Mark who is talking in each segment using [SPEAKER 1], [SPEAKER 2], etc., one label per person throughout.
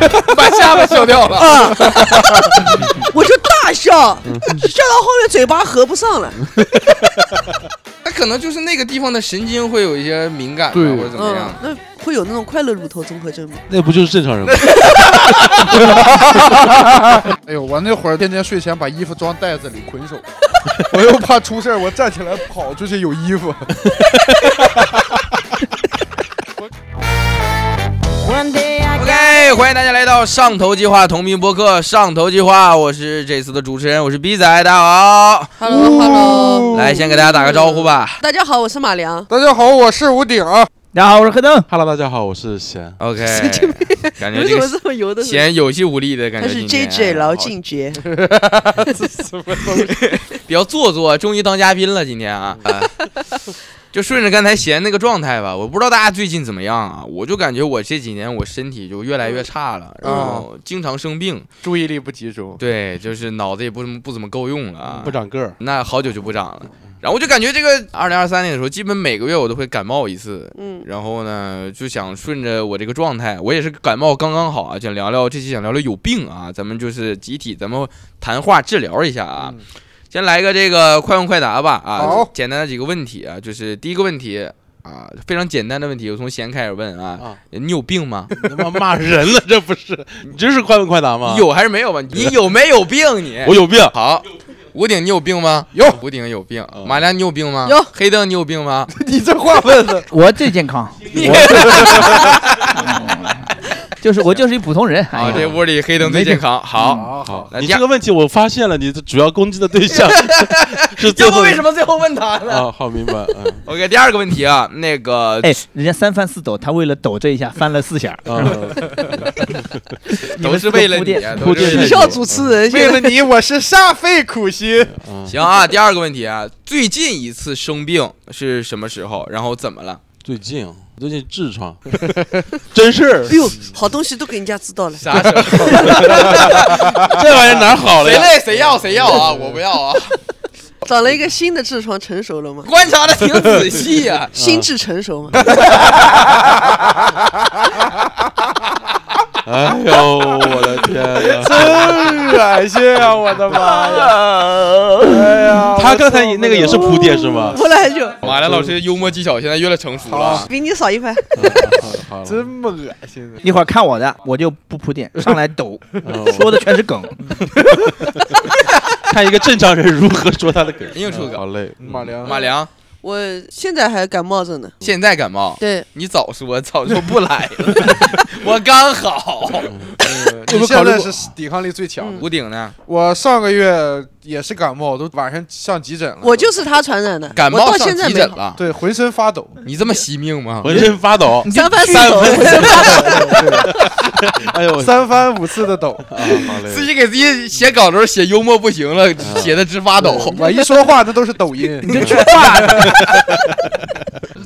[SPEAKER 1] 他们笑掉 了。
[SPEAKER 2] 啊！我就大笑， 笑
[SPEAKER 1] 嗯
[SPEAKER 2] 到后面嘴巴合不上了。
[SPEAKER 1] 他可能就是那个地方的神经会有一些敏感啊，
[SPEAKER 3] 对
[SPEAKER 1] 或者怎么
[SPEAKER 2] 嗯
[SPEAKER 1] 样，。
[SPEAKER 2] 那会有那种快乐乳头综合症吗？
[SPEAKER 4] 那不就是正常人吗？
[SPEAKER 3] 哎呦，我那会儿天天睡前把衣服装袋子里捆手，我 又怕出事儿，我站起来跑出去有衣服。
[SPEAKER 5] One day I got
[SPEAKER 1] OK，欢迎大家来到上头计划同名播客《上头计划》，我是这次的主持人，我是逼仔，大家好。
[SPEAKER 2] Hello Hello，
[SPEAKER 1] 来，先给大家打个招呼吧。
[SPEAKER 2] 大家好，我是马良。
[SPEAKER 3] 大家好，我是吴鼎啊。
[SPEAKER 6] 大家好，我是何登。
[SPEAKER 4] Hello，大家好，我是贤。
[SPEAKER 1] OK，感觉
[SPEAKER 2] 为什
[SPEAKER 1] 这
[SPEAKER 2] 么
[SPEAKER 1] 个
[SPEAKER 2] 这么油的？
[SPEAKER 1] 显有气无力的感
[SPEAKER 2] 他
[SPEAKER 1] 觉
[SPEAKER 2] 是
[SPEAKER 1] 今天。啊
[SPEAKER 2] JJ
[SPEAKER 1] 好
[SPEAKER 2] 劳，静 杰，
[SPEAKER 1] 比较做作，终于当嘉宾了今天啊。啊 就顺着刚才贤那个状态吧，我不知道大家最近怎么样啊，我就感觉我这几年我身体就越来越差了，然后经常生病，
[SPEAKER 3] 注意力不集中，
[SPEAKER 1] 对，就是脑子也不怎么不怎么够用了啊，
[SPEAKER 4] 不长个儿，
[SPEAKER 1] 那好久就不长了。然后我就感觉这个二零二三年的时候，基本每个月我都会感冒一次。
[SPEAKER 2] 嗯，
[SPEAKER 1] 然后呢，就想顺着我这个状态，我也是感冒刚刚好啊，想聊聊这期想聊聊有病啊，咱们就是集体咱们谈话治疗一下啊。先来个这个快问快答吧啊
[SPEAKER 3] 好，
[SPEAKER 1] 简单的几个问题啊，就是第一个问题啊，非常简单的问题，我从贤开始问啊
[SPEAKER 4] 啊，
[SPEAKER 1] 你有病吗？
[SPEAKER 4] 你他妈骂人了，这不是？你这是快问快答吗？
[SPEAKER 1] 你，有还是没有吧？你有没有病你？
[SPEAKER 4] 我有病。
[SPEAKER 1] 好，吴鼎，你有病吗？
[SPEAKER 3] 有
[SPEAKER 1] 吴鼎有病。
[SPEAKER 4] 嗯
[SPEAKER 1] 马良，你有病吗？
[SPEAKER 2] 有
[SPEAKER 1] 黑灯，你有病吗？
[SPEAKER 3] 你这话问的，
[SPEAKER 6] 我最健康， 就是我就是一普通人。哎
[SPEAKER 1] 啊，
[SPEAKER 6] 呀
[SPEAKER 1] 这屋里黑灯最健康。
[SPEAKER 6] 嗯
[SPEAKER 1] 好，
[SPEAKER 3] 好
[SPEAKER 4] 好
[SPEAKER 3] 好，，
[SPEAKER 1] 那
[SPEAKER 4] 你
[SPEAKER 1] 第二
[SPEAKER 4] 这个问题我发现了，你的主要攻击的对象是最
[SPEAKER 1] 要不
[SPEAKER 4] 后
[SPEAKER 1] 为什么最后问他呢
[SPEAKER 4] 啊？好，明白。嗯
[SPEAKER 1] ？OK，第二个问题啊，那个
[SPEAKER 6] 哎，人家三翻四抖，他为了抖这一下翻了四下，
[SPEAKER 4] 啊，
[SPEAKER 6] 你
[SPEAKER 1] 都
[SPEAKER 6] 们
[SPEAKER 1] 是
[SPEAKER 6] 四个
[SPEAKER 1] 为了
[SPEAKER 6] 铺
[SPEAKER 1] 你
[SPEAKER 6] 垫
[SPEAKER 1] 啊，
[SPEAKER 4] 铺
[SPEAKER 1] 都
[SPEAKER 4] 垫
[SPEAKER 1] 是
[SPEAKER 2] 你
[SPEAKER 4] 太
[SPEAKER 2] 笑
[SPEAKER 1] 为了
[SPEAKER 4] 多
[SPEAKER 1] 你。
[SPEAKER 2] 主持人，
[SPEAKER 3] 为了你我是煞费苦心。
[SPEAKER 4] 嗯
[SPEAKER 1] 行啊，第二个问题啊，最近一次生病是什么时候？然后怎么了？
[SPEAKER 4] 最近啊最近痔疮，真事儿
[SPEAKER 2] 哎，呦，好东西都给人家知道了。
[SPEAKER 1] 啥时 候？
[SPEAKER 4] 这玩意儿哪儿好了
[SPEAKER 1] 谁
[SPEAKER 4] 呀？
[SPEAKER 1] 累谁要谁要啊？我不要啊！
[SPEAKER 2] 长了一个新的痔疮，成熟了吗？
[SPEAKER 1] 观察的挺仔细啊。
[SPEAKER 2] 心智成熟吗？
[SPEAKER 4] 哎呦，我的天呐！
[SPEAKER 3] 真恶心 啊！我的妈呀！哎呀，
[SPEAKER 4] 他刚才那个也是铺垫 是吗？
[SPEAKER 2] 后来 就
[SPEAKER 1] 马良老师幽默技巧现在越来越成熟了
[SPEAKER 3] 好。
[SPEAKER 2] 比你少一 拍。
[SPEAKER 4] 嗯好了
[SPEAKER 3] 这么恶心的。
[SPEAKER 6] 一会儿看我的，我就不铺垫，上来抖，
[SPEAKER 4] 嗯
[SPEAKER 6] 说的全是梗。
[SPEAKER 4] 看一个正常人如何说他的梗。
[SPEAKER 1] 硬说梗
[SPEAKER 4] 嗯好嘞，
[SPEAKER 3] 马良，
[SPEAKER 1] 马良
[SPEAKER 2] 我现在还感冒着呢。
[SPEAKER 1] 现在感冒，
[SPEAKER 2] 对，
[SPEAKER 1] 你早说，早就不来了。我刚好。
[SPEAKER 3] 嗯
[SPEAKER 4] 有没
[SPEAKER 3] 你
[SPEAKER 4] 有考
[SPEAKER 3] 现
[SPEAKER 4] 虑
[SPEAKER 3] 在
[SPEAKER 4] 过
[SPEAKER 3] 是抵抗力最强的。
[SPEAKER 1] 吴鼎呢？
[SPEAKER 3] 嗯我上个月也是感冒，都晚上上急诊了。
[SPEAKER 2] 我就是他传染的，
[SPEAKER 1] 感
[SPEAKER 2] 我
[SPEAKER 1] 冒
[SPEAKER 2] 到
[SPEAKER 1] 上
[SPEAKER 2] 现在
[SPEAKER 1] 急
[SPEAKER 2] 没
[SPEAKER 1] 诊
[SPEAKER 2] 好。。
[SPEAKER 1] 了，
[SPEAKER 3] 对浑身发抖，
[SPEAKER 1] 你这么惜命吗？
[SPEAKER 4] 浑身发抖
[SPEAKER 2] 三番四
[SPEAKER 4] 三
[SPEAKER 2] 抖，
[SPEAKER 4] 分， 哎 呦，
[SPEAKER 3] 三番五次的抖。
[SPEAKER 4] 啊，好
[SPEAKER 1] 自
[SPEAKER 4] 嘞，
[SPEAKER 1] 己给自己写稿的时候写幽默不行了，
[SPEAKER 4] 嗯
[SPEAKER 1] 写的直发抖。
[SPEAKER 3] 我一说话那都是抖 音。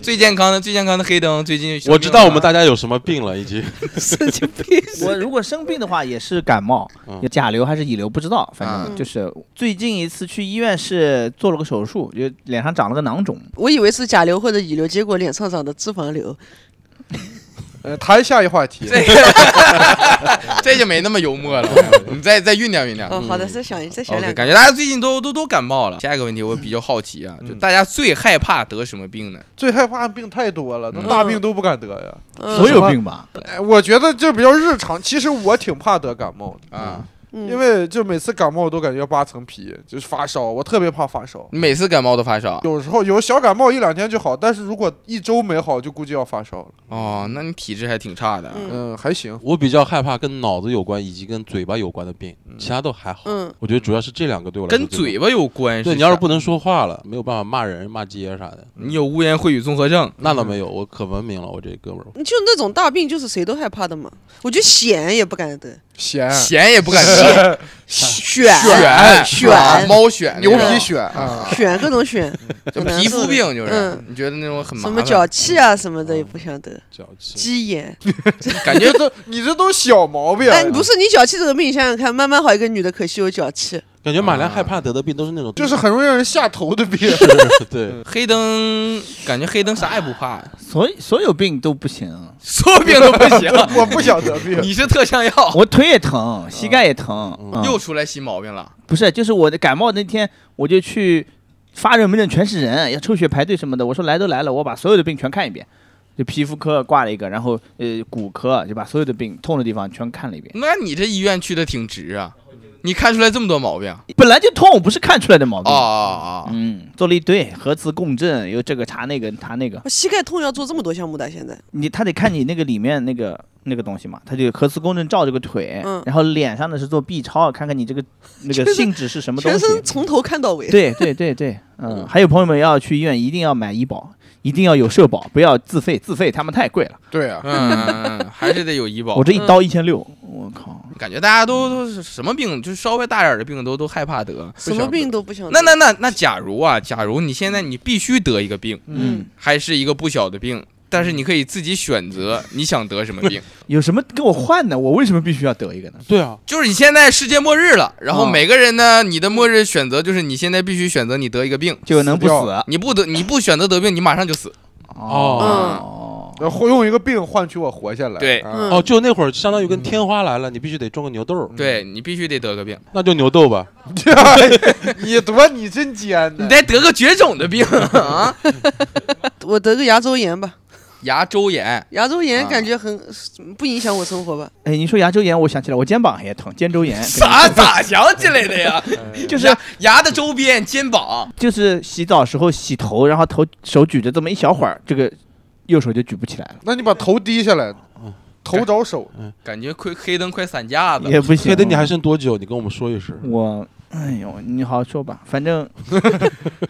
[SPEAKER 1] 最健康的最健康的黑灯，最近
[SPEAKER 4] 我知道我们大家有什么病了，已经。
[SPEAKER 2] 神经病。
[SPEAKER 6] 我如果生病的话，也是感冒
[SPEAKER 4] 嗯，
[SPEAKER 6] 也甲流还是乙流不知道，反
[SPEAKER 2] 嗯
[SPEAKER 6] 正就是最近一次去医院是做了个手术，就脸上长了个囊肿。
[SPEAKER 2] 我以为是甲流或者乙流，结果脸上长的脂肪瘤。
[SPEAKER 3] 呃，谈下一话题。
[SPEAKER 1] 这个这就没那么幽默了。
[SPEAKER 4] 嗯
[SPEAKER 1] 你再再酝酿酝酿。
[SPEAKER 2] 哦，好的，再想一，再想
[SPEAKER 1] OK，
[SPEAKER 2] 两个。
[SPEAKER 1] 嗯感觉大家最近都都都感冒了。下一个问题我比较好奇啊，
[SPEAKER 3] 嗯
[SPEAKER 1] 就大家最害怕得什么病呢？
[SPEAKER 3] 最害怕病太多了，那
[SPEAKER 1] 嗯
[SPEAKER 3] 大病都不敢得呀。
[SPEAKER 2] 嗯
[SPEAKER 6] 所有病吧，
[SPEAKER 3] 哎我觉得这比较日常。其实我挺怕得感冒的，
[SPEAKER 1] 啊，
[SPEAKER 2] 嗯
[SPEAKER 3] 因为就每次感冒都感觉要扒层皮，就是发烧，我特别怕发烧。
[SPEAKER 1] 你每次感冒都发烧
[SPEAKER 3] 嗯有时候有小感冒一两天就好，但是如果一周没好，就估计要发烧了。
[SPEAKER 1] 哦，那你体质还挺差的。
[SPEAKER 2] 嗯
[SPEAKER 3] 嗯，还行。
[SPEAKER 4] 我比较害怕跟脑子有关以及跟嘴巴有关的病，其他都还好。
[SPEAKER 2] 嗯，
[SPEAKER 4] 我觉得主要是这两个对我来说
[SPEAKER 1] 跟
[SPEAKER 4] 最
[SPEAKER 1] 嘴
[SPEAKER 4] 大。
[SPEAKER 1] 巴有关系。
[SPEAKER 4] 对你要是不能说话了，没有办法骂人、骂街啥的，
[SPEAKER 1] 你有污言秽语综合症，
[SPEAKER 4] 那倒没有，我可文明了，我这哥们儿。
[SPEAKER 2] 就那种大病，就是谁都害怕的嘛。我觉得癣也不敢得，
[SPEAKER 3] 咸
[SPEAKER 4] 嗯
[SPEAKER 1] 癣也不敢吃，
[SPEAKER 2] 癣
[SPEAKER 1] 癣
[SPEAKER 2] 癣
[SPEAKER 1] 啊猫癣
[SPEAKER 3] 牛
[SPEAKER 1] 那
[SPEAKER 3] 皮
[SPEAKER 1] 种
[SPEAKER 3] 癣啊，
[SPEAKER 2] 癣各种癣，
[SPEAKER 1] 就
[SPEAKER 2] 很难
[SPEAKER 1] 皮
[SPEAKER 2] 受
[SPEAKER 1] 肤
[SPEAKER 2] 的
[SPEAKER 1] 病就是
[SPEAKER 2] 嗯，
[SPEAKER 1] 你觉得那种很麻
[SPEAKER 2] 什么
[SPEAKER 1] 烦，嗯
[SPEAKER 2] 脚气啊什么的也不想得，
[SPEAKER 4] 脚气，
[SPEAKER 2] 鸡眼。
[SPEAKER 1] 感觉
[SPEAKER 3] 这都你这都小毛病。
[SPEAKER 1] 啊
[SPEAKER 2] 哎，不是你脚气这个病，你想想看，慢慢好一个女的，可惜有脚气，
[SPEAKER 4] 感觉马良
[SPEAKER 1] 啊
[SPEAKER 4] 害怕得的病都是嗯那种，
[SPEAKER 3] 就是很容易让人下头的病。
[SPEAKER 4] 对，
[SPEAKER 1] 黑灯感觉黑灯啥也不 怕，
[SPEAKER 6] 所以所有病都不行，
[SPEAKER 1] 所有病都 不行。
[SPEAKER 3] 我不想得病，
[SPEAKER 1] 你是特效药，
[SPEAKER 6] 我腿也疼，膝盖也疼，
[SPEAKER 4] 嗯
[SPEAKER 6] 嗯
[SPEAKER 1] 又出来新毛病了。
[SPEAKER 6] 不是，就是我的感冒那天，我就去发热门诊，全是人，要抽血排队什么的。我说来都来了，我把所有的病全看一遍，就皮肤科挂了一个，然后呃骨科就把所有的病痛的地方全看了一遍。
[SPEAKER 1] 那你这医院去的挺值啊，你看出来这么多毛病啊
[SPEAKER 6] 本来就痛，不是看出来的毛
[SPEAKER 1] 啊
[SPEAKER 6] 病。
[SPEAKER 1] 啊！哦
[SPEAKER 6] 嗯，做了一堆核磁共振，又这个查那个查那个，
[SPEAKER 2] 我膝盖痛要做这么多项目的，现在
[SPEAKER 6] 你他得看你那个里面那个那个东西嘛，他就核磁共振照这个腿，
[SPEAKER 2] 嗯
[SPEAKER 6] 然后脸上的是做 B 超，看看你这个那
[SPEAKER 2] 全
[SPEAKER 6] 个
[SPEAKER 2] 身
[SPEAKER 6] 性质是什么东
[SPEAKER 2] 全
[SPEAKER 6] 西。
[SPEAKER 2] 身从头看到尾。
[SPEAKER 6] 对对对对，嗯，还有朋友们要去医院，一定要买医保，一定要有社保，不要自费，自费他们太贵了。
[SPEAKER 3] 对啊，
[SPEAKER 1] 嗯，嗯还是得有医保
[SPEAKER 6] 我。这一刀一千六，我靠！
[SPEAKER 1] 感觉大家都都是什么病，就稍微大点儿的病都都害怕得。
[SPEAKER 2] 什么病都不
[SPEAKER 6] 嗯
[SPEAKER 2] 想得。
[SPEAKER 1] 那那那那，假如啊，假如你现在你必须得一个病，
[SPEAKER 2] 嗯，
[SPEAKER 1] 还是一个不小的病，但是你可以自己选择你想得什么病。
[SPEAKER 6] 有什么跟我换呢？我为什么必须要得一个呢？
[SPEAKER 4] 对啊，
[SPEAKER 1] 就是你现在世界末日了，然后
[SPEAKER 6] 啊
[SPEAKER 1] 每个人呢，你的末日选择就是你现在必须选择你得一个病，
[SPEAKER 6] 就能不
[SPEAKER 3] 死
[SPEAKER 6] 死？啊
[SPEAKER 1] 你不得你不选择得病，你马上就死。
[SPEAKER 6] 哦，
[SPEAKER 3] 然后用一个病换取我活下来。
[SPEAKER 1] 对
[SPEAKER 3] 啊
[SPEAKER 2] 嗯
[SPEAKER 4] 哦，就那会儿相当于跟天花来了，你必须得种个牛豆儿，
[SPEAKER 1] 对你必须得得个病，
[SPEAKER 4] 那就牛豆吧。
[SPEAKER 3] 你多你真尖
[SPEAKER 1] 你
[SPEAKER 3] 呢。
[SPEAKER 1] 得得个绝种的 病啊！
[SPEAKER 2] 我得个牙周炎吧，
[SPEAKER 1] 牙周炎，
[SPEAKER 2] 牙周炎
[SPEAKER 1] 啊
[SPEAKER 2] 感觉很不影响我生活吧。
[SPEAKER 6] 哎，你说牙周炎，我想起来，我肩膀也疼，肩周炎。
[SPEAKER 1] 咋咋想起来的 呀？嗯
[SPEAKER 6] 就是
[SPEAKER 1] 牙牙的周边、肩膀，
[SPEAKER 6] 就是洗澡时候洗头，然后头手举着这么一小会儿，这个右手就举不起来了，
[SPEAKER 3] 那你把头低下来，头找手，
[SPEAKER 1] 感觉快黑灯快散架子了。
[SPEAKER 6] 也不行。
[SPEAKER 4] 黑灯，你还剩多久？你跟我们说一声。
[SPEAKER 6] 我，哎呦，你好好说吧，反正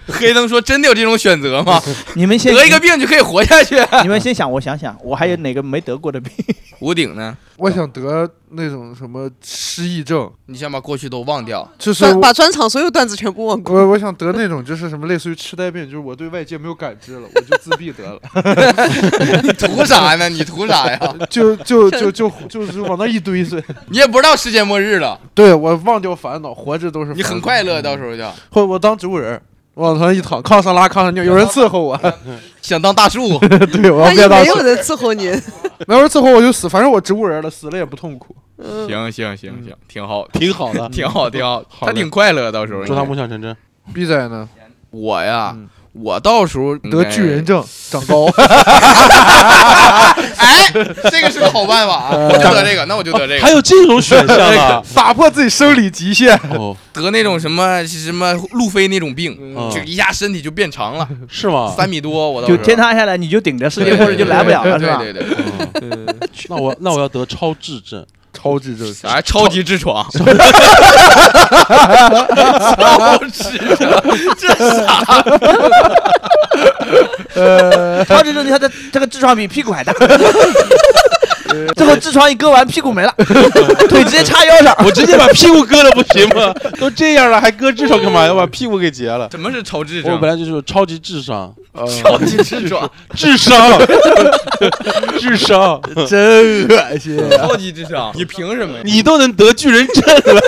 [SPEAKER 1] 黑灯说：“真的有这种选择吗？
[SPEAKER 6] 你们先
[SPEAKER 1] 得一个病就可以活下 去？
[SPEAKER 6] 你们先想，我想想，我还有哪个没得过的病？
[SPEAKER 1] 吴鼎呢？
[SPEAKER 3] 我想得那种什么失忆症，
[SPEAKER 1] 你想把过去都忘掉，
[SPEAKER 3] 就是
[SPEAKER 2] 专把专场所有段子全部忘光。
[SPEAKER 3] 我我想得那种就是什么类似于痴呆病，就是我对外界没有感知了，我就自闭得 了，
[SPEAKER 1] 你图啥呢？你图啥 呀？
[SPEAKER 3] 就就就就就是往那一堆是。
[SPEAKER 1] 你也不知道世界末日了，
[SPEAKER 3] 对我忘掉烦恼，活着都是
[SPEAKER 1] 你
[SPEAKER 3] 烦
[SPEAKER 1] 很
[SPEAKER 3] 恼
[SPEAKER 1] 快乐，到时候就
[SPEAKER 3] 或我当植物人儿，往床上一躺，炕上拉，炕上尿，有人伺候 我。
[SPEAKER 1] 想当大树。
[SPEAKER 3] 对，我要
[SPEAKER 2] 万一
[SPEAKER 3] 变大
[SPEAKER 2] 哎没
[SPEAKER 3] 树
[SPEAKER 2] 有，人伺候你，
[SPEAKER 3] 没有人伺候我就死，反正我植物人了，死了也不痛 苦。
[SPEAKER 2] 嗯，
[SPEAKER 1] 行行行行，挺好，
[SPEAKER 4] 挺好的，
[SPEAKER 1] 挺好，挺好，
[SPEAKER 4] 好
[SPEAKER 1] 他
[SPEAKER 4] 嘞
[SPEAKER 1] 挺快乐，到时候应该。
[SPEAKER 4] 祝他梦想成真。
[SPEAKER 3] 逼仔呢，
[SPEAKER 1] 我呀
[SPEAKER 3] 嗯，
[SPEAKER 1] 我到时候应
[SPEAKER 3] 得
[SPEAKER 1] 该
[SPEAKER 3] 巨 人症，长高。！
[SPEAKER 1] 哎，这个是个好办法啊！我就得这个，那我就得这
[SPEAKER 4] 还
[SPEAKER 1] 个。
[SPEAKER 4] 有这种选项啊
[SPEAKER 3] 打破自己生理极限，
[SPEAKER 4] 哦，
[SPEAKER 1] 得那种什么什么路飞那种病，
[SPEAKER 4] 嗯
[SPEAKER 1] 就一下身体就变长了，
[SPEAKER 4] 是吗？
[SPEAKER 1] 三米多，我到
[SPEAKER 6] 就
[SPEAKER 1] 时候
[SPEAKER 6] 天塌下来你就顶着世界末日就来不了了，是吧？
[SPEAKER 1] 对对对对，
[SPEAKER 4] 嗯那我那我要得超智症，
[SPEAKER 3] 超智症。
[SPEAKER 1] 啥啊超级痔疮？超痔疮，这啥？
[SPEAKER 6] 超级症他的这个痔疮比屁股还大， 最后痔疮一割完屁股没了， 腿直接插腰上。
[SPEAKER 4] 我直接把屁股割了不行吗？都这样了还割痔疮干嘛？要把屁股给截了。
[SPEAKER 1] 什么是超痔
[SPEAKER 4] 我
[SPEAKER 1] 疮
[SPEAKER 4] 本？来就是超级智 商，
[SPEAKER 3] 呃
[SPEAKER 1] 超级痔疮，
[SPEAKER 4] 智 商，智 商，
[SPEAKER 3] 真恶心！
[SPEAKER 1] 超级痔疮，你凭什么呀？
[SPEAKER 4] 你都能得巨人症了，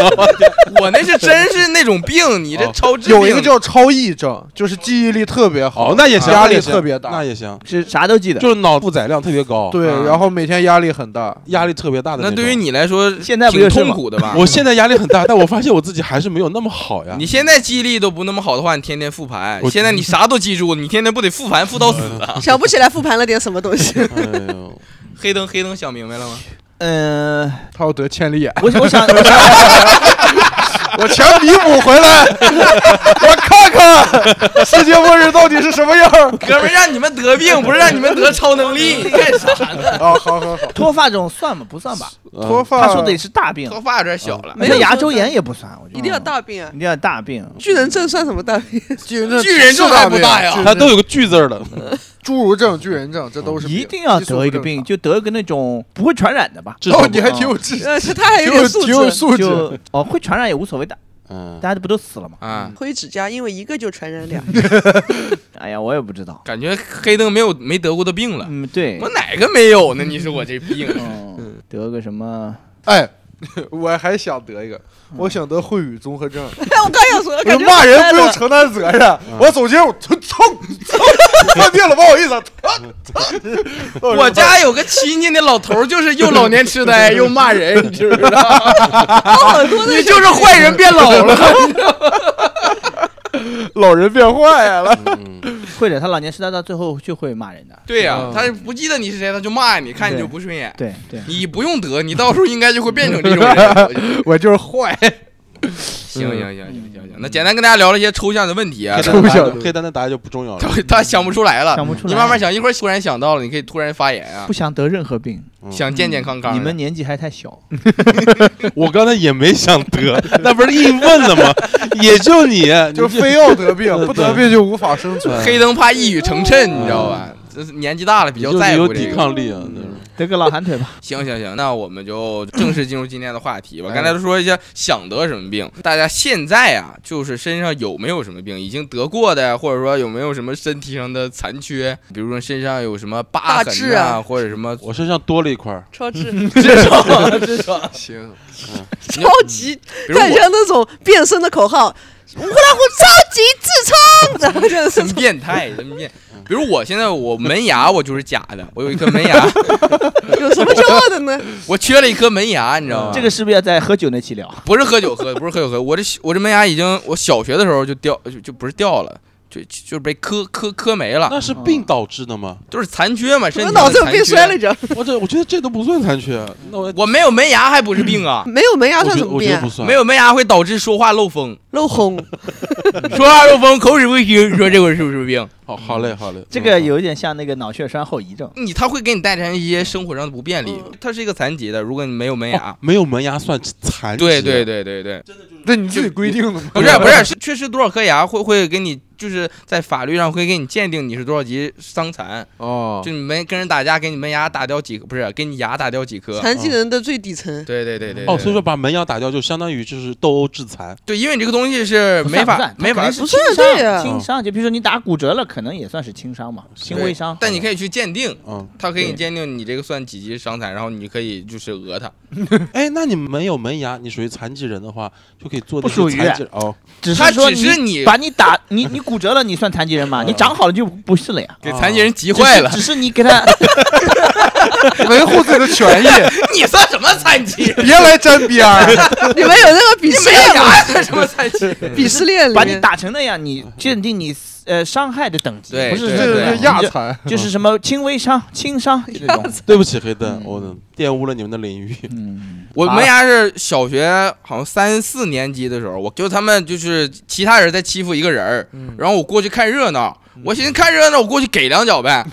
[SPEAKER 1] 我那是真是那种病，你这超治
[SPEAKER 3] 有一个
[SPEAKER 1] 病
[SPEAKER 3] 叫超忆症，就是记忆力特别好啊
[SPEAKER 4] 哦，，那也行，
[SPEAKER 3] 压
[SPEAKER 4] 那也
[SPEAKER 3] 力
[SPEAKER 4] 行
[SPEAKER 3] 特别大
[SPEAKER 4] 那也行，
[SPEAKER 6] 是啥都记得，
[SPEAKER 4] 就是脑负载量特别高，
[SPEAKER 3] 对，
[SPEAKER 1] 嗯
[SPEAKER 3] 然后每天压力很大，
[SPEAKER 4] 压力特别大的
[SPEAKER 1] 那
[SPEAKER 4] 种
[SPEAKER 1] 对于，你来说，
[SPEAKER 6] 现在不
[SPEAKER 1] 挺
[SPEAKER 6] 就是
[SPEAKER 1] 痛
[SPEAKER 6] 吗
[SPEAKER 1] 苦的吧？
[SPEAKER 4] 我现在压力很大，但我发现我自己还是没有那么好呀。
[SPEAKER 1] 你现在记忆力都不那么好的话，你天天复盘，
[SPEAKER 4] 我
[SPEAKER 1] 现在你啥都记住，你天天不得复盘复到死啊？
[SPEAKER 2] 想不起来复盘了点什么东西。
[SPEAKER 4] 哎呦，
[SPEAKER 1] 黑灯黑灯想明白了吗？
[SPEAKER 6] 嗯，
[SPEAKER 3] 他要得千 里眼，
[SPEAKER 6] 我我想，
[SPEAKER 3] 我全弥补回来， 我看看世界末日到底是什么样 儿
[SPEAKER 1] 哥们儿，让你们得病，不是让你们得超能力，你干啥呢？
[SPEAKER 3] 啊！好好好，
[SPEAKER 6] 脱发这种算吗？不算吧，
[SPEAKER 3] 脱
[SPEAKER 4] 嗯
[SPEAKER 3] 发，
[SPEAKER 6] 他说的也是大病，
[SPEAKER 1] 头发有点小了，
[SPEAKER 2] 没
[SPEAKER 6] 没
[SPEAKER 2] 有
[SPEAKER 6] 有牙周炎也不算，我觉得
[SPEAKER 2] 一定要大病啊！
[SPEAKER 6] 一定要大病。
[SPEAKER 2] 巨人症算什么大病？
[SPEAKER 3] 巨人症，
[SPEAKER 1] 巨人症还不大呀
[SPEAKER 3] 巨人
[SPEAKER 4] 他
[SPEAKER 3] 症
[SPEAKER 4] 嗯都有个巨字儿的，
[SPEAKER 3] 侏儒症、巨人症，这都是
[SPEAKER 6] 一
[SPEAKER 3] 病
[SPEAKER 6] 定要得一个
[SPEAKER 3] 激
[SPEAKER 6] 病，
[SPEAKER 3] 素
[SPEAKER 6] 就得一个那种不会传染的吧，
[SPEAKER 4] 至少
[SPEAKER 3] 不正常啊哦，你还挺有智，
[SPEAKER 2] 呃，是他还有
[SPEAKER 3] 挺有
[SPEAKER 2] 点素
[SPEAKER 3] 挺有
[SPEAKER 2] 质，
[SPEAKER 3] 素质。
[SPEAKER 6] 就哦会传染也无所谓的，
[SPEAKER 4] 嗯
[SPEAKER 6] 大家不都死了吗？
[SPEAKER 1] 啊，
[SPEAKER 2] 灰指甲，因为一个就传染俩。
[SPEAKER 6] 哎呀，我也不知道。
[SPEAKER 1] 感觉黑灯没有没得过的病了。
[SPEAKER 6] 嗯，对
[SPEAKER 1] 我，哪个没有呢？你说我这病，啊
[SPEAKER 6] 嗯，得个什么？
[SPEAKER 3] 哎， 我还想得一个，
[SPEAKER 6] 嗯
[SPEAKER 3] 我想得秽语综合症。
[SPEAKER 2] 哎，我刚想说，
[SPEAKER 3] 我
[SPEAKER 2] 感
[SPEAKER 3] 说
[SPEAKER 2] 觉
[SPEAKER 3] 骂人
[SPEAKER 2] 出来
[SPEAKER 3] 不用
[SPEAKER 2] 了
[SPEAKER 3] 承担责任，我走街我蹭蹭蹭，犯病了不好意思，蹭蹭。
[SPEAKER 1] 我家有个亲戚那老头儿就是又老年痴呆又骂人，你知不知 道？
[SPEAKER 2] 好多
[SPEAKER 1] 你
[SPEAKER 2] 那
[SPEAKER 1] 就是坏人变老了。
[SPEAKER 3] 老人变坏了，
[SPEAKER 6] 会的，他老年痴呆到最后就会骂人的。
[SPEAKER 1] 对呀、
[SPEAKER 3] 嗯
[SPEAKER 1] 他不记得你是谁，他就骂你，看你就不顺眼。
[SPEAKER 6] 对对，
[SPEAKER 1] 你不用得，你到时候应该就会变成这种 人。
[SPEAKER 3] 我就是坏。
[SPEAKER 1] 行行行行行行，
[SPEAKER 6] 嗯
[SPEAKER 1] 那简单跟大家聊了一些抽象的问题啊
[SPEAKER 4] 黑，
[SPEAKER 3] 抽
[SPEAKER 4] 单
[SPEAKER 3] 象
[SPEAKER 4] 答
[SPEAKER 3] 的
[SPEAKER 4] 黑单的答案就不重要了
[SPEAKER 1] 他。 他想不出来了，
[SPEAKER 6] 想不出来，
[SPEAKER 1] 你慢慢想，一会儿突然想到了，你可以突然发言啊
[SPEAKER 6] 不，想得任何病。
[SPEAKER 1] 想健健康康的。
[SPEAKER 6] 你们年纪还太小，
[SPEAKER 4] 我刚才也没想得， 那不是硬问了吗？也就你，
[SPEAKER 3] 就非要得病，不得病就无法生
[SPEAKER 6] 呃
[SPEAKER 3] 存。
[SPEAKER 1] 黑灯怕一语成谶，你知道吧？
[SPEAKER 6] 嗯
[SPEAKER 1] 这是年纪大了比
[SPEAKER 4] 比
[SPEAKER 1] 较在乎
[SPEAKER 4] 有
[SPEAKER 1] 这
[SPEAKER 4] 抵
[SPEAKER 1] 个。
[SPEAKER 4] 抗力啊。
[SPEAKER 6] 得个老寒腿吧。
[SPEAKER 1] 行行行，那我们就正式进入今天的话题吧。刚才都说一下想得什么病，大家现在啊，就是身上有没有什么病，已经得过的呀，或者说有没有什么身体上的残缺，比如说身上有什么疤
[SPEAKER 2] 大
[SPEAKER 1] 痕
[SPEAKER 2] 痣
[SPEAKER 1] 啊，
[SPEAKER 2] 啊
[SPEAKER 1] 或者什么
[SPEAKER 4] 我身上多了一块儿，
[SPEAKER 2] 超智，
[SPEAKER 1] 至 少至少，
[SPEAKER 3] 行，
[SPEAKER 2] 超级，
[SPEAKER 1] 嗯比如
[SPEAKER 2] 就很
[SPEAKER 1] 我
[SPEAKER 2] 像那种变身的口号，呼啦呼超级痔疮， 然后就是这
[SPEAKER 1] 真
[SPEAKER 2] 种
[SPEAKER 1] 变态，真变。比如我现在我门牙我就是假的，我有一颗门牙，
[SPEAKER 2] 有什么骄傲的呢？
[SPEAKER 1] 我缺了一颗门牙，你知道吗？
[SPEAKER 6] 这个是不是要在喝酒那期聊？
[SPEAKER 1] 不是喝酒喝，的，不是喝酒喝的，我这我这门牙已经，我小学的时候就掉，就就不是掉了，就就就是被磕磕磕没了，
[SPEAKER 4] 那是病导致的吗？
[SPEAKER 1] 就是残缺嘛，身
[SPEAKER 2] 我的
[SPEAKER 1] 体上
[SPEAKER 2] 脑
[SPEAKER 1] 的
[SPEAKER 2] 子有
[SPEAKER 1] 残
[SPEAKER 2] 病
[SPEAKER 1] 缺啊
[SPEAKER 2] 摔了一跤，
[SPEAKER 4] 我这我觉得这都不算残缺，那我
[SPEAKER 1] 我没有门牙还不是病啊，
[SPEAKER 2] 没有门牙
[SPEAKER 4] 我
[SPEAKER 2] 算
[SPEAKER 4] 觉
[SPEAKER 2] 什
[SPEAKER 4] 得
[SPEAKER 2] 么
[SPEAKER 4] 我
[SPEAKER 2] 病
[SPEAKER 4] 觉得
[SPEAKER 2] 啊
[SPEAKER 4] 不？算，
[SPEAKER 1] 没有门牙会导致说话漏风，
[SPEAKER 2] 漏 风，
[SPEAKER 1] 说话漏风，口齿不清，你说这个是不是病？
[SPEAKER 4] 好好嘞好嘞， 嗯哦
[SPEAKER 6] 这个有一点像那个脑血栓后遗症。
[SPEAKER 1] 你他会给你带来一些生活上的不便利，嗯它是一个残疾的，如果你没有门牙
[SPEAKER 4] 哦。没有门牙算残疾，
[SPEAKER 1] 啊
[SPEAKER 4] 啊
[SPEAKER 1] 对对对对对，
[SPEAKER 3] 那你自己规定的吗？
[SPEAKER 1] 不是不是，是缺失多少颗牙会会给你，就是在法律上会给你鉴定你是多少级伤残，
[SPEAKER 3] 哦，
[SPEAKER 1] 就你们跟人打架，给你门牙打掉几颗，不是给你牙打掉几颗？
[SPEAKER 2] 残疾人的最底层。
[SPEAKER 1] 对对对对。
[SPEAKER 4] 哦，
[SPEAKER 1] 对
[SPEAKER 4] 所以说把门牙打掉就相当于就是斗殴致残，
[SPEAKER 1] 对，因为你这个东西是没
[SPEAKER 6] 不
[SPEAKER 1] 法
[SPEAKER 6] 算
[SPEAKER 1] 没法
[SPEAKER 6] 不算它肯定是啊
[SPEAKER 2] 不算对呀
[SPEAKER 6] 轻伤轻伤就比如说你打骨折了，可能也算是轻伤嘛，轻微伤。
[SPEAKER 1] 但你可以去鉴定，
[SPEAKER 4] 嗯，
[SPEAKER 1] 他可以
[SPEAKER 6] 对
[SPEAKER 1] 鉴定你这个算几级伤残，然后你可以就是讹他。
[SPEAKER 4] 哎，那你没有门牙，你属于残疾人的话，就可以做
[SPEAKER 6] 不
[SPEAKER 4] 那些
[SPEAKER 6] 属于
[SPEAKER 4] 残疾人哦，
[SPEAKER 6] 只
[SPEAKER 1] 他
[SPEAKER 6] 是说
[SPEAKER 1] 只是你
[SPEAKER 6] 把你打你你骨折了，你算残疾 人嘛？你长好了就不是了呀。
[SPEAKER 1] 给残疾人急坏了
[SPEAKER 6] 只，是只是你给 他
[SPEAKER 3] 维护自己的权益，
[SPEAKER 1] 你算什么残疾？
[SPEAKER 3] 别来沾边儿。
[SPEAKER 2] 你们有那个鄙
[SPEAKER 1] 啊你啊
[SPEAKER 2] 视
[SPEAKER 1] 没
[SPEAKER 2] 链吗？
[SPEAKER 1] 牙算 什么残疾？
[SPEAKER 2] 鄙视链里
[SPEAKER 6] 把你
[SPEAKER 2] 面，
[SPEAKER 6] 打成那样，你鉴定你呃伤害的等级，
[SPEAKER 1] 对
[SPEAKER 6] 不是
[SPEAKER 1] 对
[SPEAKER 3] 这
[SPEAKER 6] 那
[SPEAKER 1] 对
[SPEAKER 6] 个
[SPEAKER 3] 是
[SPEAKER 1] 对
[SPEAKER 6] 你
[SPEAKER 3] 亚
[SPEAKER 6] 就
[SPEAKER 3] 残，
[SPEAKER 6] 就是什么轻微伤、轻伤这种。
[SPEAKER 4] 对不起黑灯，我玷污了你们的领域，
[SPEAKER 6] 嗯，
[SPEAKER 1] 我
[SPEAKER 6] 啊
[SPEAKER 1] 门牙是小学好像三四年级的时候，我就他们就是其他人在欺负一个人儿，然后我过去看热闹，我寻思看热闹，我过去给两脚呗。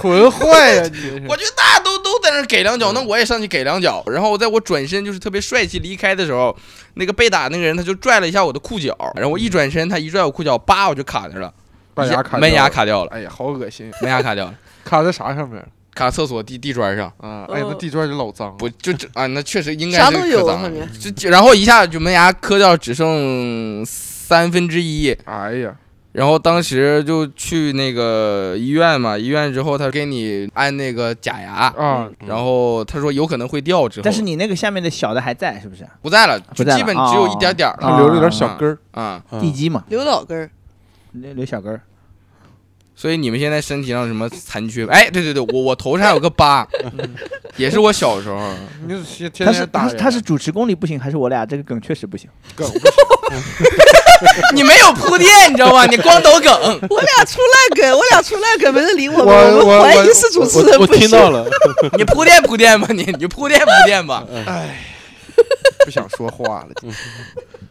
[SPEAKER 3] 纯坏呀！你
[SPEAKER 1] 我觉得大家都都在那儿给两脚，那我也上去给两脚。然后我在我转身就是特别帅气离开的时候，那个被打那个人他就拽了一下我的裤脚，然后我一转身，他一拽我裤脚，叭我就卡那儿了，
[SPEAKER 3] 把牙卡，
[SPEAKER 1] 门牙，卡掉了，
[SPEAKER 3] 哎呀，好恶心，
[SPEAKER 1] 门牙卡掉了，
[SPEAKER 3] 卡在啥上面
[SPEAKER 1] 卡厕所地地砖上，
[SPEAKER 3] 啊？哎呀，那地砖就老脏，
[SPEAKER 1] 不就这啊？那确实应该
[SPEAKER 2] 啥
[SPEAKER 1] 是
[SPEAKER 2] 都
[SPEAKER 1] 可
[SPEAKER 2] 有
[SPEAKER 1] 脏
[SPEAKER 2] 后
[SPEAKER 1] 了
[SPEAKER 2] 面
[SPEAKER 1] 就就然后一下就门牙磕掉，只剩三分之一。
[SPEAKER 3] 哎呀，
[SPEAKER 1] 然后当时就去那个医院嘛，医院之后他给你安那个假牙，
[SPEAKER 3] 啊，
[SPEAKER 1] 然后他说有可能会掉，之后
[SPEAKER 6] 哦但是你那个下面的小的还在，是不是？
[SPEAKER 1] 不在了，
[SPEAKER 6] 不
[SPEAKER 1] 就
[SPEAKER 6] 在了
[SPEAKER 1] 基本只有一点点儿了
[SPEAKER 6] 哦
[SPEAKER 3] 它留着点小根儿，
[SPEAKER 1] 啊、
[SPEAKER 4] 嗯
[SPEAKER 6] 地基嘛，
[SPEAKER 2] 刘老根儿，
[SPEAKER 6] 留留小根儿。
[SPEAKER 1] 所以你们现在身体上有什么残缺？哎，对对对，我我头上有个 疤，也是我小时候。
[SPEAKER 3] 你天
[SPEAKER 6] 他
[SPEAKER 3] 天
[SPEAKER 6] 是
[SPEAKER 3] 天打
[SPEAKER 6] 他是
[SPEAKER 3] 人啊
[SPEAKER 6] 他是主持功力不行，还是我俩这个梗确实不行？
[SPEAKER 3] 梗不
[SPEAKER 1] 你没有铺垫，哎你知道吗？你光抖梗。
[SPEAKER 2] 我俩出烂梗，我俩出烂梗，没人理我们，
[SPEAKER 3] 我
[SPEAKER 2] 我
[SPEAKER 3] 我
[SPEAKER 2] 们怀疑
[SPEAKER 3] 我
[SPEAKER 2] 是主持人
[SPEAKER 4] 我我
[SPEAKER 2] 不
[SPEAKER 4] 听
[SPEAKER 2] 行。
[SPEAKER 4] 到了，
[SPEAKER 1] 你铺垫铺垫吧，你你铺垫铺垫吧。
[SPEAKER 3] 不想说话了。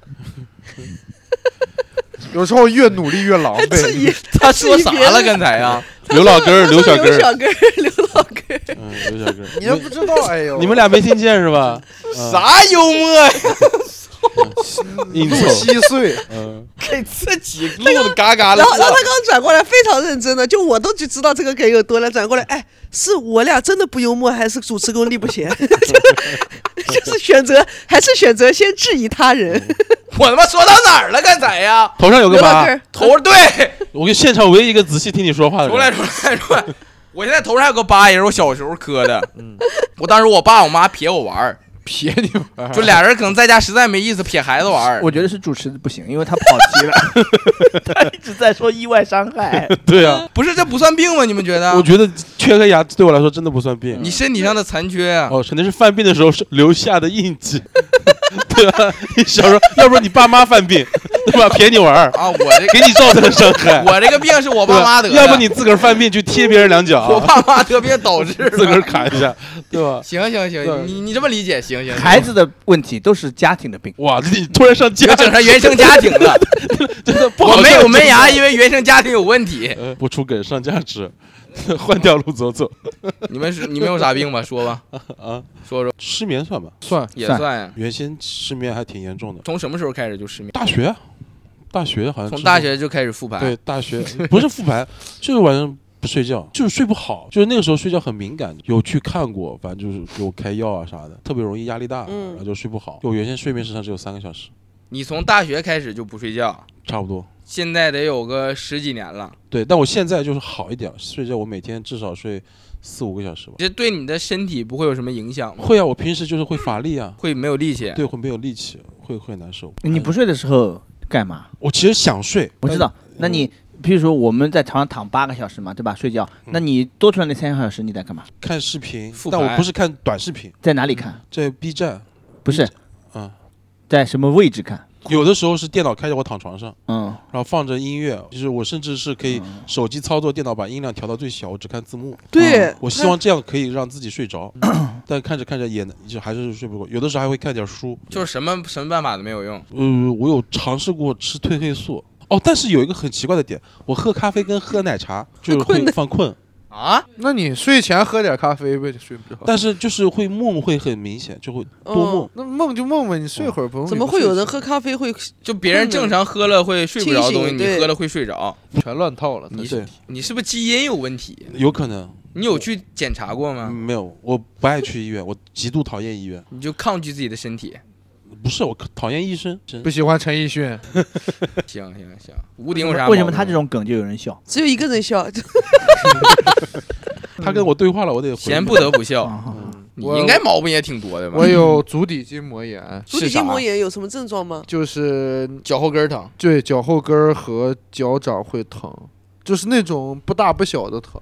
[SPEAKER 3] 有时候越努力越狼
[SPEAKER 2] 还 质疑
[SPEAKER 3] 狈，，
[SPEAKER 1] 他说啥了刚 才啊？
[SPEAKER 4] 刘老根儿，
[SPEAKER 2] 他
[SPEAKER 4] 刘
[SPEAKER 2] 说
[SPEAKER 4] 小
[SPEAKER 2] 刘
[SPEAKER 4] 根儿，
[SPEAKER 2] 小根儿，刘老根儿，
[SPEAKER 4] 嗯，刘小根儿，
[SPEAKER 3] 你都不知道。哎呦，
[SPEAKER 4] 你们俩没听见是吧？
[SPEAKER 1] 啥幽 默呀？
[SPEAKER 4] 硬
[SPEAKER 3] 路
[SPEAKER 4] 凑，
[SPEAKER 3] 稀碎，
[SPEAKER 4] 嗯，
[SPEAKER 1] 给自己录的嘎嘎的
[SPEAKER 2] 然。后，然后他刚转过来，非常认真的，就我都就知道这个梗有多难。转过来，哎，是我俩真的不幽默，还是主持功力不行？ 就是选择，还是选择先质疑他
[SPEAKER 4] 嗯
[SPEAKER 2] 人。
[SPEAKER 1] 我他妈说到哪儿了刚才呀？
[SPEAKER 4] 头上有个
[SPEAKER 2] 刘老
[SPEAKER 4] 疤
[SPEAKER 2] 根，儿，
[SPEAKER 1] 头对，
[SPEAKER 4] 我跟现场唯一一个仔细听你说话的
[SPEAKER 1] 重来
[SPEAKER 4] 人，
[SPEAKER 1] 重来重嗯来。我现在头上还有个疤，也是我小时候磕的。我当时我爸我妈撇我玩儿，
[SPEAKER 3] 撇你们玩儿
[SPEAKER 1] 就俩人可能在家实在没意思，撇孩子玩儿。
[SPEAKER 6] 我觉得是主持不行，因为他跑题了， 他一直在说意外伤害。
[SPEAKER 4] 对啊，
[SPEAKER 1] 不是这不算病吗？你们觉得？
[SPEAKER 4] 我觉得缺颗牙对我来说真的不算病。
[SPEAKER 1] 嗯你身体上的残缺啊，
[SPEAKER 4] 哦，肯定是犯病的时候是留下的印记， 对吧？你小时候，要不然你爸妈犯病，对吧？撇你玩儿，
[SPEAKER 1] 啊，我这
[SPEAKER 4] 给你造成了伤害。
[SPEAKER 1] 我这个病是我爸妈得的，
[SPEAKER 4] 对吧要不你自个儿犯病去贴别人两脚，
[SPEAKER 1] 我爸妈得病导致
[SPEAKER 4] 自个儿
[SPEAKER 1] 的。
[SPEAKER 4] 砍一下，对吧？
[SPEAKER 1] 行行行，
[SPEAKER 4] 对
[SPEAKER 1] 你你这么理解行行。行
[SPEAKER 6] 孩，子的问题都是家庭的病，
[SPEAKER 4] 哇，你突然上家
[SPEAKER 1] 我，整上原生家庭了，
[SPEAKER 4] 真的不好
[SPEAKER 1] 我
[SPEAKER 4] 笑
[SPEAKER 1] 没有 门牙，因为原生家庭有问 题。
[SPEAKER 4] 呃 不出梗上价值， 换条路走走
[SPEAKER 1] 你们是你们有啥病吧？说吧，
[SPEAKER 4] 啊。
[SPEAKER 1] 说说
[SPEAKER 4] 失眠算吧，
[SPEAKER 3] 算
[SPEAKER 1] 也
[SPEAKER 6] 算
[SPEAKER 1] 算呀。
[SPEAKER 4] 原先失眠还挺严重的，
[SPEAKER 1] 从什么时候开始就失眠？
[SPEAKER 4] 大学，啊大学
[SPEAKER 6] 啊
[SPEAKER 4] 好像
[SPEAKER 1] 从
[SPEAKER 4] 之
[SPEAKER 1] 大
[SPEAKER 4] 后
[SPEAKER 1] 学就开始复盘。
[SPEAKER 4] 对，大学不是复盘，就是晚上不睡觉，就是睡不好，就是那个时候睡觉很敏感，有去看过，反正就是给我开药啊啥的，特别容易压力大，
[SPEAKER 2] 嗯
[SPEAKER 4] 然后就睡不好。我原先睡眠时长只有三个小时，
[SPEAKER 1] 你从大学开始就不睡觉，
[SPEAKER 4] 差不多。
[SPEAKER 1] 现在得有个十几年了，
[SPEAKER 4] 对，但我现在就是好一点，睡觉我每天至少睡四五个小时吧。
[SPEAKER 1] 这对你的身体不会有什么影响吗？
[SPEAKER 4] 会啊，我平时就是会乏力啊，
[SPEAKER 1] 会没有力气？
[SPEAKER 4] 对，会没有力气，会会难受。
[SPEAKER 6] 你不睡的时候干嘛？
[SPEAKER 4] 我其实想睡，
[SPEAKER 6] 我知道，那你譬如说我们在床上躺八个小时嘛，对吧？睡觉，那你多出来那三个小时你在干嘛？
[SPEAKER 4] 但看视频
[SPEAKER 1] 复，
[SPEAKER 4] 但我
[SPEAKER 1] 盘
[SPEAKER 4] 不是看短视频，
[SPEAKER 6] 在哪里看？
[SPEAKER 4] 在 B 站，
[SPEAKER 6] 不是，
[SPEAKER 4] 啊，
[SPEAKER 6] 在什么位置看？
[SPEAKER 4] 有的时候是电脑开着，我躺床上。
[SPEAKER 6] 嗯，
[SPEAKER 4] 然后放着音乐，就是我甚至是可以手机操作电脑把音量调到最小，我只看字幕。
[SPEAKER 2] 对，
[SPEAKER 4] 嗯我希望这样可以让自己睡着，但看着看着也就还是睡不过，有的时候还会看点书。
[SPEAKER 1] 就是什么什么办法都没有用。
[SPEAKER 4] 呃，我有尝试过吃褪黑素。哦，但是有一个很奇怪的点，我喝咖啡跟喝奶茶就是会犯困，
[SPEAKER 1] 啊，
[SPEAKER 3] 那你睡前喝点咖啡呗，就睡不着。
[SPEAKER 4] 但是就是会梦会很明显，就会多梦
[SPEAKER 2] 嗯。
[SPEAKER 3] 那梦就梦吧，你睡会儿不用。
[SPEAKER 2] 怎么会有人喝咖啡会
[SPEAKER 1] 就别人正常喝了会睡不着的东
[SPEAKER 2] 清
[SPEAKER 1] 西，
[SPEAKER 2] 醒
[SPEAKER 1] 你
[SPEAKER 2] 对
[SPEAKER 1] 喝了会睡着，
[SPEAKER 3] 全乱套了？
[SPEAKER 1] 你
[SPEAKER 4] 对，
[SPEAKER 1] 你是不是基因有问题？
[SPEAKER 4] 有可能、
[SPEAKER 1] 你有去检查过
[SPEAKER 6] 嗯
[SPEAKER 1] 吗？
[SPEAKER 4] 嗯没有，我不爱去医院，我极度讨厌医院。
[SPEAKER 1] 你就抗拒自己的身体。
[SPEAKER 4] 不是我讨厌医生，真
[SPEAKER 3] 不喜欢陈奕迅，
[SPEAKER 1] 行行行，吴鼎有啥毛病？
[SPEAKER 6] 为什么他这种梗就有人笑？
[SPEAKER 2] 只有一个人笑？
[SPEAKER 4] 他跟我对话了，我得回
[SPEAKER 1] 闲不得不 笑？
[SPEAKER 6] 啊
[SPEAKER 1] 你
[SPEAKER 3] 我
[SPEAKER 1] 应该毛病也挺多的吧？
[SPEAKER 3] 我有足底筋膜炎，
[SPEAKER 2] 足
[SPEAKER 1] 是
[SPEAKER 2] 底
[SPEAKER 1] 啥
[SPEAKER 2] 筋膜炎有什么症状吗？
[SPEAKER 3] 就是
[SPEAKER 1] 脚后跟儿疼，
[SPEAKER 3] 对脚后跟儿和脚掌会疼，就是那种不大不小的疼，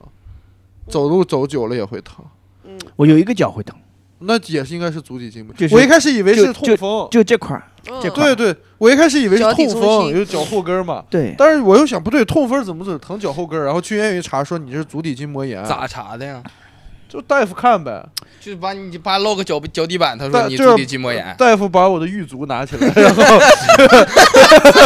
[SPEAKER 3] 走路走久了也会疼。
[SPEAKER 2] 嗯，
[SPEAKER 6] 我有一个脚会疼，
[SPEAKER 3] 那也是应该是足底筋膜。
[SPEAKER 6] 就是
[SPEAKER 3] 我一开始以为
[SPEAKER 6] 就是
[SPEAKER 3] 痛风，
[SPEAKER 6] 就这块儿。
[SPEAKER 2] 嗯
[SPEAKER 6] 这块
[SPEAKER 3] 对对，我一开始以为是
[SPEAKER 2] 脚底
[SPEAKER 3] 痛
[SPEAKER 2] 中
[SPEAKER 3] 风，
[SPEAKER 2] 心
[SPEAKER 3] 有脚后跟儿嘛。
[SPEAKER 6] 对，
[SPEAKER 3] 但是我又想不对，痛风怎么只疼脚后跟儿？然后去医院一查，说你是足底筋膜炎，
[SPEAKER 1] 咋查的呀？
[SPEAKER 3] 就大夫看呗。
[SPEAKER 1] 啊就是把你把落个脚脚底板，他说
[SPEAKER 3] 大
[SPEAKER 1] 你
[SPEAKER 3] 就
[SPEAKER 1] 足
[SPEAKER 3] 是
[SPEAKER 1] 底筋膜炎，
[SPEAKER 3] 大夫把我的玉足拿起来，然后，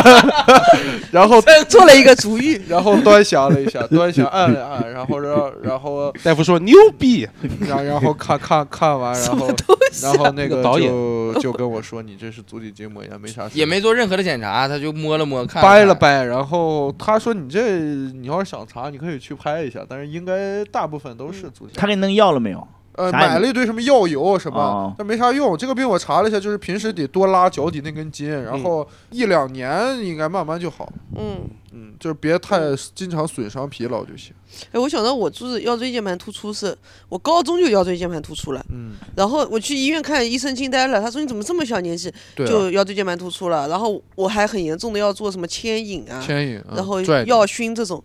[SPEAKER 3] 然后，
[SPEAKER 2] 做了一个足浴，
[SPEAKER 3] 然后端详了一下，端详按了按，然后让，然后，
[SPEAKER 4] 大夫说牛逼，
[SPEAKER 3] 然后然后看看看完，然后，
[SPEAKER 2] 啊
[SPEAKER 3] 然后那
[SPEAKER 4] 那
[SPEAKER 3] 个
[SPEAKER 4] 个导演
[SPEAKER 3] 就就跟我说，你这是足底筋膜炎，没啥事，
[SPEAKER 1] 也没做任何的检查，他就摸了摸，看
[SPEAKER 3] 掰
[SPEAKER 1] 了
[SPEAKER 3] 了
[SPEAKER 1] 看，
[SPEAKER 3] 掰，然后他说你这你要是想查，你可以去拍一下，但是应该大部分都
[SPEAKER 2] 嗯
[SPEAKER 3] 是足底。
[SPEAKER 6] 他给你弄药了没有？
[SPEAKER 3] 呃，
[SPEAKER 6] 啥也没
[SPEAKER 3] 买了一堆什么药油什么
[SPEAKER 6] 哦，
[SPEAKER 3] 但没啥用。这个病我查了一下，就是平时得多拉脚底那根筋，然后一两年应该慢慢就好。
[SPEAKER 2] 嗯，
[SPEAKER 3] 嗯，就是别太经常损伤疲劳就行。
[SPEAKER 2] 哎，我想到我就是腰椎间盘突出是，我高中就腰椎间盘突出了，
[SPEAKER 3] 嗯，
[SPEAKER 2] 然后我去医院看医生惊呆了，他说你怎么这么小年纪
[SPEAKER 3] 对啊、
[SPEAKER 2] 就腰椎间盘突出了，然后我还很严重的要做什么牵引啊，
[SPEAKER 3] 牵引，嗯
[SPEAKER 2] 然后
[SPEAKER 3] 拽着
[SPEAKER 2] 药熏这种，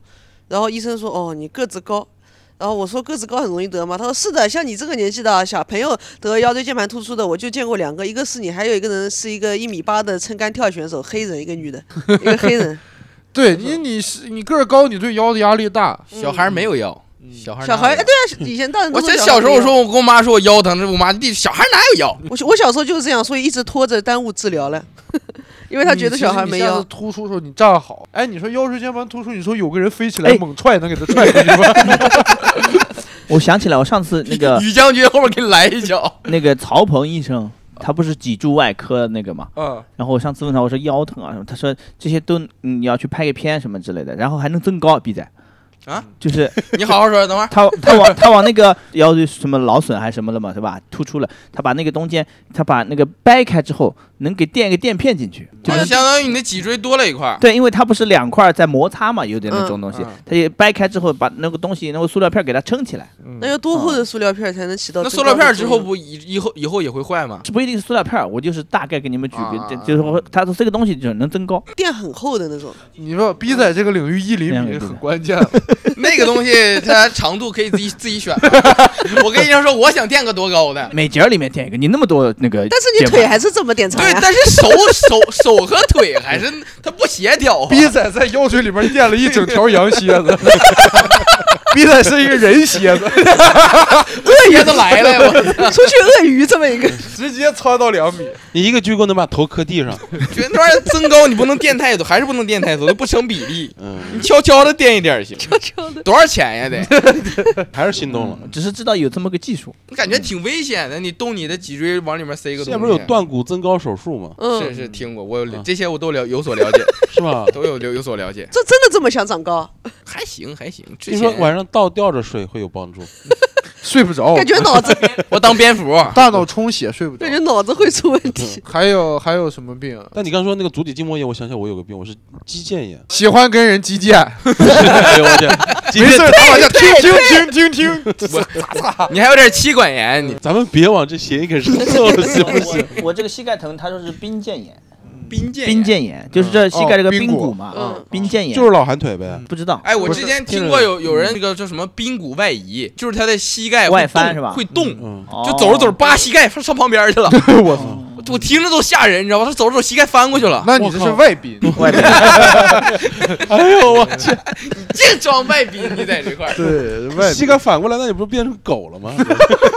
[SPEAKER 2] 然后医生说哦你个子高，然后我说个子高很容易得吗？他说是的，像你这个年纪的啊小朋友得腰椎间盘突出的，我就见过两个，一个是你，还有一个人是一个一米八的撑杆跳选手，黑人，一个女 的，一个黑人，
[SPEAKER 3] 对你你是你个儿高，你对腰的压力大。
[SPEAKER 1] 小孩没有腰，
[SPEAKER 3] 嗯
[SPEAKER 1] 小孩
[SPEAKER 2] 小
[SPEAKER 1] 哪
[SPEAKER 2] 孩，
[SPEAKER 1] 有
[SPEAKER 2] 哎
[SPEAKER 1] 腰
[SPEAKER 2] 对啊，以前大人
[SPEAKER 1] 我
[SPEAKER 2] 都
[SPEAKER 1] 这
[SPEAKER 2] 说
[SPEAKER 1] 小时候
[SPEAKER 2] 孩
[SPEAKER 1] 我
[SPEAKER 2] 没有
[SPEAKER 1] 说我跟我妈说我腰疼，这我妈地小孩哪有腰？
[SPEAKER 2] 我小我小时候就是这样，所以一直拖着耽误治疗了，因为他觉得小孩没
[SPEAKER 3] 你其实你下
[SPEAKER 2] 腰
[SPEAKER 3] 次。突出的时候，你站好。哎，你说腰椎间盘突出，你说有个人飞起来
[SPEAKER 6] 哎
[SPEAKER 3] 猛踹，能给他踹出去吗？
[SPEAKER 6] 我想起来，我上次 那个
[SPEAKER 1] 于将军后面给你来一 脚，
[SPEAKER 6] 那个曹鹏医生，他不是脊柱外科那个嘛？
[SPEAKER 3] 嗯，
[SPEAKER 6] 然后我上次问他，我说腰疼啊什么，他说这些都嗯你要去拍个片什么之类的，然后还能增高，逼仔。
[SPEAKER 1] 啊，
[SPEAKER 6] 就是
[SPEAKER 1] 你好好说，等会儿。
[SPEAKER 6] 他他往他往那个腰椎什么劳损还是什么的嘛，是吧？突出了，他把那个东间，他把那个掰开之后，能给垫一个垫片进去，就
[SPEAKER 1] 就是是相当于你的脊椎多了一块儿，
[SPEAKER 6] 对，因为它不是两块儿在摩擦嘛，有点那种东西
[SPEAKER 1] 嗯嗯，
[SPEAKER 6] 它也掰开之后把那个东西那个塑料片儿给它撑起来，
[SPEAKER 2] 那要多厚的塑料片儿才能起到
[SPEAKER 1] 嗯那
[SPEAKER 2] 最
[SPEAKER 1] 塑料
[SPEAKER 2] 高的
[SPEAKER 1] 片儿之
[SPEAKER 2] 作
[SPEAKER 1] 后
[SPEAKER 2] 用
[SPEAKER 1] 不以以后以后也会坏 吗？
[SPEAKER 6] 这不一定是塑料片儿，我就是大概给你们举
[SPEAKER 1] 啊
[SPEAKER 6] 个，就是说它说这个东西就是能增高，
[SPEAKER 2] 垫很厚的那种，
[SPEAKER 3] 你说逼在这个领域一厘米很关键，啊
[SPEAKER 1] 那个东西它长度可以自己自己选。 我跟医生说，我想垫个多高的。
[SPEAKER 6] 每节儿里面垫一个，你那么多那个，
[SPEAKER 2] 但是你腿还是这么点长啊
[SPEAKER 1] 对，
[SPEAKER 2] 呀。
[SPEAKER 1] 但是手手手和腿还是它不协调啊。
[SPEAKER 3] 逼仔在腰椎里面垫了一整条羊蝎子， 逼仔是一个人蝎子，
[SPEAKER 1] 鳄鱼都来了，我
[SPEAKER 2] 出去鳄鱼这么 一个，
[SPEAKER 3] 直接窜到两米。
[SPEAKER 4] 你一个鞠躬能把头磕地 上，
[SPEAKER 1] 觉得那玩意儿增高你不能垫太多，还是不能垫太多，都不成比例。
[SPEAKER 4] 嗯，
[SPEAKER 1] 你悄悄的垫一点儿行。悄悄的，多少钱呀？得，
[SPEAKER 4] 嗯还是心动
[SPEAKER 1] 嗯
[SPEAKER 4] 了。
[SPEAKER 6] 只是知道有这么个技术，
[SPEAKER 1] 感觉挺危险的。你动你的脊椎往里面塞一个
[SPEAKER 4] 现
[SPEAKER 1] 东西，
[SPEAKER 4] 在不是有断骨增高手 术吗？
[SPEAKER 1] 是
[SPEAKER 2] 嗯，
[SPEAKER 1] 是听过，我有了
[SPEAKER 4] 嗯
[SPEAKER 1] 这些我都了有所了解，
[SPEAKER 4] 是吧？
[SPEAKER 1] 都有有有所了解，
[SPEAKER 2] 这真的这么想长高？
[SPEAKER 1] 还行还行。之
[SPEAKER 4] 听说
[SPEAKER 1] 前
[SPEAKER 4] 晚上倒吊着睡会有帮助，
[SPEAKER 3] 睡不着
[SPEAKER 2] 感，觉脑 子
[SPEAKER 1] 我当蝙蝠，
[SPEAKER 3] 大脑充血睡不着
[SPEAKER 2] 感。觉脑子会出问题。
[SPEAKER 3] 还有还有什么病啊？。
[SPEAKER 4] 但你刚说那个足底筋膜炎，我想起来我有个病，我是肌腱炎
[SPEAKER 3] 喜欢跟人击剑，
[SPEAKER 4] 哎呦我去，肌
[SPEAKER 3] 没事
[SPEAKER 4] 腱。
[SPEAKER 3] 儿打麻将，听听听听听。
[SPEAKER 1] 你还有点妻管严，你
[SPEAKER 4] 咱们别往这谐音梗上凑了，行 不行？
[SPEAKER 6] 我我这个膝盖疼，他说是髌腱炎，
[SPEAKER 1] 冰剑
[SPEAKER 6] 髌。腱炎就是这膝盖这个
[SPEAKER 3] 哦髌
[SPEAKER 6] 髌
[SPEAKER 3] 骨
[SPEAKER 6] 骨嘛，
[SPEAKER 2] 嗯
[SPEAKER 6] 髌腱炎
[SPEAKER 4] 就是老寒腿呗。
[SPEAKER 6] 不知道，
[SPEAKER 1] 哎，我
[SPEAKER 3] 不
[SPEAKER 1] 之
[SPEAKER 3] 是
[SPEAKER 1] 前
[SPEAKER 4] 听
[SPEAKER 1] 听
[SPEAKER 4] 着
[SPEAKER 1] 过有有人那个叫什么髌骨外移，就是他的膝盖会
[SPEAKER 6] 外翻
[SPEAKER 1] 动
[SPEAKER 6] 是吧
[SPEAKER 1] 会动，
[SPEAKER 4] 嗯，
[SPEAKER 1] 就走着走着，
[SPEAKER 6] 哦
[SPEAKER 1] 叭，膝盖上旁边 去了。
[SPEAKER 3] 我操！
[SPEAKER 1] 我我听着都吓人，你知道吗？他走着走，膝盖翻过去了。
[SPEAKER 3] 那你这是外宾，
[SPEAKER 6] 外边
[SPEAKER 4] 哎呦我去，
[SPEAKER 1] 这装外宾，你在这块儿
[SPEAKER 3] 对外
[SPEAKER 4] 膝盖反过来，那你不是变成狗了吗？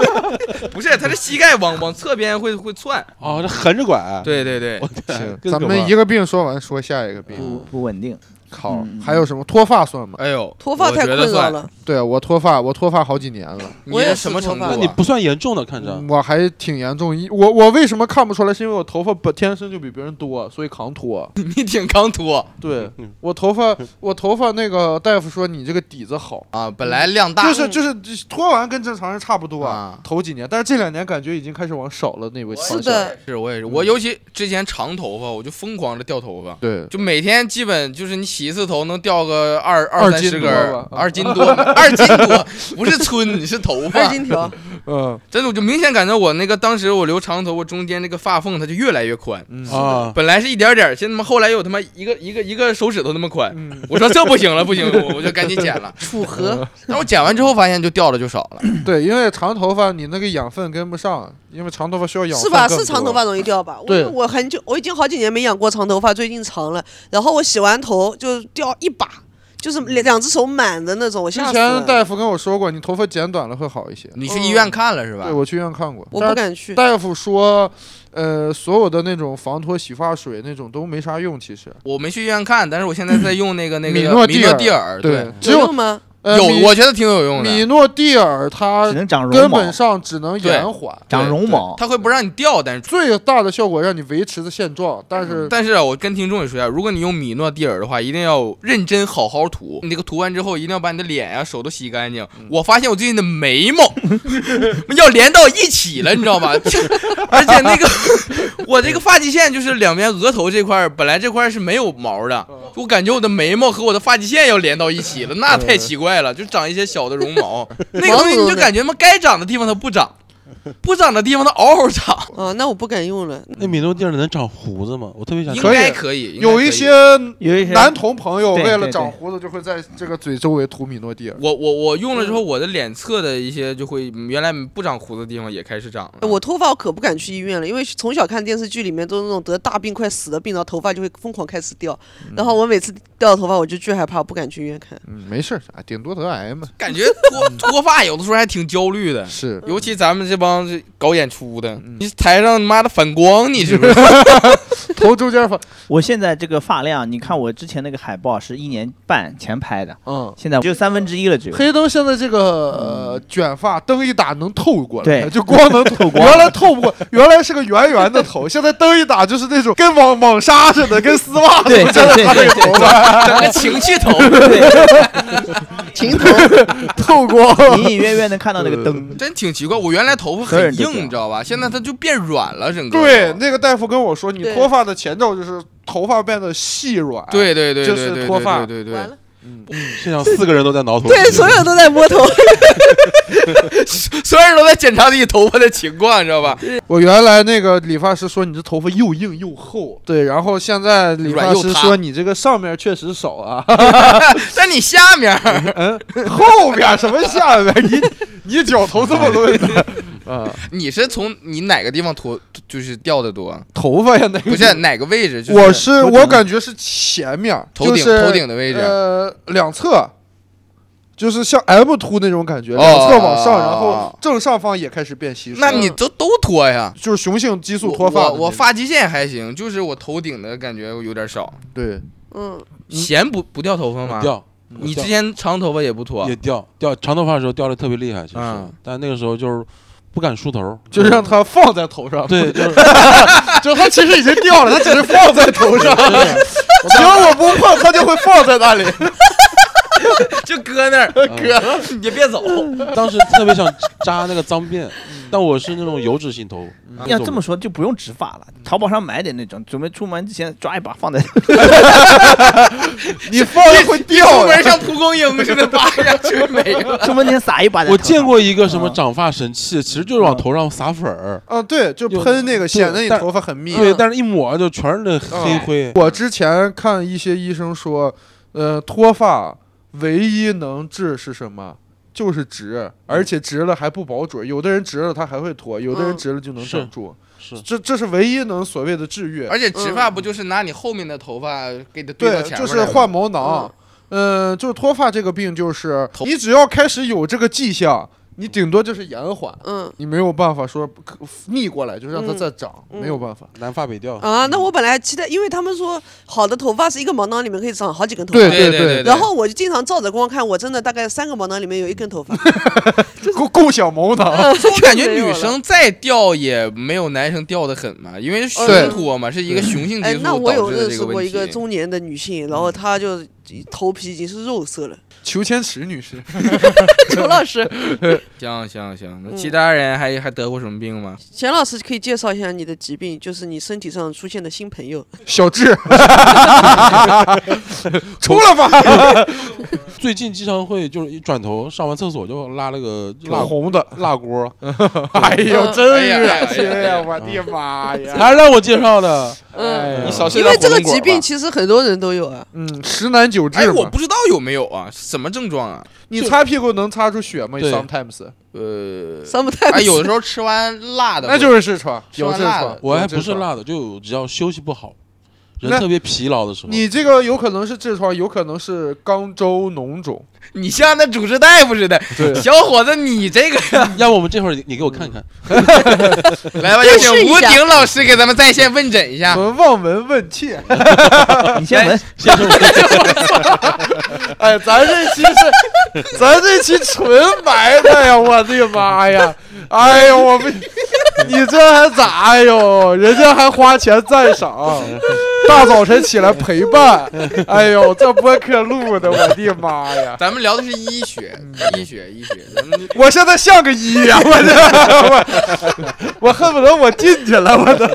[SPEAKER 1] 不是，他这膝盖往往侧边会会窜。
[SPEAKER 4] 哦，这横着拐。，
[SPEAKER 1] 对对对
[SPEAKER 4] 我，天
[SPEAKER 3] 行，，
[SPEAKER 4] 跟
[SPEAKER 3] 咱
[SPEAKER 4] 狗
[SPEAKER 3] 们
[SPEAKER 4] 啊
[SPEAKER 3] 一个病说完，说下一个病。
[SPEAKER 6] 不 不稳定，
[SPEAKER 3] 靠
[SPEAKER 6] 嗯，
[SPEAKER 3] 还有什么脱发算吗？
[SPEAKER 1] 哎呦，
[SPEAKER 2] 脱发
[SPEAKER 1] 我
[SPEAKER 2] 太
[SPEAKER 1] 觉
[SPEAKER 2] 困
[SPEAKER 1] 得
[SPEAKER 2] 扰
[SPEAKER 1] 算。
[SPEAKER 2] 了，
[SPEAKER 3] 对啊我脱发，我脱发好几年了。
[SPEAKER 1] 你
[SPEAKER 2] 我也
[SPEAKER 1] 这
[SPEAKER 2] 是
[SPEAKER 1] 什么
[SPEAKER 2] 脱
[SPEAKER 1] 程度
[SPEAKER 2] 发
[SPEAKER 1] 啊？
[SPEAKER 4] 那你不算严重的，看着
[SPEAKER 3] 嗯我还挺严重，一我我为什么看不出来？是因为我头发本天生就比别人多，所以扛脱。
[SPEAKER 1] 你挺刚啊脱
[SPEAKER 3] 对
[SPEAKER 4] 嗯
[SPEAKER 3] 我头发，我头发那个大夫说你这个底子好，
[SPEAKER 1] 啊，本来量大，
[SPEAKER 3] 就是就是就是脱完跟正常人差不多
[SPEAKER 1] 啊
[SPEAKER 3] 头几年，但是这两年感觉已经开始往少了那个方向。
[SPEAKER 2] 是的，
[SPEAKER 1] 是我也是，我尤其之前长头发，我就疯狂的掉头发。
[SPEAKER 3] 对，
[SPEAKER 1] 就每天基本就是你洗一次头能掉个二
[SPEAKER 3] 二
[SPEAKER 1] 三
[SPEAKER 3] 斤
[SPEAKER 1] 十
[SPEAKER 3] 多
[SPEAKER 1] 根儿
[SPEAKER 3] 吧，
[SPEAKER 1] 二 斤多，二斤多，不是村，你是头
[SPEAKER 2] 二
[SPEAKER 1] 发。
[SPEAKER 2] 荆 条，
[SPEAKER 3] 嗯
[SPEAKER 1] 真的，我就明显感觉我那个当时我留长头发中间那个发缝它就越来越宽，
[SPEAKER 3] 嗯
[SPEAKER 4] 啊，
[SPEAKER 1] 本来是一点点儿，现在他妈后来有他妈一个一个一个手指头那么宽。
[SPEAKER 3] 嗯，
[SPEAKER 1] 我说这不行了，不行了，我我就赶紧剪了。
[SPEAKER 2] 楚河，
[SPEAKER 1] 但我剪完之后发现就掉的就少了。
[SPEAKER 3] 对，因为长头发你那个养分跟不上，因为长头发需要养分
[SPEAKER 2] 是吧？
[SPEAKER 3] 更
[SPEAKER 2] 是长
[SPEAKER 3] 多
[SPEAKER 2] 头发容易掉吧？我
[SPEAKER 3] 对
[SPEAKER 2] 我很久，我已经好几年没养过长头发，最近长了。然后我洗完头就掉一把，就是两两只手满的那种，我
[SPEAKER 3] 之
[SPEAKER 2] 吓死
[SPEAKER 3] 前
[SPEAKER 2] 了。
[SPEAKER 3] 大夫跟我说过，你头发剪短了会好一些。
[SPEAKER 1] 你去医院看了是吧
[SPEAKER 3] 哦对，？我去医院看过，
[SPEAKER 2] 我
[SPEAKER 3] 但
[SPEAKER 2] 不
[SPEAKER 3] 是
[SPEAKER 2] 敢去，
[SPEAKER 3] 大夫说，呃，所有的那种防脱洗发水那种都没啥用，其实。
[SPEAKER 1] 我没去医院看，但是我现在在用 那个那个
[SPEAKER 3] 米诺
[SPEAKER 1] 米
[SPEAKER 3] 地尔
[SPEAKER 1] 诺地尔，对
[SPEAKER 3] 对，，只有
[SPEAKER 2] 用吗？
[SPEAKER 3] 呃
[SPEAKER 1] 有
[SPEAKER 3] 米
[SPEAKER 1] 我觉得挺有用
[SPEAKER 3] 米
[SPEAKER 1] 的，
[SPEAKER 3] 诺地尔它
[SPEAKER 6] 只能长绒
[SPEAKER 3] 根
[SPEAKER 6] 毛，
[SPEAKER 3] 本上只能延缓，
[SPEAKER 6] 长
[SPEAKER 3] 对
[SPEAKER 6] 绒。毛，
[SPEAKER 1] 它会不让你掉，但是
[SPEAKER 3] 对最大的效果让你维持的现状，嗯但是
[SPEAKER 1] 但是啊，我跟听众也说一下，如果你用米诺地尔的话，一定要认真好好涂。你这个涂完之后，一定要把你的脸呀、手都洗干净。
[SPEAKER 3] 嗯
[SPEAKER 1] 我发现我最近的眉毛 要连到一起了，你知道吗？ 就而且那个 我这个发际线就是两边额头这块儿，本来这块儿是没有毛的，
[SPEAKER 3] 嗯
[SPEAKER 1] 我感觉我的眉毛和我的发际线要连到一起了，那太奇怪了，就长一些小的绒 毛。那个东西你就感觉嘛，该长的地方它不长，不长的地方它嗷嗷长，
[SPEAKER 2] 啊，那我不敢用了。
[SPEAKER 4] 那米诺地尔能长胡子吗？我特别想
[SPEAKER 1] 应
[SPEAKER 4] 知
[SPEAKER 3] 可
[SPEAKER 4] 道。
[SPEAKER 3] 以
[SPEAKER 1] 该可以。应该
[SPEAKER 3] 有
[SPEAKER 1] 可以
[SPEAKER 3] 一些
[SPEAKER 6] 有一些
[SPEAKER 3] 男童朋友
[SPEAKER 6] 对
[SPEAKER 3] 为了
[SPEAKER 6] 对
[SPEAKER 3] 长
[SPEAKER 6] 对
[SPEAKER 3] 胡子，就会在这个嘴周围涂米诺地尔。
[SPEAKER 1] 我我我用了之后，我的脸侧的一些就会原来不长胡子的地方也开始长了。
[SPEAKER 2] 我脱发我可不敢去医院了，因为从小看电视剧里面都是那种得大病快死的病，然后头发就会疯狂开始掉，然后我每次掉头发我就巨害怕，我不敢去医院看。
[SPEAKER 3] 嗯，没事儿，啊顶多得癌嘛。
[SPEAKER 1] 感觉脱脱发有的时候还挺焦虑的，
[SPEAKER 3] 是，
[SPEAKER 1] 尤其咱们这帮是搞演出的
[SPEAKER 3] 嗯，
[SPEAKER 1] 你台上你妈的反光，你是不是？
[SPEAKER 3] 头中间发，
[SPEAKER 6] 我现在这个发量，你看我之前那个海报是一年半前拍的，
[SPEAKER 3] 嗯，
[SPEAKER 6] 现在只有三分之一了，只有。
[SPEAKER 3] 黑灯现在这个、呃卷发灯一打能透过来，
[SPEAKER 6] 对
[SPEAKER 3] 就光能透
[SPEAKER 6] 光
[SPEAKER 3] 原来透不过，原来是个圆圆的头，现在灯一打就是那种跟网网纱 似的，跟丝袜似
[SPEAKER 6] 对
[SPEAKER 3] 的，
[SPEAKER 6] 对
[SPEAKER 3] 真的
[SPEAKER 6] 对
[SPEAKER 3] 那个头发。
[SPEAKER 1] 整个情绪头，
[SPEAKER 6] 对，情头
[SPEAKER 3] 透光，
[SPEAKER 6] 隐隐约约能看到那个灯。
[SPEAKER 1] 真挺奇怪，我原来头发
[SPEAKER 6] 所有人
[SPEAKER 1] 很
[SPEAKER 6] 都这样
[SPEAKER 1] 硬，你知道吧？现在它就变软了，整个。
[SPEAKER 3] 对，那个大夫跟我说，你
[SPEAKER 2] 对
[SPEAKER 3] 脱发的前兆就是头发变得细软。，
[SPEAKER 1] 对对对
[SPEAKER 3] 就
[SPEAKER 1] 对
[SPEAKER 3] 是
[SPEAKER 1] 对
[SPEAKER 3] 脱
[SPEAKER 1] 对
[SPEAKER 3] 发
[SPEAKER 1] 对对
[SPEAKER 2] 完
[SPEAKER 1] 对
[SPEAKER 2] 了，
[SPEAKER 4] 现场四个人都在挠头，
[SPEAKER 2] 对，所有人都在摸 头，
[SPEAKER 1] 对，所有人都在检查自己头发的情况，你知道吧？
[SPEAKER 3] 我原来那个理发师说你这头发又硬又厚，对，然后现在理
[SPEAKER 1] 软
[SPEAKER 3] 发
[SPEAKER 1] 又
[SPEAKER 3] 师
[SPEAKER 1] 塌
[SPEAKER 3] 说你这个上面确实少啊，
[SPEAKER 1] 但你下面儿
[SPEAKER 3] 嗯， 后边什么下边，你你脚头这么论 的啊？
[SPEAKER 1] 你是从你哪个地方脱，就是掉的多？
[SPEAKER 3] 头发呀，那个
[SPEAKER 1] 不 是哪个位置？就
[SPEAKER 3] 我
[SPEAKER 1] 是
[SPEAKER 3] 是我感觉是前面，
[SPEAKER 1] 头顶、
[SPEAKER 3] 就是
[SPEAKER 1] 头顶的位置。
[SPEAKER 3] 呃，两侧，就是像 M 凸那种感觉，
[SPEAKER 1] 哦
[SPEAKER 3] 两侧往上，
[SPEAKER 1] 哦
[SPEAKER 3] 然后正上方也开始变稀疏。
[SPEAKER 1] 那你都都脱呀？
[SPEAKER 3] 就是雄性激素
[SPEAKER 1] 我
[SPEAKER 3] 脱发的那
[SPEAKER 1] 我
[SPEAKER 3] 种，
[SPEAKER 1] 我发际线还行，就是我头顶的感觉有点少。
[SPEAKER 3] 对
[SPEAKER 2] 嗯，
[SPEAKER 1] 弦不不掉头发吗？。
[SPEAKER 4] 掉
[SPEAKER 1] 嗯你
[SPEAKER 4] 掉
[SPEAKER 1] 之前长头发也不脱
[SPEAKER 4] 也，掉掉长头发的时候掉的特别厉害，其实
[SPEAKER 1] 嗯，
[SPEAKER 4] 但那个时候就是不敢梳头，
[SPEAKER 3] 就是让它放在头上，
[SPEAKER 4] 对，就是
[SPEAKER 3] 就它其实已经掉了，它只是放在头上， 只要我不碰，它就会放 在那里。
[SPEAKER 1] 就搁那儿，
[SPEAKER 3] 嗯
[SPEAKER 1] 搁，你别 走。
[SPEAKER 4] 当时特别想扎那个脏辫，但我是那种油脂性头，
[SPEAKER 6] 要这么说就不用植发了，淘宝上买点那种，准备出门之前抓一把放在。
[SPEAKER 3] 你放了会掉
[SPEAKER 1] 出
[SPEAKER 3] 的，
[SPEAKER 1] 门像蒲公英似的扒下 去没了。
[SPEAKER 6] 出门前撒一把。
[SPEAKER 4] 我见。过一个什么长发神器，其实就是往头上撒粉儿，
[SPEAKER 3] 啊，对，就
[SPEAKER 4] 有
[SPEAKER 3] 喷那个，显得
[SPEAKER 4] 对
[SPEAKER 3] 你
[SPEAKER 4] 但
[SPEAKER 3] 头发很密。
[SPEAKER 4] 对，但是一抹就全是那黑灰。
[SPEAKER 3] 我之前看一些医生说，呃，脱发唯一能治是什么？就是植，而且植了还不保准。有的人植了它还会脱，有的人
[SPEAKER 2] 嗯
[SPEAKER 3] 植了就能
[SPEAKER 4] 是
[SPEAKER 3] 长住。
[SPEAKER 4] 是
[SPEAKER 3] 这这是唯一能所谓的治愈。
[SPEAKER 1] 而且植发不就是拿你后面的头发给它堆到
[SPEAKER 3] 嗯对，
[SPEAKER 1] 前面来
[SPEAKER 3] 就
[SPEAKER 1] 吗？
[SPEAKER 3] 是换毛囊。嗯，就是脱发这个病，就是
[SPEAKER 1] 头
[SPEAKER 3] 你只要开始有这个迹象，你顶多就是延缓，
[SPEAKER 2] 嗯
[SPEAKER 3] 你没有办法说可逆过来，就让它
[SPEAKER 2] 嗯
[SPEAKER 3] 再长，没有办法。
[SPEAKER 4] 南发北调，
[SPEAKER 2] 啊，那我本来期待，因为他们说好的头发是一个毛囊里面可以长好几根头
[SPEAKER 3] 对
[SPEAKER 2] 发。
[SPEAKER 1] 对
[SPEAKER 3] 对
[SPEAKER 1] 对。
[SPEAKER 2] 然后我就经常照着光看，我真的大概三个毛囊里面有一根头 发，
[SPEAKER 3] 共共享 毛囊，
[SPEAKER 1] 对我感觉女 生再掉也没有男生掉的狠嘛，因为
[SPEAKER 3] 对
[SPEAKER 1] 生脱嘛，是一个雄性
[SPEAKER 2] 哎
[SPEAKER 1] 激，素
[SPEAKER 2] 那我有
[SPEAKER 1] 导致的
[SPEAKER 2] 认
[SPEAKER 1] 这
[SPEAKER 2] 识过
[SPEAKER 1] 问
[SPEAKER 2] 一个
[SPEAKER 1] 题。嗯
[SPEAKER 2] 中年的女性，然后她就头皮已经是肉色 了。
[SPEAKER 3] 裘千尺女士。
[SPEAKER 2] 裘老师，
[SPEAKER 1] 行行行，那
[SPEAKER 2] 嗯
[SPEAKER 1] 其他人还还得过什么病吗？
[SPEAKER 2] 钱老师可以介绍一下你的疾病，就是你身体上出现的新朋友。
[SPEAKER 1] 哦
[SPEAKER 3] 小智，出来吧！
[SPEAKER 4] 最近经常会就是一转头上完厕所就拉了个辣
[SPEAKER 3] 红的，
[SPEAKER 4] 辣锅，
[SPEAKER 3] 哎 呦，
[SPEAKER 2] 嗯
[SPEAKER 3] 真
[SPEAKER 1] 哎呀
[SPEAKER 3] 恶心
[SPEAKER 1] 哎
[SPEAKER 3] 呀！
[SPEAKER 1] 呀
[SPEAKER 3] 我的妈呀！哎
[SPEAKER 4] 还是让我介绍的，
[SPEAKER 2] 嗯，
[SPEAKER 3] 呀
[SPEAKER 1] 你少吃
[SPEAKER 2] 因
[SPEAKER 1] 点
[SPEAKER 2] 为这
[SPEAKER 1] 火
[SPEAKER 2] 个
[SPEAKER 1] 龙果
[SPEAKER 2] 疾病
[SPEAKER 1] 吧
[SPEAKER 2] 其实很多人都有啊。
[SPEAKER 3] 嗯，十男九
[SPEAKER 1] 哎，
[SPEAKER 3] 痔
[SPEAKER 1] 我
[SPEAKER 3] 嘛，
[SPEAKER 1] 不知道有没有啊，什么症状啊？
[SPEAKER 3] 你擦屁股能擦出血吗
[SPEAKER 4] 对
[SPEAKER 3] ？Sometimes，
[SPEAKER 1] 呃，
[SPEAKER 2] sometimes
[SPEAKER 1] 哎，有的时候吃完辣的会，
[SPEAKER 3] 那就是痔疮，有痔
[SPEAKER 1] 吃完辣
[SPEAKER 3] 疮
[SPEAKER 1] 的，
[SPEAKER 4] 我还
[SPEAKER 3] 有痔
[SPEAKER 4] 不是
[SPEAKER 3] 疮。
[SPEAKER 4] 辣的，就只要休息不好，人
[SPEAKER 3] 那
[SPEAKER 4] 特别疲劳的时候，
[SPEAKER 3] 你这个有可能是痔疮，有可能是肛周脓肿。
[SPEAKER 1] 你像那主治大夫似的，
[SPEAKER 3] 对
[SPEAKER 1] 小伙子，你这个
[SPEAKER 4] 要不我们这会儿你你给我看看，
[SPEAKER 1] 嗯来吧，
[SPEAKER 2] 对
[SPEAKER 1] 有
[SPEAKER 2] 试一
[SPEAKER 1] 请吴
[SPEAKER 2] 下
[SPEAKER 1] 鼎老师给咱们在线问诊一下
[SPEAKER 3] 我。们望闻问切，
[SPEAKER 6] 你先闻，
[SPEAKER 4] 先生，
[SPEAKER 3] 哎，咱这期是，咱这期纯白的呀！我的妈呀！哎呦，我不，你这还咋？哎呦，人家还花钱赞赏，大早晨起来陪伴。哎呦，这播客录的，我的妈呀！
[SPEAKER 1] 咱们聊的是医学，医学，医学，咱们
[SPEAKER 3] 我现在像个医呀、我这我我恨不得我进去了，我都。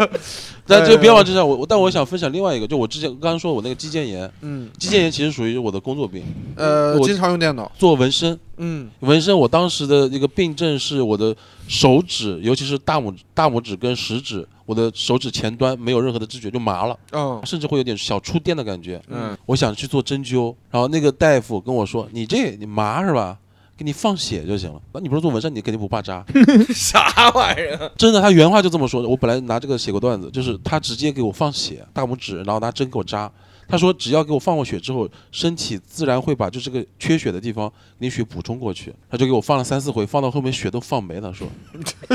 [SPEAKER 4] 但就别往这上，我我但我想分享另外一个，就我之前刚刚说我那个肌腱炎，
[SPEAKER 3] 嗯，
[SPEAKER 4] 肌腱炎其实属于我的工作病，
[SPEAKER 3] 呃，
[SPEAKER 4] 我
[SPEAKER 3] 经常用电脑。
[SPEAKER 4] 做纹身，
[SPEAKER 3] 嗯
[SPEAKER 4] 纹身我当时的一个病症是我的手指，尤其是大拇大拇指跟食指，我的手指前端没有任何的知觉，就麻了，
[SPEAKER 3] 嗯
[SPEAKER 4] 甚至会有点小触电的感觉。
[SPEAKER 3] 嗯，
[SPEAKER 4] 我想去做针灸，然后那个大夫跟我说：“你这你麻是吧？给你放血就行了。那你不是做纹身，你肯定不怕扎。
[SPEAKER 1] 啥玩意儿？”啊
[SPEAKER 4] 真的，他原话就这么说的。我本来拿这个写过段子，就是他直接给我放血，大拇指，然后拿针给我扎。他说只要给我放过血之后，身体自然会把就这个缺血的地方给你血补充过去。他就给我放了三四回，放到后面血都放没了，说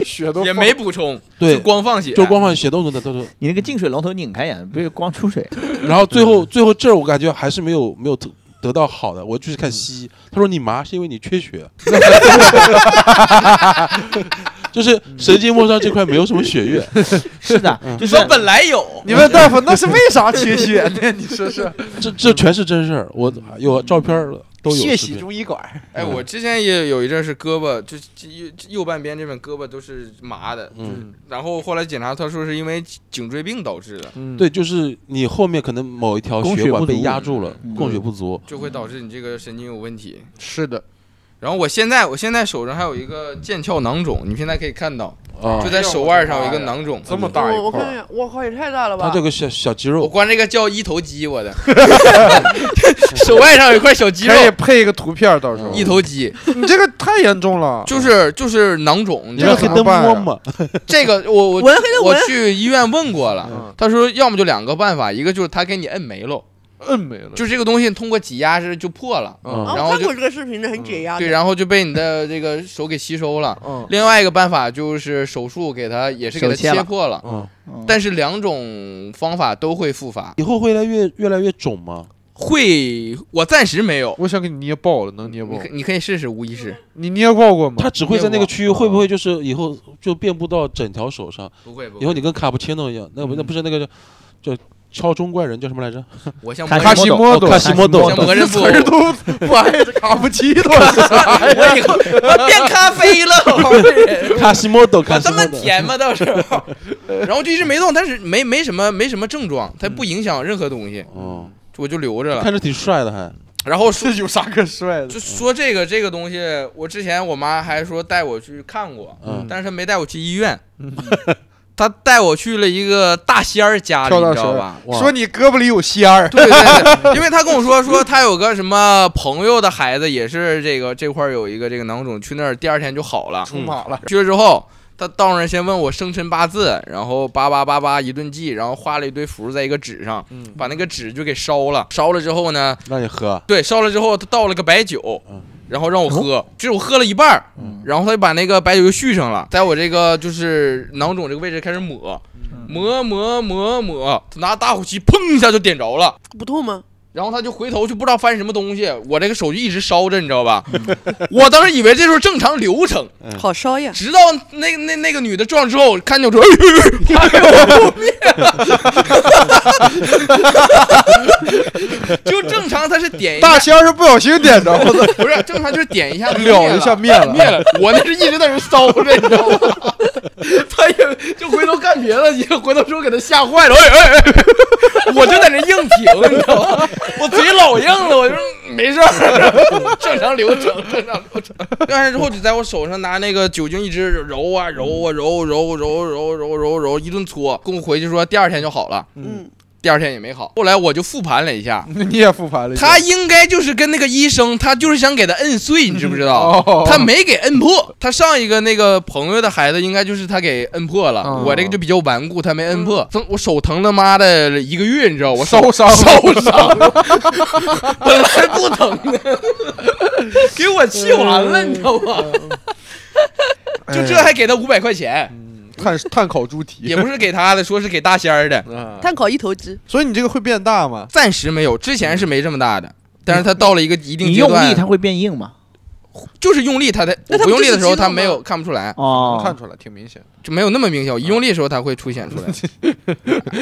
[SPEAKER 3] 血都
[SPEAKER 1] 也
[SPEAKER 3] 放
[SPEAKER 1] 没补充，
[SPEAKER 4] 对
[SPEAKER 1] 就光放血，啊
[SPEAKER 4] 就光放血都能都都。
[SPEAKER 6] 你那个净水龙头拧开呀，别光出水。
[SPEAKER 4] 然后最后最后这儿我感觉还是没有没有得得到好的，我就去看西医，他说你麻是因为你缺血， 就是神经末梢这块没有什么血液，
[SPEAKER 6] 是的，就
[SPEAKER 1] 你
[SPEAKER 6] 是
[SPEAKER 1] 说本来有，
[SPEAKER 3] 你问大 夫那是为啥缺血呢？你说是？
[SPEAKER 4] 这这全是真事儿，我有照片儿了。都有
[SPEAKER 3] 血
[SPEAKER 4] 视
[SPEAKER 3] 洗
[SPEAKER 4] 频
[SPEAKER 3] 中医馆，
[SPEAKER 1] 哎，我之前也有一阵是胳膊，就是右右半边这边胳膊都是麻的，
[SPEAKER 4] 嗯，
[SPEAKER 1] 然后后来检查，他说是因为颈椎病导致的，
[SPEAKER 3] 嗯
[SPEAKER 4] 对，，就是你后面可能某一条
[SPEAKER 6] 供
[SPEAKER 4] 血
[SPEAKER 6] 血
[SPEAKER 4] 管
[SPEAKER 6] 不
[SPEAKER 4] 被
[SPEAKER 6] 足
[SPEAKER 4] 压住了，
[SPEAKER 6] 嗯
[SPEAKER 4] 供血不足，
[SPEAKER 1] 就会导致你这个神经有问题。
[SPEAKER 3] 是的，
[SPEAKER 1] 然后我现在我现在手上还有一个腱鞘囊肿，你现在可以看到，
[SPEAKER 4] 啊
[SPEAKER 1] 就，在手腕上有一个囊肿。
[SPEAKER 3] 哎这么大
[SPEAKER 2] 我
[SPEAKER 3] 一
[SPEAKER 2] 我
[SPEAKER 3] 块
[SPEAKER 2] 看一
[SPEAKER 3] 儿，
[SPEAKER 2] 下，我靠，也太大了吧！
[SPEAKER 4] 它这个小小肌
[SPEAKER 1] 我
[SPEAKER 4] 肉，
[SPEAKER 1] 光这个叫一头肌，我的 手腕上有一块小肌肉
[SPEAKER 3] 可，以配一个图片，到时候
[SPEAKER 4] 嗯
[SPEAKER 1] 一头肌，
[SPEAKER 3] 你这个太严重了，
[SPEAKER 1] 就是就是囊肿。你知
[SPEAKER 4] 你
[SPEAKER 1] 道吗
[SPEAKER 4] 让黑灯摸摸，
[SPEAKER 1] 这个我我
[SPEAKER 2] 闻黑的
[SPEAKER 1] 我
[SPEAKER 2] 闻，
[SPEAKER 1] 去医院问过了
[SPEAKER 3] 嗯，
[SPEAKER 1] 他说要么就两个办法，一个就是他给你摁没了，
[SPEAKER 3] 摁没了，
[SPEAKER 1] 就是这个东西通过挤压是就破了，
[SPEAKER 4] 嗯
[SPEAKER 2] 啊
[SPEAKER 1] 然
[SPEAKER 2] 我
[SPEAKER 1] 后
[SPEAKER 2] 看
[SPEAKER 1] 就
[SPEAKER 2] 过这个视频的，很解压的。
[SPEAKER 1] 嗯对，然后就被你的这个手给吸收了。
[SPEAKER 3] 嗯
[SPEAKER 1] 另外一个办法就是手术给他也是给他
[SPEAKER 6] 手切了
[SPEAKER 1] 切破了，
[SPEAKER 4] 嗯，
[SPEAKER 6] 嗯
[SPEAKER 1] 但是两种方法都会复发。
[SPEAKER 4] 以后会越来越越来越肿吗？
[SPEAKER 1] 会，我暂时没有，
[SPEAKER 3] 我想给你捏爆了，能捏爆
[SPEAKER 1] 你？可你可以试试，无疑是
[SPEAKER 3] 你捏爆过吗？
[SPEAKER 4] 它只会在那个区域，
[SPEAKER 3] 捏过
[SPEAKER 4] 会不会就是以后就遍布到整条手上？
[SPEAKER 1] 不会不嗯
[SPEAKER 4] 以后你跟卡布奇诺一样，那不那不是那个叫叫敲钟怪人叫什么来着？
[SPEAKER 1] 我像
[SPEAKER 6] 看
[SPEAKER 1] 魔
[SPEAKER 3] 卡西莫
[SPEAKER 6] 哦
[SPEAKER 3] 多，
[SPEAKER 4] 卡西莫多
[SPEAKER 1] 像魔人布
[SPEAKER 3] 词，儿都不挨着卡布奇诺是啥 呀？
[SPEAKER 1] 我以后我变咖啡 了，我这人
[SPEAKER 4] 卡西莫多，卡
[SPEAKER 1] 我
[SPEAKER 4] 西
[SPEAKER 1] 这
[SPEAKER 4] 莫
[SPEAKER 1] 哎么
[SPEAKER 4] 多。
[SPEAKER 1] 甜吗？ 到时候，然后就一直没动，但是没没什么没什么症状，它不影响任何东西，
[SPEAKER 4] 哦，
[SPEAKER 1] 我就留着了。
[SPEAKER 4] 看着挺帅的还。
[SPEAKER 1] 然后说
[SPEAKER 3] 有啥可帅的？
[SPEAKER 1] 就说这个这个东西，我之前我妈还说带我去看过，
[SPEAKER 4] 嗯，
[SPEAKER 1] 但是她没带我去医院，她带我去了一个大仙儿家里，
[SPEAKER 3] 跳
[SPEAKER 1] 你
[SPEAKER 3] 大
[SPEAKER 1] 知道
[SPEAKER 3] 神
[SPEAKER 1] 吧？
[SPEAKER 4] 哇
[SPEAKER 3] 说你胳膊里有仙儿，
[SPEAKER 1] 对对对，因为他跟我说说他有个什么朋友的孩子也是这个这块儿有一个这个囊肿，去那儿第二天就好了。
[SPEAKER 3] 出马了。
[SPEAKER 1] 去了之后，他到那儿先问我生辰八字，然后叭叭叭叭一顿记，然后画了一堆符在一个纸上，
[SPEAKER 3] 嗯，
[SPEAKER 1] 把那个纸就给烧了。烧了之后呢，
[SPEAKER 4] 让你喝，
[SPEAKER 1] 对，烧了之后他倒了个白酒
[SPEAKER 4] 嗯，
[SPEAKER 1] 然后让我喝，就是我喝了一半儿，然后他就把那个白酒就续上了，在我这个就是囊肿这个位置开始抹，抹抹抹抹，他拿打火机砰一下就点着了。
[SPEAKER 2] 不痛吗？
[SPEAKER 1] 然后他就回头就不知道翻什么东西，我这个手就一直烧着，你知道吧？我当时以为这就是正常流程，
[SPEAKER 4] 嗯
[SPEAKER 2] 好烧呀！
[SPEAKER 1] 直到那那那个女的撞之后，看见我说，哎呦哎呦哎呦就正常，他是点一下
[SPEAKER 3] 大，仙儿是不小心点着的，
[SPEAKER 1] 不是正常就是点一下就灭
[SPEAKER 3] 了一下灭了。
[SPEAKER 1] 灭了，我那是一直在那烧着，你知道吗？他也就回头干别的，去了，回头说给他吓坏了，哎哎哎，我就在那硬挺，你知道吗？我嘴老硬了，我就说嗯没事儿，正常流程，正常流程。干完之后就在我手上拿那个酒精一直揉啊揉啊揉揉揉揉揉揉揉一顿搓，跟我回去说第二天就好了，
[SPEAKER 2] 嗯，
[SPEAKER 1] 第二天也没好。后来我就复盘了一下，
[SPEAKER 3] 你也复嗯盘了一下。
[SPEAKER 1] 他应该就是跟那个医生，他就是想给他摁碎，你知不知道？
[SPEAKER 3] 哦
[SPEAKER 1] 他没给摁破，他上一个那个朋友的孩子应该就是他给摁破了，
[SPEAKER 3] 哦
[SPEAKER 1] 我这个就比较顽固，他没摁破，疼我手疼他妈的一个月，你知道我手
[SPEAKER 3] 烧 伤了
[SPEAKER 1] 烧伤了，本来不疼的，给我气完了，你知道吗？就这还给他五百块钱，
[SPEAKER 3] 哎嗯碳碳烤猪蹄
[SPEAKER 1] 也不是给他的，说是给大仙儿的，
[SPEAKER 3] 啊，
[SPEAKER 2] 碳烤一头鸡，
[SPEAKER 3] 所以你这个会变大吗？
[SPEAKER 1] 暂时没有，之前是没这么大的。但是他到了一个一定
[SPEAKER 6] 你
[SPEAKER 1] 阶
[SPEAKER 6] 用
[SPEAKER 1] 段，
[SPEAKER 6] 力它会变硬嘛？
[SPEAKER 1] 就是用力它才，
[SPEAKER 2] 那
[SPEAKER 1] 我
[SPEAKER 2] 它
[SPEAKER 1] 不
[SPEAKER 2] 不
[SPEAKER 1] 用力
[SPEAKER 2] 就是
[SPEAKER 1] 的时候
[SPEAKER 2] 肌肉
[SPEAKER 1] 它没
[SPEAKER 2] 吗
[SPEAKER 1] 有看不出来，
[SPEAKER 3] 能看
[SPEAKER 6] 哦，
[SPEAKER 3] 出来，挺明显的。
[SPEAKER 1] 就没有那么明显。我一用力的时候它会出现出来。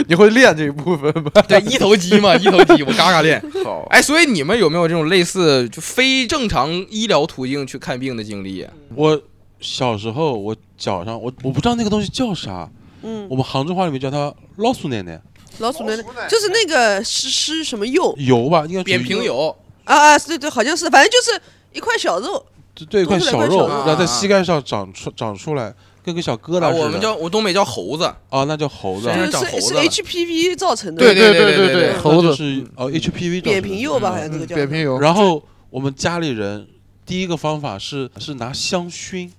[SPEAKER 3] 你会练这一部分吗？
[SPEAKER 1] 对，一头肌嘛，一头肌，我嘎嘎 练。
[SPEAKER 3] 好，
[SPEAKER 1] 哎，所以你们有没有这种类似就非正常医疗途径去看病的经历？啊
[SPEAKER 4] 我小时候我脚上我我不知道那个东西叫啥，
[SPEAKER 2] 嗯
[SPEAKER 4] 我，们杭州话里面叫它老鼠奶奶
[SPEAKER 2] 老鼠奶奶就是那个是是什么肉
[SPEAKER 4] 油吧，应该属于
[SPEAKER 1] 扁平，油，
[SPEAKER 2] 啊啊，对对，好像是，反正就是一块小肉，
[SPEAKER 4] 对对，一块
[SPEAKER 2] 多出来
[SPEAKER 4] 小
[SPEAKER 2] 块
[SPEAKER 4] 肉，
[SPEAKER 2] 小
[SPEAKER 1] 肉
[SPEAKER 4] 然后在膝盖上长出长出来，跟个小疙
[SPEAKER 1] 啊
[SPEAKER 4] 瘩似的。
[SPEAKER 1] 我们叫我东北叫猴子，
[SPEAKER 4] 啊，那叫猴子
[SPEAKER 2] 就
[SPEAKER 4] 啊，
[SPEAKER 1] 身
[SPEAKER 2] 是
[SPEAKER 1] 上长
[SPEAKER 2] 是
[SPEAKER 1] 猴
[SPEAKER 2] 是
[SPEAKER 1] 子了
[SPEAKER 2] HPV 造成的，
[SPEAKER 1] 对对
[SPEAKER 3] 对
[SPEAKER 1] 对
[SPEAKER 3] 对
[SPEAKER 1] 对
[SPEAKER 4] 那
[SPEAKER 3] 猴
[SPEAKER 4] 就
[SPEAKER 3] 子
[SPEAKER 4] 是哦 HPV
[SPEAKER 2] 扁
[SPEAKER 4] 造成
[SPEAKER 2] 平
[SPEAKER 4] 的
[SPEAKER 2] 肉吧，好像哎这
[SPEAKER 3] 嗯
[SPEAKER 2] 个叫
[SPEAKER 3] 扁平疣，
[SPEAKER 4] 然后我们家里人第一个方法是是拿香熏，
[SPEAKER 3] 嗯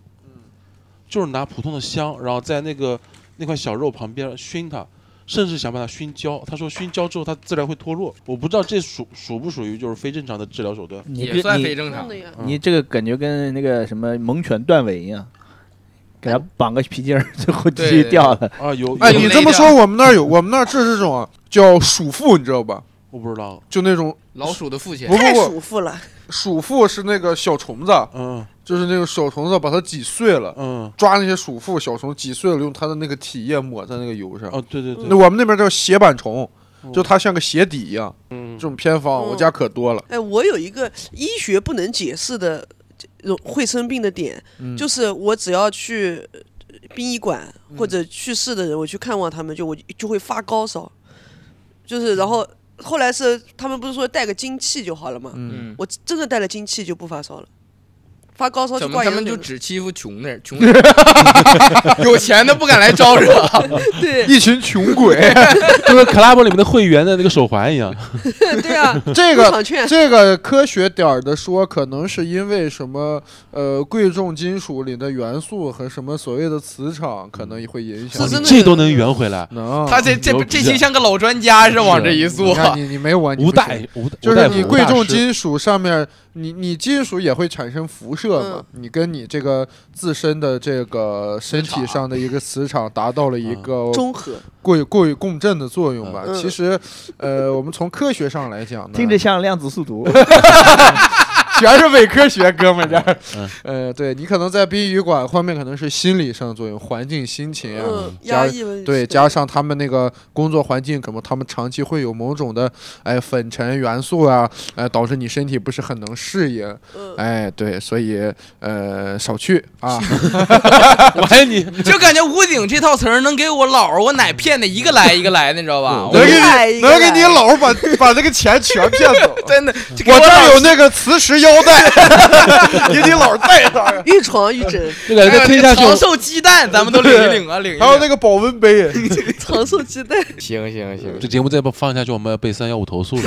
[SPEAKER 4] 就是拿普通的香，然后在那个那块小肉旁边熏它，甚至想把它熏焦。他说熏焦之后它自然会脱落。我不知道这属属不属于就是非正常的治疗手段。
[SPEAKER 6] 你
[SPEAKER 1] 也算非
[SPEAKER 6] 你
[SPEAKER 1] 正常
[SPEAKER 2] 弄的。呀。
[SPEAKER 4] 嗯
[SPEAKER 6] 你这个感觉跟那个什么猛犬断尾一样，给它绑个皮筋儿，最后继
[SPEAKER 1] 对
[SPEAKER 6] 续
[SPEAKER 1] 对
[SPEAKER 6] 掉了。
[SPEAKER 4] 啊，有
[SPEAKER 3] 哎，
[SPEAKER 1] 有
[SPEAKER 3] 你
[SPEAKER 1] 那
[SPEAKER 3] 这么
[SPEAKER 1] 个
[SPEAKER 3] 说，我们那儿有，我们那儿是这种啊叫鼠妇，你知道吧？
[SPEAKER 4] 我不知道，
[SPEAKER 3] 就那种
[SPEAKER 1] 老鼠的父亲
[SPEAKER 3] 不
[SPEAKER 2] 太
[SPEAKER 3] 不不，
[SPEAKER 2] 舒服了，
[SPEAKER 3] 鼠妇是那个小虫子，
[SPEAKER 4] 嗯
[SPEAKER 3] 就是那个小虫子把它挤碎了，
[SPEAKER 4] 嗯，
[SPEAKER 3] 抓那些鼠妇小虫挤碎了，用它的那个体液抹在那个油上。嗯
[SPEAKER 4] 哦对对对，
[SPEAKER 3] 那我们那边叫斜板虫
[SPEAKER 4] 嗯，
[SPEAKER 3] 就它像个鞋底一样，
[SPEAKER 4] 嗯
[SPEAKER 3] 这种偏方，我
[SPEAKER 2] 嗯
[SPEAKER 3] 家可多了。
[SPEAKER 2] 哎，我有一个医学不能解释的呃会生病的点，
[SPEAKER 6] 嗯
[SPEAKER 2] 就是我只要去呃殡仪馆或者去世的人，我去看望他们，就我就会发高烧，就是然后后来是他们不是说带个精气就好了吗？
[SPEAKER 1] 嗯，
[SPEAKER 2] 我真的带了精气就不发烧了，发高烧就
[SPEAKER 1] 怎么
[SPEAKER 2] 挂
[SPEAKER 1] 他
[SPEAKER 2] 羊
[SPEAKER 1] 们
[SPEAKER 2] 腿
[SPEAKER 1] 就
[SPEAKER 2] 了。
[SPEAKER 1] 只欺负穷的人，穷 人有钱的不敢来招惹。
[SPEAKER 2] 对
[SPEAKER 3] 嗯一群穷鬼，
[SPEAKER 4] 就跟 club 里面的会员的那个手环一样。
[SPEAKER 2] 对啊，
[SPEAKER 3] 这
[SPEAKER 2] 入
[SPEAKER 3] 个
[SPEAKER 2] 场券
[SPEAKER 3] 这个科学点儿的说，可能是因为什么呃贵重金属里的元素和什么所谓的磁场，可能会影响
[SPEAKER 2] 是真
[SPEAKER 4] 哇你
[SPEAKER 2] 的
[SPEAKER 4] 这都能圆回来，
[SPEAKER 3] 能。
[SPEAKER 1] 他这这
[SPEAKER 4] 牛逼
[SPEAKER 1] 这期像个老专家是往这一
[SPEAKER 3] 你
[SPEAKER 1] 坐，
[SPEAKER 3] 看你你没我，你
[SPEAKER 4] 吴
[SPEAKER 3] 不行
[SPEAKER 4] 大爷吴大
[SPEAKER 3] 就是你贵重，
[SPEAKER 4] 吴大师
[SPEAKER 3] 金属上面，你你金属也会产生辐射嘛？
[SPEAKER 2] 嗯
[SPEAKER 3] 你跟你这个自身的这个身体上的一个磁场达到了一个
[SPEAKER 2] 综合
[SPEAKER 3] 过过于共振的作用吧。
[SPEAKER 2] 嗯
[SPEAKER 3] 其实，呃，我们从科学上来讲呢，
[SPEAKER 6] 听着像量子速读，
[SPEAKER 3] 全是伪科学，哥们儿这
[SPEAKER 4] 嗯。
[SPEAKER 3] 呃，对你可能在殡仪馆方面可能是心理上的作用，环境、心情啊，
[SPEAKER 2] 嗯
[SPEAKER 3] 加
[SPEAKER 2] 压抑了
[SPEAKER 3] 对，加上他们那个工作环境，可能他们长期会有某种的哎粉尘元素啊，哎导致你身体不是很能适应，
[SPEAKER 2] 嗯
[SPEAKER 3] 哎对，所以呃少去啊，
[SPEAKER 4] 我还你
[SPEAKER 1] 就感觉屋顶这套词儿能给我姥儿我奶骗的一个来一个来，你知道吧？
[SPEAKER 4] 嗯
[SPEAKER 1] 我。
[SPEAKER 3] 能给
[SPEAKER 2] 来
[SPEAKER 3] 你
[SPEAKER 2] 一个
[SPEAKER 3] 能给你
[SPEAKER 2] 来
[SPEAKER 3] 姥儿把把这个钱全骗走
[SPEAKER 1] 真的，就给
[SPEAKER 3] 我这
[SPEAKER 1] 姥
[SPEAKER 3] 儿
[SPEAKER 1] 儿
[SPEAKER 3] 有那个磁石腰 带，给你姥儿带上，
[SPEAKER 2] 预床预枕
[SPEAKER 4] 哎这个
[SPEAKER 3] 哎
[SPEAKER 1] 还有
[SPEAKER 4] 再
[SPEAKER 1] 那
[SPEAKER 4] 推
[SPEAKER 1] 个
[SPEAKER 4] 下去，
[SPEAKER 1] 哎长寿鸡蛋，咱们都领一领啊，领一领。
[SPEAKER 3] 还有那个保温杯。
[SPEAKER 1] 嗯
[SPEAKER 2] 长寿鸡蛋，
[SPEAKER 1] 行行行
[SPEAKER 4] 呃这节目再不放下去，我们要被三幺五投诉 了。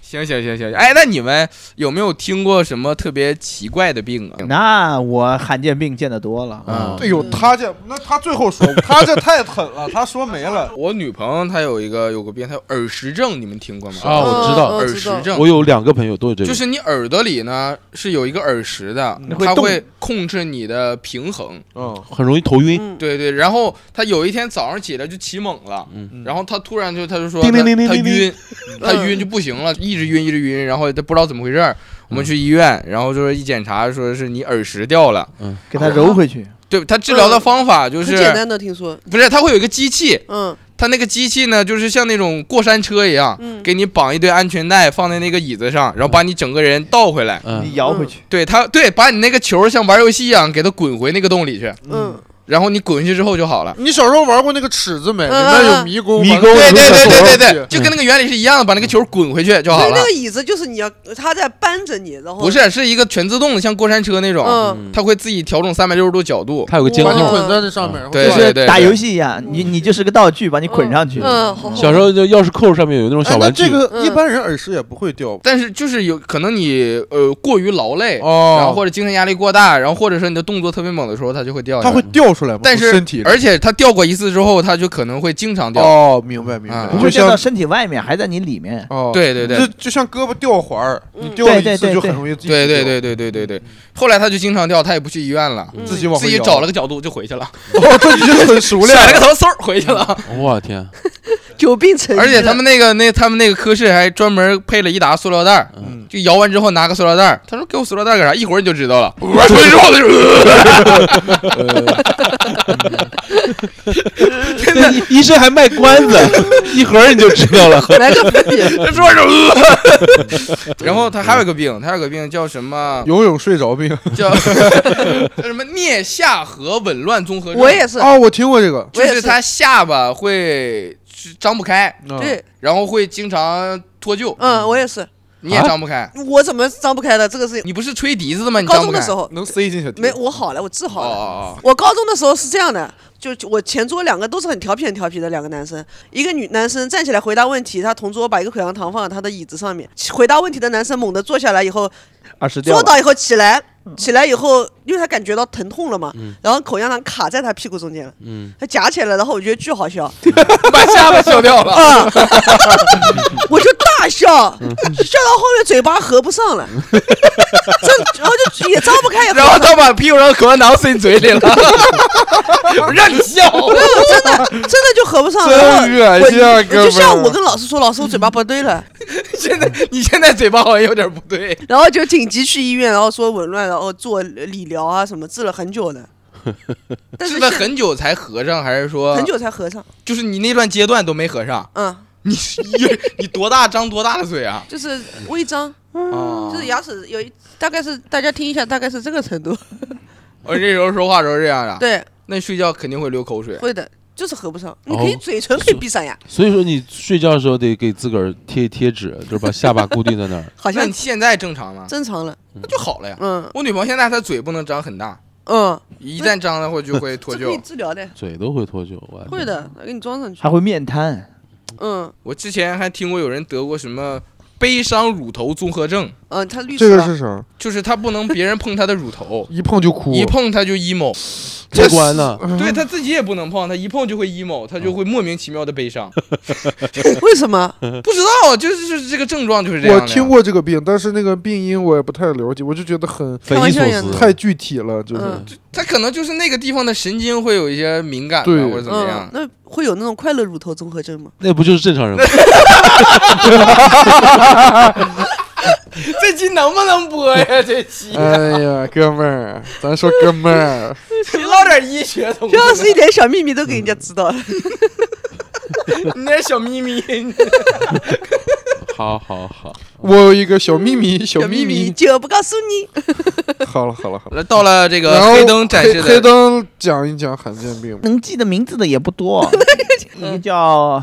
[SPEAKER 1] 行行行行，哎，那你们有没有听过什么特别奇怪的病啊？
[SPEAKER 6] 那我罕见病见得多了啊
[SPEAKER 4] 嗯。
[SPEAKER 3] 哎呦，他这那他最后说，他这太狠了，他说没 了。
[SPEAKER 1] 我女朋友她有一个有个病，她有耳石症，你们听过吗？
[SPEAKER 4] 啊我知道
[SPEAKER 2] 嗯
[SPEAKER 1] 耳
[SPEAKER 2] 嗯
[SPEAKER 1] 石
[SPEAKER 2] 知道
[SPEAKER 1] 症
[SPEAKER 4] 我有两个朋友都有这个，
[SPEAKER 1] 就是你耳朵里呢是有一个耳石的
[SPEAKER 3] 嗯，
[SPEAKER 1] 它
[SPEAKER 6] 会动
[SPEAKER 1] 会控制你的平衡。
[SPEAKER 3] 嗯
[SPEAKER 4] 很容易头晕。
[SPEAKER 2] 嗯
[SPEAKER 1] 对对，然后她有一天早上起来就起猛了，
[SPEAKER 3] 嗯
[SPEAKER 1] 然后她突然就她就说她
[SPEAKER 4] 叮叮叮叮
[SPEAKER 1] 她
[SPEAKER 4] 叮叮
[SPEAKER 1] 晕，她晕就不行了，一直晕一直晕，然后她不知道怎么回事儿，我
[SPEAKER 4] 嗯
[SPEAKER 1] 们去医院，然后就是一检查说是你耳石掉了。
[SPEAKER 6] 给它揉回去，
[SPEAKER 1] 对，她治疗的方法就
[SPEAKER 2] 嗯很
[SPEAKER 1] 是
[SPEAKER 2] 简单的，听说，
[SPEAKER 1] 不是它会有一个机器，
[SPEAKER 2] 嗯
[SPEAKER 1] 它那个机器呢，就是像那种过山车一样，
[SPEAKER 2] 嗯，
[SPEAKER 1] 给你绑一堆安全带放在那个椅子上，然后把你整个人倒回来。
[SPEAKER 4] 嗯
[SPEAKER 6] 你，摇回去，
[SPEAKER 1] 对它，对，把你那个球像玩游戏一样给它滚回那个洞里去，
[SPEAKER 2] 嗯，
[SPEAKER 1] 然后你滚回去之后就好了。
[SPEAKER 3] 你小时候玩过那个尺子没？里
[SPEAKER 2] 嗯
[SPEAKER 3] 面有迷宫，
[SPEAKER 4] 迷
[SPEAKER 3] 完了
[SPEAKER 4] 宫
[SPEAKER 1] 对对对对对对，
[SPEAKER 3] 嗯
[SPEAKER 1] 就跟那个原理是一样的，把那个球滚回去就
[SPEAKER 2] 所
[SPEAKER 1] 好
[SPEAKER 2] 以
[SPEAKER 1] 了
[SPEAKER 2] 那。个椅子就是你要，他在扳着你，然后
[SPEAKER 1] 不，是，是一个全自动的，像过山车那种，
[SPEAKER 2] 嗯，
[SPEAKER 1] 它会自己调整三百六十度角度。
[SPEAKER 4] 他有个监
[SPEAKER 3] 把你
[SPEAKER 4] 控。
[SPEAKER 3] 捆在这上面，然后
[SPEAKER 1] 嗯对
[SPEAKER 6] 就
[SPEAKER 3] 转
[SPEAKER 6] 是
[SPEAKER 1] 对
[SPEAKER 6] 打
[SPEAKER 1] 对
[SPEAKER 6] 游戏一样，你你就是个道具，把你捆上去。
[SPEAKER 2] 嗯，好，
[SPEAKER 4] 小时候就钥匙扣上面有那种
[SPEAKER 3] 哎
[SPEAKER 4] 小
[SPEAKER 3] 那
[SPEAKER 4] 玩具
[SPEAKER 3] 这，个
[SPEAKER 2] 嗯
[SPEAKER 3] 一般人耳石也不会掉吧。
[SPEAKER 1] 但是就是有可能你呃过于劳累，然后
[SPEAKER 3] 哦，
[SPEAKER 1] 或者精神压力过大，然后或者说你的动作特别猛的时候，它就会掉下来。
[SPEAKER 3] 它会掉出来吗？
[SPEAKER 1] 但是
[SPEAKER 3] 从身体里
[SPEAKER 1] 而且他掉过一次之后，他就可能会经常掉。
[SPEAKER 3] 哦，明白明
[SPEAKER 1] 啊
[SPEAKER 3] 白，
[SPEAKER 6] 不
[SPEAKER 3] 就
[SPEAKER 6] 会掉到
[SPEAKER 3] 像
[SPEAKER 6] 身体外面，还在你里面。
[SPEAKER 3] 哦，
[SPEAKER 1] 对对对
[SPEAKER 3] 就就像胳膊掉环儿，
[SPEAKER 2] 嗯
[SPEAKER 3] 你掉了一
[SPEAKER 6] 对对
[SPEAKER 3] 次
[SPEAKER 6] 对
[SPEAKER 3] 就很容易自己
[SPEAKER 1] 对对
[SPEAKER 3] 掉
[SPEAKER 1] 对对对对对，后来他就经常掉，他也不去医院了，
[SPEAKER 2] 嗯
[SPEAKER 3] 自己往
[SPEAKER 1] 自
[SPEAKER 3] 回
[SPEAKER 1] 己
[SPEAKER 3] 摇
[SPEAKER 1] 找了，个角度就回去了，
[SPEAKER 3] 哦，这 你就很熟练
[SPEAKER 1] 甩了个
[SPEAKER 3] 了。
[SPEAKER 1] 头嗖儿回去了。
[SPEAKER 4] 我天，
[SPEAKER 2] 久病
[SPEAKER 3] 嗯
[SPEAKER 2] 成医了，
[SPEAKER 1] 而且他们那个那他们那个科室还专门配了一沓塑料袋儿，
[SPEAKER 3] 嗯，
[SPEAKER 1] 就摇完之后拿个塑料袋儿，他说给我塑料袋儿干啥？一会儿你就知道 了。我出去之后他就呃
[SPEAKER 4] 医医生还卖关子，一会儿你就知道了。
[SPEAKER 2] 来个分 别，
[SPEAKER 1] 他说是呃， 然后他还有一个病，他还有个病叫什么？
[SPEAKER 3] 游泳睡 着病。
[SPEAKER 1] 叫叫什么颞下颌紊乱综合症。
[SPEAKER 2] 我也是，
[SPEAKER 3] 哦，我听过这个。
[SPEAKER 1] 就
[SPEAKER 2] 我也
[SPEAKER 1] 是
[SPEAKER 2] 是
[SPEAKER 1] 他下巴会张不开，
[SPEAKER 3] 嗯，
[SPEAKER 2] 对，
[SPEAKER 1] 然后会经常脱臼，
[SPEAKER 2] 嗯，我也是，
[SPEAKER 1] 你也
[SPEAKER 4] 啊
[SPEAKER 1] 张不开。
[SPEAKER 2] 我怎么张不开的这个事情？
[SPEAKER 1] 你不是吹笛子的吗？你
[SPEAKER 2] 高
[SPEAKER 1] 张不
[SPEAKER 2] 中
[SPEAKER 1] 开。
[SPEAKER 2] 的时候
[SPEAKER 3] 能塞进去。
[SPEAKER 2] 没，我好了，我治
[SPEAKER 1] 嗯哦
[SPEAKER 2] 好了。
[SPEAKER 1] 哦
[SPEAKER 2] 我高中的时候是这样的，就就我前桌两个都是很调皮很调皮的两个男生，一个女男生站起来回答问题，他同桌把一个口香糖放在他的椅子上面，回答问题的男生猛地坐下来以后，
[SPEAKER 6] 二十掉
[SPEAKER 2] 坐
[SPEAKER 3] 啊
[SPEAKER 6] 了，
[SPEAKER 2] 倒以后起来，
[SPEAKER 3] 嗯
[SPEAKER 2] 起来以后，因为他感觉到疼痛了嘛，然后口香糖卡在他屁股中间了，
[SPEAKER 4] 嗯，
[SPEAKER 2] 他夹起来了，然后我觉得巨好 笑，
[SPEAKER 1] 哦，把下巴削掉了。
[SPEAKER 2] 啊，我就大笑，笑到后
[SPEAKER 3] 嗯
[SPEAKER 2] 面嘴巴合不上 了，这然后就也张不开，也合
[SPEAKER 1] 然
[SPEAKER 2] 不
[SPEAKER 1] 后
[SPEAKER 2] 上。
[SPEAKER 1] 他把屁股上的口香糖塞你嘴里了， 我让你笑。
[SPEAKER 2] 没有，真的真的就合不上了，然后
[SPEAKER 3] 真恶
[SPEAKER 2] 我
[SPEAKER 3] 心啊，哥
[SPEAKER 2] 我
[SPEAKER 3] 们儿
[SPEAKER 2] 就像我跟老师说，老师我嘴巴不对了，
[SPEAKER 1] 现在你现在嘴巴好像有点不对，
[SPEAKER 2] 然后就紧急去医院，然后说紊乱，然后做理疗啊什么，治了很久 的，但是
[SPEAKER 1] 是了
[SPEAKER 2] 现
[SPEAKER 1] 很久才合上，还是说
[SPEAKER 3] 啊
[SPEAKER 2] 很久才合上，
[SPEAKER 1] 就是你那段阶段都没合上？
[SPEAKER 2] 嗯，
[SPEAKER 1] 你你你多大张多大的嘴啊？
[SPEAKER 2] 就是微张，
[SPEAKER 1] 啊
[SPEAKER 2] 就是牙齿有一，大概是大家听一下，大概是这个程度。
[SPEAKER 1] 我这时候说话时候这样的，，
[SPEAKER 2] 对，
[SPEAKER 1] 那睡觉肯定会流口水。
[SPEAKER 2] 会的，就是合不上。你可以
[SPEAKER 4] 哦
[SPEAKER 2] 嘴唇可以闭上呀，
[SPEAKER 4] 所以说你睡觉的时候得给自个儿贴一贴纸，就是把下巴固定在那儿。
[SPEAKER 2] 好
[SPEAKER 1] 那
[SPEAKER 2] 像
[SPEAKER 1] 你现在正常啊吗？
[SPEAKER 2] 正常了。
[SPEAKER 1] 那就好了呀。
[SPEAKER 2] 嗯
[SPEAKER 1] 我女朋友现在她嘴不能张很大，
[SPEAKER 2] 嗯，
[SPEAKER 1] 一旦张的话就会
[SPEAKER 2] 这
[SPEAKER 1] 脱
[SPEAKER 2] 可以
[SPEAKER 1] 臼。
[SPEAKER 2] 治疗的，
[SPEAKER 4] 嘴都会脱臼，我
[SPEAKER 2] 会的，给你装上去
[SPEAKER 6] 还。会 面瘫，
[SPEAKER 2] 嗯
[SPEAKER 1] 我之前还听过有人得过什么悲伤乳头综合症，
[SPEAKER 2] 嗯，他律
[SPEAKER 3] 这
[SPEAKER 2] 师
[SPEAKER 3] 个
[SPEAKER 2] 吧
[SPEAKER 3] 是啥？，
[SPEAKER 1] 就是他不能别人碰他的乳头
[SPEAKER 3] 一碰就哭，
[SPEAKER 1] 一碰他就 emo，
[SPEAKER 4] 这关呢？
[SPEAKER 1] 对他自己也不能碰，他一碰就会 emo，他就会莫名其妙的悲 伤，
[SPEAKER 2] 为什么？
[SPEAKER 1] 不知道，啊就是就是这个症状就是这样
[SPEAKER 3] 我
[SPEAKER 1] 的呀。
[SPEAKER 3] 听过这个病，但是那个病因我也不太了解，我就觉得很
[SPEAKER 4] 匪夷所思，
[SPEAKER 3] 太具体了，就是、
[SPEAKER 2] 嗯
[SPEAKER 1] 他可能就是那个地方的神经会有一些敏感吧，
[SPEAKER 3] 对
[SPEAKER 1] 或者怎么
[SPEAKER 2] 嗯
[SPEAKER 1] 样，。
[SPEAKER 2] 那会有那种快乐乳头综合症吗？
[SPEAKER 4] 那不就是正常人吗？
[SPEAKER 1] 这期能不能播呀？这 期
[SPEAKER 3] 哎呀，哥们儿，咱说哥们儿，
[SPEAKER 1] 你唠点医学东
[SPEAKER 2] 主要是一点小秘密都给人家知道了。
[SPEAKER 1] 你那小咪咪，
[SPEAKER 4] 好好好，
[SPEAKER 3] 我有一个小秘密，小
[SPEAKER 2] 小
[SPEAKER 3] 秘
[SPEAKER 2] 密。就不告诉你。
[SPEAKER 3] 好了好了好了，
[SPEAKER 1] 到了这
[SPEAKER 3] 然
[SPEAKER 1] 个
[SPEAKER 3] 后
[SPEAKER 1] 黑灯展示
[SPEAKER 3] 黑黑
[SPEAKER 1] 的，
[SPEAKER 3] 灯讲一讲罕见病吧。
[SPEAKER 6] 能记得名字的也不多。一个叫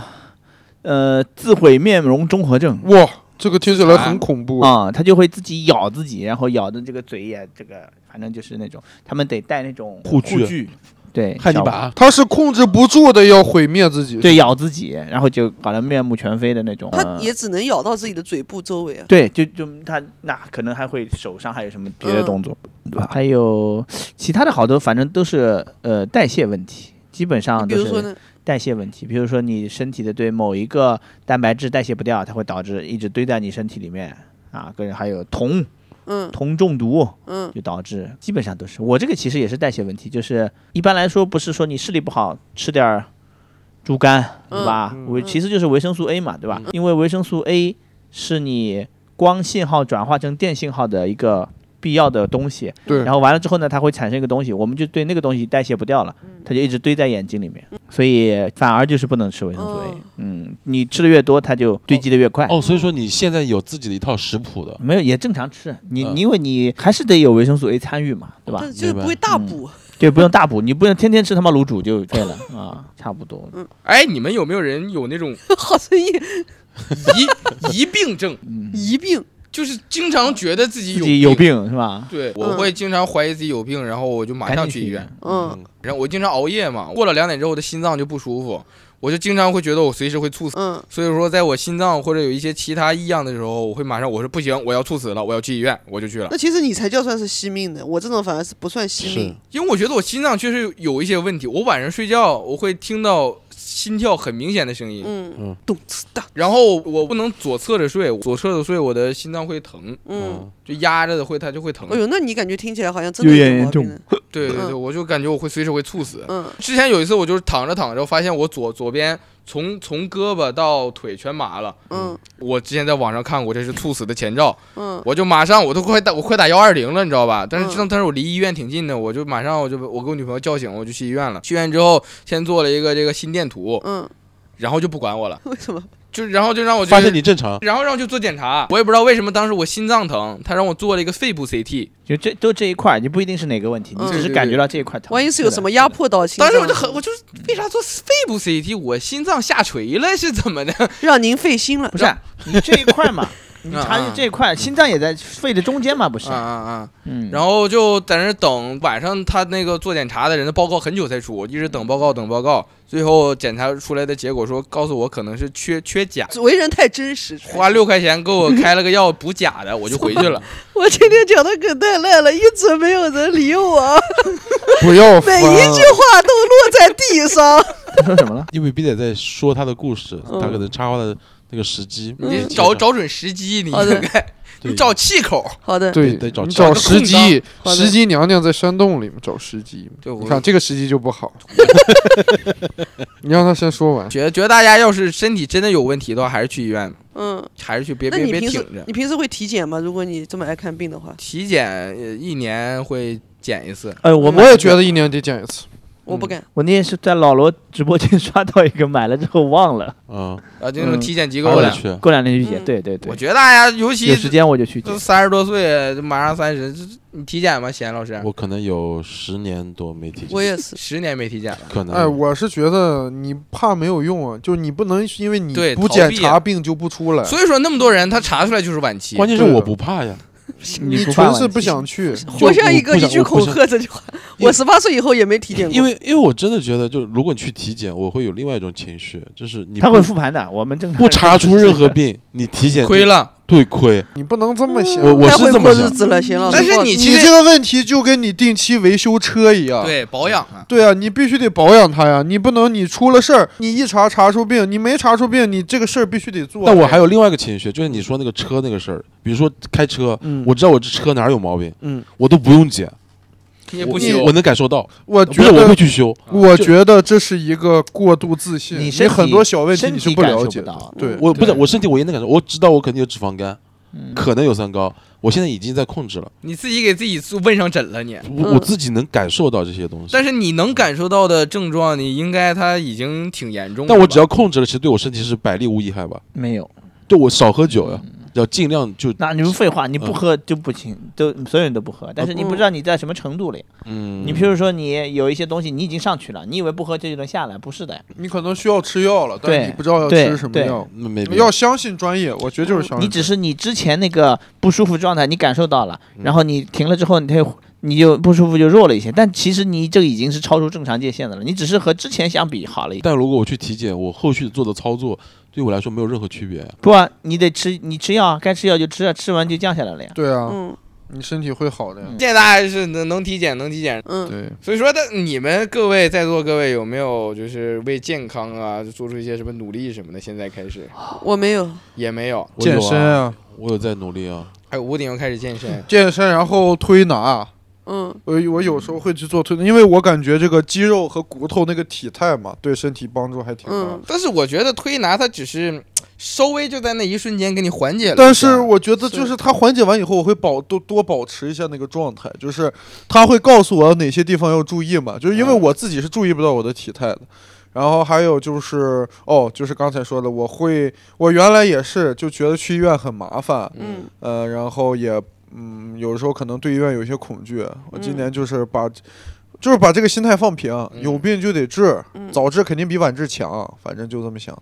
[SPEAKER 6] 呃自毁面容综合症
[SPEAKER 3] 哇，这个听起来很恐
[SPEAKER 1] 嗯
[SPEAKER 3] 怖。
[SPEAKER 6] 啊，他就会自己咬自己，然后咬的这个嘴也这个，反正就是那种他们得戴那种
[SPEAKER 4] 护具
[SPEAKER 6] 具对，
[SPEAKER 4] 汉尼
[SPEAKER 6] 小
[SPEAKER 4] 拔
[SPEAKER 3] 他是控制不住的，要毁灭自己。
[SPEAKER 6] 对咬自己，然后就搞得面目全非的那种。
[SPEAKER 2] 他
[SPEAKER 6] 嗯
[SPEAKER 2] 也只能咬到自己的嘴部周围啊。
[SPEAKER 6] 对，就就他那可能还会手上还有什么别的动作，对吧？嗯还有其他的好多，反正都是呃代谢问题，基本上
[SPEAKER 2] 比
[SPEAKER 6] 都
[SPEAKER 2] 如说
[SPEAKER 6] 啊是
[SPEAKER 2] 呢，
[SPEAKER 6] 代谢问题。比如说你身体的对某一个蛋白质代谢不掉，它会导致一直堆在你身体里面啊。个人还有酮
[SPEAKER 2] 嗯
[SPEAKER 6] 酮中毒，
[SPEAKER 2] 嗯
[SPEAKER 6] 就导致基本上都是。我这个其实也是代谢问题，就是一般来说不是说你视力不好吃点儿猪肝对吧？
[SPEAKER 3] 嗯
[SPEAKER 6] 维、其实就是维生素 A 嘛，对吧？因为维生素 A 是你光信号转化成电信号的一个必要的东西。
[SPEAKER 3] 对
[SPEAKER 6] 然后完了之后呢，它会产生一个东西，我们就对那个东西代谢不掉了，它就一直堆在眼睛里面，所以反而就是不能吃维生素 A
[SPEAKER 2] 哦。
[SPEAKER 6] 嗯，你吃的越多，它就堆积的越快。
[SPEAKER 4] 哦，所以说你现在有自己的一套食谱的，
[SPEAKER 6] 没有，也正常吃。你、
[SPEAKER 4] 嗯
[SPEAKER 6] 你因为你还是得有维生素 A 参与嘛，对吧？
[SPEAKER 2] 但就是
[SPEAKER 4] 明白
[SPEAKER 2] 不会大补。
[SPEAKER 6] 对，不用大补，你不用天天吃他妈卤煮就对了 啊，差不多。
[SPEAKER 1] 哎，你们有没有人有那种
[SPEAKER 2] 好生意
[SPEAKER 1] 疑 疑病症，
[SPEAKER 2] 疑病，
[SPEAKER 1] 就是经常觉得自己
[SPEAKER 6] 自
[SPEAKER 1] 有
[SPEAKER 6] 己有病是吧？
[SPEAKER 1] 对，我
[SPEAKER 2] 嗯
[SPEAKER 1] 会经常怀疑自己有病，然后我就马
[SPEAKER 6] 赶
[SPEAKER 1] 上
[SPEAKER 6] 紧
[SPEAKER 1] 去医院。。
[SPEAKER 2] 嗯
[SPEAKER 1] 然后我经常熬夜嘛，过了两点之后，我的心脏就不舒服，我就经常会觉得我随时会猝死。
[SPEAKER 2] 嗯
[SPEAKER 1] 所以说，在我心脏或者有一些其他异样的时候，我会马上我说不行，我要猝死了，我要去医院，我就去了。
[SPEAKER 2] 那其实你才叫算是惜命的，我这种反而是不算惜
[SPEAKER 4] 是
[SPEAKER 2] 命。
[SPEAKER 1] 因为我觉得我心脏确实有一些问题，我晚上睡觉我会听到心跳很明显的声音，
[SPEAKER 2] 嗯，
[SPEAKER 4] 嗯
[SPEAKER 2] 咚呲哒，
[SPEAKER 1] 然后我不能左侧着睡，左侧着睡我的心脏会疼，
[SPEAKER 2] 嗯，
[SPEAKER 1] 就压着的会它就会疼。
[SPEAKER 2] 哎呦，那你感觉听起来好像真的
[SPEAKER 6] 嗯有点
[SPEAKER 2] 有毛
[SPEAKER 6] 严重
[SPEAKER 2] 病呢。
[SPEAKER 1] 对对对，
[SPEAKER 2] 嗯
[SPEAKER 1] 我就感觉我会随时会猝死。
[SPEAKER 2] 嗯
[SPEAKER 1] 之前有一次，我就是躺着躺着，发现我左左边从从胳膊到腿全麻了。
[SPEAKER 2] 嗯
[SPEAKER 1] 我之前在网上看过，这是猝死的前兆，
[SPEAKER 2] 嗯
[SPEAKER 1] 我就马上我都快打我快打幺二零了，你知道吧？但是
[SPEAKER 2] 嗯
[SPEAKER 1] 但是我离医院挺近的，我就马上我就我给我女朋友叫醒，我就去医院了。去医院之后，先做了一个这个心电图，
[SPEAKER 2] 嗯，
[SPEAKER 1] 然后就不管我了，
[SPEAKER 2] 为什么？
[SPEAKER 1] 就然后就让我去
[SPEAKER 4] 发现你正常，
[SPEAKER 1] 然后让我去做检查，我也不知道为什么当时我心脏疼，他让我做了一个肺部 CT，
[SPEAKER 6] 就这都这一块儿，就不一定是哪个问题，你
[SPEAKER 2] 嗯
[SPEAKER 6] 只
[SPEAKER 1] 对
[SPEAKER 6] 是
[SPEAKER 1] 对
[SPEAKER 6] 感
[SPEAKER 1] 对
[SPEAKER 6] 觉到这一块疼。
[SPEAKER 2] 万一是有
[SPEAKER 6] 的
[SPEAKER 2] 什么压？迫到心脏？
[SPEAKER 1] 当时我就很，我就是为啥做肺部 CT？我心脏下垂了是怎么的？
[SPEAKER 2] 让您费心了
[SPEAKER 6] 不。是啊 你这一块儿嘛，你
[SPEAKER 1] 啊
[SPEAKER 6] 查
[SPEAKER 1] 啊
[SPEAKER 6] 的这一块儿，心脏也在肺的中间嘛，不是
[SPEAKER 1] 啊？啊啊！
[SPEAKER 6] 嗯，
[SPEAKER 1] 然后就在那儿等晚上他那个做检查的人的报告很久才出，一直等报告等报告，最后检查出来的结果说告诉我可能是缺缺钾，
[SPEAKER 2] 为人太真实，
[SPEAKER 1] 花六块钱给我开了个药补钾的，我就回去了。
[SPEAKER 2] 我今天讲的可带烂了，一直没有人理 我，
[SPEAKER 3] 不要
[SPEAKER 2] 每
[SPEAKER 3] 翻。
[SPEAKER 2] 一句话都落在地 上。
[SPEAKER 6] 他说什么了？
[SPEAKER 4] 因为毕仔在说他的故事，他可能插花的那个时机，
[SPEAKER 1] 你嗯找找准时机，你
[SPEAKER 2] 好的
[SPEAKER 1] 应该
[SPEAKER 4] 对
[SPEAKER 1] 你 找气口。
[SPEAKER 2] 好的，
[SPEAKER 3] 对，
[SPEAKER 4] 得找
[SPEAKER 3] 你
[SPEAKER 4] 找
[SPEAKER 3] 找
[SPEAKER 1] 个
[SPEAKER 3] 石
[SPEAKER 1] 空
[SPEAKER 3] 矶，
[SPEAKER 2] 好的
[SPEAKER 3] 石矶娘娘在山洞里面找石矶。
[SPEAKER 1] 对，
[SPEAKER 3] 你
[SPEAKER 1] 我
[SPEAKER 3] 看这个石矶就不好，你让他先 说完。
[SPEAKER 1] 觉得觉得大家要是身体真的有问题的话，还是去医院，
[SPEAKER 2] 嗯，
[SPEAKER 1] 还是去别
[SPEAKER 2] 那
[SPEAKER 1] 别
[SPEAKER 2] 你
[SPEAKER 1] 别
[SPEAKER 2] 平
[SPEAKER 1] 挺
[SPEAKER 2] 时
[SPEAKER 1] 着。
[SPEAKER 2] 你平时会体检吗？如果你这么爱看病的话，
[SPEAKER 1] 体检呃一年会检一次，
[SPEAKER 6] 呃，
[SPEAKER 3] 我
[SPEAKER 4] 哎
[SPEAKER 6] 我
[SPEAKER 3] 也觉得一年得见一次，
[SPEAKER 2] 我
[SPEAKER 6] 嗯
[SPEAKER 2] 不敢。
[SPEAKER 6] 我那天是在老罗直播间刷到一个，买了之后 忘了，
[SPEAKER 4] 嗯，
[SPEAKER 1] 啊，就那种
[SPEAKER 6] 嗯
[SPEAKER 1] 体检机
[SPEAKER 4] 机
[SPEAKER 1] 构的。
[SPEAKER 4] 去，
[SPEAKER 6] 过两天去解。
[SPEAKER 2] 嗯
[SPEAKER 6] 对对对
[SPEAKER 1] 我，觉得大家尤其
[SPEAKER 6] 有时间我就去解
[SPEAKER 1] 都。三十多岁，这马上三十，这你体检吗？贤老师，
[SPEAKER 4] 我可能有十年多没体检，
[SPEAKER 2] 我也是，
[SPEAKER 1] 十年没体 检了。
[SPEAKER 4] 可能
[SPEAKER 3] 哎，我是觉得你怕没有用啊，就你不能因为你
[SPEAKER 1] 对
[SPEAKER 3] 不
[SPEAKER 1] 逃
[SPEAKER 3] 检
[SPEAKER 1] 避
[SPEAKER 3] 查病就不出来，
[SPEAKER 1] 所以说那么多人，他查出来就是晚期。
[SPEAKER 4] 关键是
[SPEAKER 3] 对
[SPEAKER 4] 我不怕呀，
[SPEAKER 3] 你
[SPEAKER 6] 不
[SPEAKER 3] 纯
[SPEAKER 6] 犯
[SPEAKER 3] 是
[SPEAKER 6] 晚
[SPEAKER 3] 不
[SPEAKER 6] 期
[SPEAKER 3] 想去。
[SPEAKER 2] 活像一个
[SPEAKER 4] 我不
[SPEAKER 2] 一
[SPEAKER 4] 想
[SPEAKER 2] 句恐吓这句话。
[SPEAKER 4] 因为
[SPEAKER 2] 我十八岁以后也没体检过，
[SPEAKER 4] 因为因为我真的觉得，就如果你去体检，我会有另外一种情绪，就是你
[SPEAKER 6] 他
[SPEAKER 4] 不
[SPEAKER 6] 会复盘的，我们正常
[SPEAKER 4] 不查出任何病， 你体检
[SPEAKER 1] 亏
[SPEAKER 4] 了，
[SPEAKER 1] 了，
[SPEAKER 4] 对亏。
[SPEAKER 3] 你不能这
[SPEAKER 2] 嗯
[SPEAKER 3] 么想。
[SPEAKER 4] 我我
[SPEAKER 2] 太
[SPEAKER 4] 是
[SPEAKER 2] 会
[SPEAKER 4] 这
[SPEAKER 2] 过
[SPEAKER 4] 么
[SPEAKER 2] 日
[SPEAKER 4] 想，
[SPEAKER 2] 子了，邢老师。
[SPEAKER 1] 但是
[SPEAKER 2] 不好
[SPEAKER 1] 你
[SPEAKER 2] 意思
[SPEAKER 1] 其
[SPEAKER 3] 你
[SPEAKER 1] 实
[SPEAKER 3] 这个问题就跟你定期维修车一样。
[SPEAKER 1] 对保养啊，
[SPEAKER 3] 对啊，你必须得保养它呀，你不能你出了事儿，你一查查出病，你没查出病，你这个事儿必须得做。
[SPEAKER 4] 但我还有另外一个情绪，就是你说那个车那个事儿，比如说开车，
[SPEAKER 3] 嗯
[SPEAKER 4] 我知道我这车哪儿有毛病，
[SPEAKER 3] 嗯，
[SPEAKER 4] 我都不用检，
[SPEAKER 1] 你也
[SPEAKER 4] 我
[SPEAKER 1] 不修
[SPEAKER 4] 我。能感受到，
[SPEAKER 3] 我
[SPEAKER 4] 不
[SPEAKER 3] 觉
[SPEAKER 4] 是我会
[SPEAKER 3] 得，
[SPEAKER 4] 去修，
[SPEAKER 3] 我觉得这是一个过度自信，
[SPEAKER 6] 你
[SPEAKER 3] 你
[SPEAKER 6] 身体
[SPEAKER 3] 很多小问题
[SPEAKER 6] 身
[SPEAKER 3] 你是
[SPEAKER 6] 体
[SPEAKER 3] 不
[SPEAKER 6] 感受
[SPEAKER 3] 了解
[SPEAKER 6] 不
[SPEAKER 3] 的。
[SPEAKER 6] 到。
[SPEAKER 3] 对，
[SPEAKER 4] 我不是嗯
[SPEAKER 6] 对
[SPEAKER 4] 我身体我也能感受，我知道我肯定有脂肪肝，
[SPEAKER 6] 嗯
[SPEAKER 4] 可能有三高，我现在已经在控制了，
[SPEAKER 1] 你自己给自己问上诊了你。
[SPEAKER 4] 我我自己能感受到这些东西，
[SPEAKER 1] 但是你能感受到的症状，你应该他已经挺严重了吧。
[SPEAKER 4] 但我只要控制了，其实对我身体是百利无一害吧。
[SPEAKER 6] 没有。
[SPEAKER 4] 对我少喝酒呀，要尽量就
[SPEAKER 6] 那你们废话，你不
[SPEAKER 4] 嗯
[SPEAKER 6] 喝就不行，都所有人都不喝。但是你不知道你在什么程度里。
[SPEAKER 4] 嗯，
[SPEAKER 6] 你譬如说，你有一些东西你已经上去了，你以为不喝这就能下来，不是的。
[SPEAKER 3] 你可能需要吃药了，但
[SPEAKER 6] 对
[SPEAKER 3] 是你不知道要
[SPEAKER 6] 对
[SPEAKER 3] 吃什么
[SPEAKER 6] 对嗯
[SPEAKER 3] 药。
[SPEAKER 4] 那没必
[SPEAKER 3] 要相信专业，我觉得就是相信专业。
[SPEAKER 6] 你只是你之前那个不舒服状态你感受到了，
[SPEAKER 4] 嗯
[SPEAKER 6] 然后你停了之后，你它又你就不舒服就弱了一些。但其实你这个已经是超出正常界限的了，你只是和之前相比好了一点。
[SPEAKER 4] 但如果我去体检，我后续做的操作对我来说没有任何区别。
[SPEAKER 6] 不啊，你得吃，你吃药啊，该吃药就吃啊，吃完就降下来了呀。
[SPEAKER 3] 对啊，
[SPEAKER 2] 嗯
[SPEAKER 3] 你身体会好的呀。
[SPEAKER 6] 嗯
[SPEAKER 1] 现在大家是能能体检能体检，
[SPEAKER 2] 嗯，
[SPEAKER 3] 对，
[SPEAKER 1] 所以说，但你们各位在座各位有没有就是为健康啊做出一些什么努力什么的？现在开始
[SPEAKER 2] 我没有，
[SPEAKER 1] 也没有。
[SPEAKER 4] 我有
[SPEAKER 3] 健身
[SPEAKER 4] 啊，
[SPEAKER 3] 啊，
[SPEAKER 4] 我有在努力啊。
[SPEAKER 1] 哎，吴鼎又开始健身，
[SPEAKER 3] 健身，然后推拿。
[SPEAKER 2] 嗯
[SPEAKER 3] 我我有时候会去做推拿，因为我感觉这个肌肉和骨头那个体态嘛，对身体帮助还挺大的。
[SPEAKER 2] 嗯，
[SPEAKER 1] 但是我觉得推拿它只是稍微就在那一瞬间给你缓解了一下，
[SPEAKER 3] 但是我觉得就是是它缓解完以后，我会保多多保持一下那个状态，就是它会告诉我哪些地方要注意嘛，就是因为
[SPEAKER 1] 嗯
[SPEAKER 3] 我自己是注意不到我的体态的。然后还有就是哦，就是刚才说的，我会我原来也是就觉得去医院很麻烦，
[SPEAKER 2] 嗯，
[SPEAKER 3] 呃，然后也嗯，有时候可能对医院有一些恐惧。我今
[SPEAKER 2] 嗯
[SPEAKER 3] 年就是把、就是把这个心态放平，有
[SPEAKER 1] 嗯
[SPEAKER 3] 病就得治，
[SPEAKER 2] 嗯
[SPEAKER 3] 早治肯定比晚治强，反正就这么想。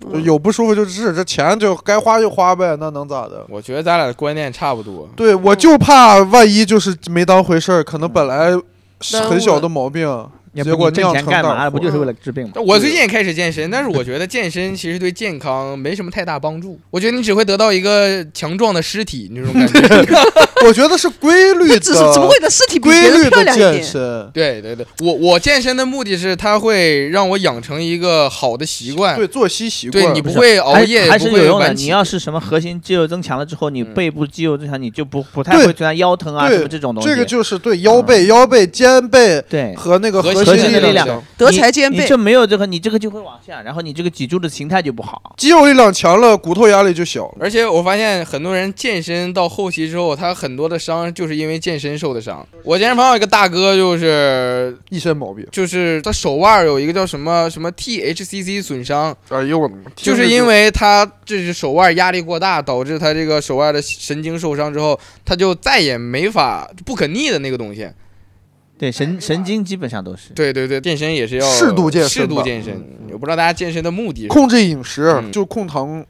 [SPEAKER 3] 就
[SPEAKER 2] 嗯
[SPEAKER 3] 有不舒服就治，这钱就该花就花呗，那能咋的？
[SPEAKER 1] 我觉得咱俩观念差不多。
[SPEAKER 3] 对，
[SPEAKER 2] 嗯
[SPEAKER 3] 我就怕万一就是没当回事儿，可能本来
[SPEAKER 2] 嗯
[SPEAKER 3] 是
[SPEAKER 2] 耽误
[SPEAKER 3] 很小
[SPEAKER 2] 了
[SPEAKER 3] 的毛病，
[SPEAKER 6] 也
[SPEAKER 3] 结
[SPEAKER 6] 不
[SPEAKER 3] 果
[SPEAKER 6] 你
[SPEAKER 3] 酿
[SPEAKER 6] 挣
[SPEAKER 3] 成大
[SPEAKER 6] 钱干
[SPEAKER 3] 祸。
[SPEAKER 6] 嘛了？不就是为了治病吗？
[SPEAKER 1] 我最近也开始健身，但是我觉得健身其实对健康没什么太大帮助。我觉得你只会得到一个强壮的尸体那种感觉。
[SPEAKER 3] 我觉得是规律的，
[SPEAKER 2] 只是只不过你的尸体比别
[SPEAKER 3] 规律
[SPEAKER 2] 人漂
[SPEAKER 3] 的
[SPEAKER 2] 亮一
[SPEAKER 3] 健
[SPEAKER 2] 点。
[SPEAKER 3] 身。
[SPEAKER 1] 对对对，我我健身的目的是它会让我养成一个好的习
[SPEAKER 2] 哎
[SPEAKER 1] 惯。
[SPEAKER 3] 对作息习惯，
[SPEAKER 1] 对你不会熬
[SPEAKER 6] 还
[SPEAKER 1] 夜，
[SPEAKER 6] 还
[SPEAKER 1] 不
[SPEAKER 6] 是
[SPEAKER 1] 会
[SPEAKER 6] 有用的。
[SPEAKER 1] 晚
[SPEAKER 6] 你
[SPEAKER 1] 起
[SPEAKER 6] 要是什么核心肌肉增强了之后，你
[SPEAKER 1] 嗯
[SPEAKER 6] 背部肌肉增强，你就不不太
[SPEAKER 3] 对
[SPEAKER 6] 会出现腰疼啊
[SPEAKER 3] 对
[SPEAKER 6] 什么这种东西。嗯
[SPEAKER 3] 这个就是对腰背、腰背、肩背
[SPEAKER 6] 对，
[SPEAKER 3] 和那个
[SPEAKER 1] 核
[SPEAKER 3] 核
[SPEAKER 1] 心
[SPEAKER 6] 哎的力
[SPEAKER 3] 力
[SPEAKER 6] 量
[SPEAKER 3] 强
[SPEAKER 2] 德才兼
[SPEAKER 6] 你
[SPEAKER 2] 备
[SPEAKER 6] 这，没有这个，你这个就会往下，然后你这个脊柱的形态就不好。
[SPEAKER 3] 肌肉力量强了，骨头压力就小了。
[SPEAKER 1] 而且我发现很多人健身到后期之后，他很多的伤就是因为健身受的伤。我健身房有一个大哥，就是
[SPEAKER 3] 一身毛病。
[SPEAKER 1] 就是他手腕有一个叫什么什么 THCC 损伤，
[SPEAKER 3] 哎呦我的妈！听
[SPEAKER 1] 就
[SPEAKER 3] 着
[SPEAKER 1] 是因为他这是手腕压力过大，导致他这个手腕的神经受伤之后，他就再也没法不可逆的那个东西。
[SPEAKER 6] 对，神神经基本上都是。
[SPEAKER 1] 对对对，健身也是要
[SPEAKER 3] 适度健身吧
[SPEAKER 1] 适度健身。我不知道大家健身的目的是什么。
[SPEAKER 3] 控制饮食，
[SPEAKER 1] 嗯
[SPEAKER 3] 就控糖，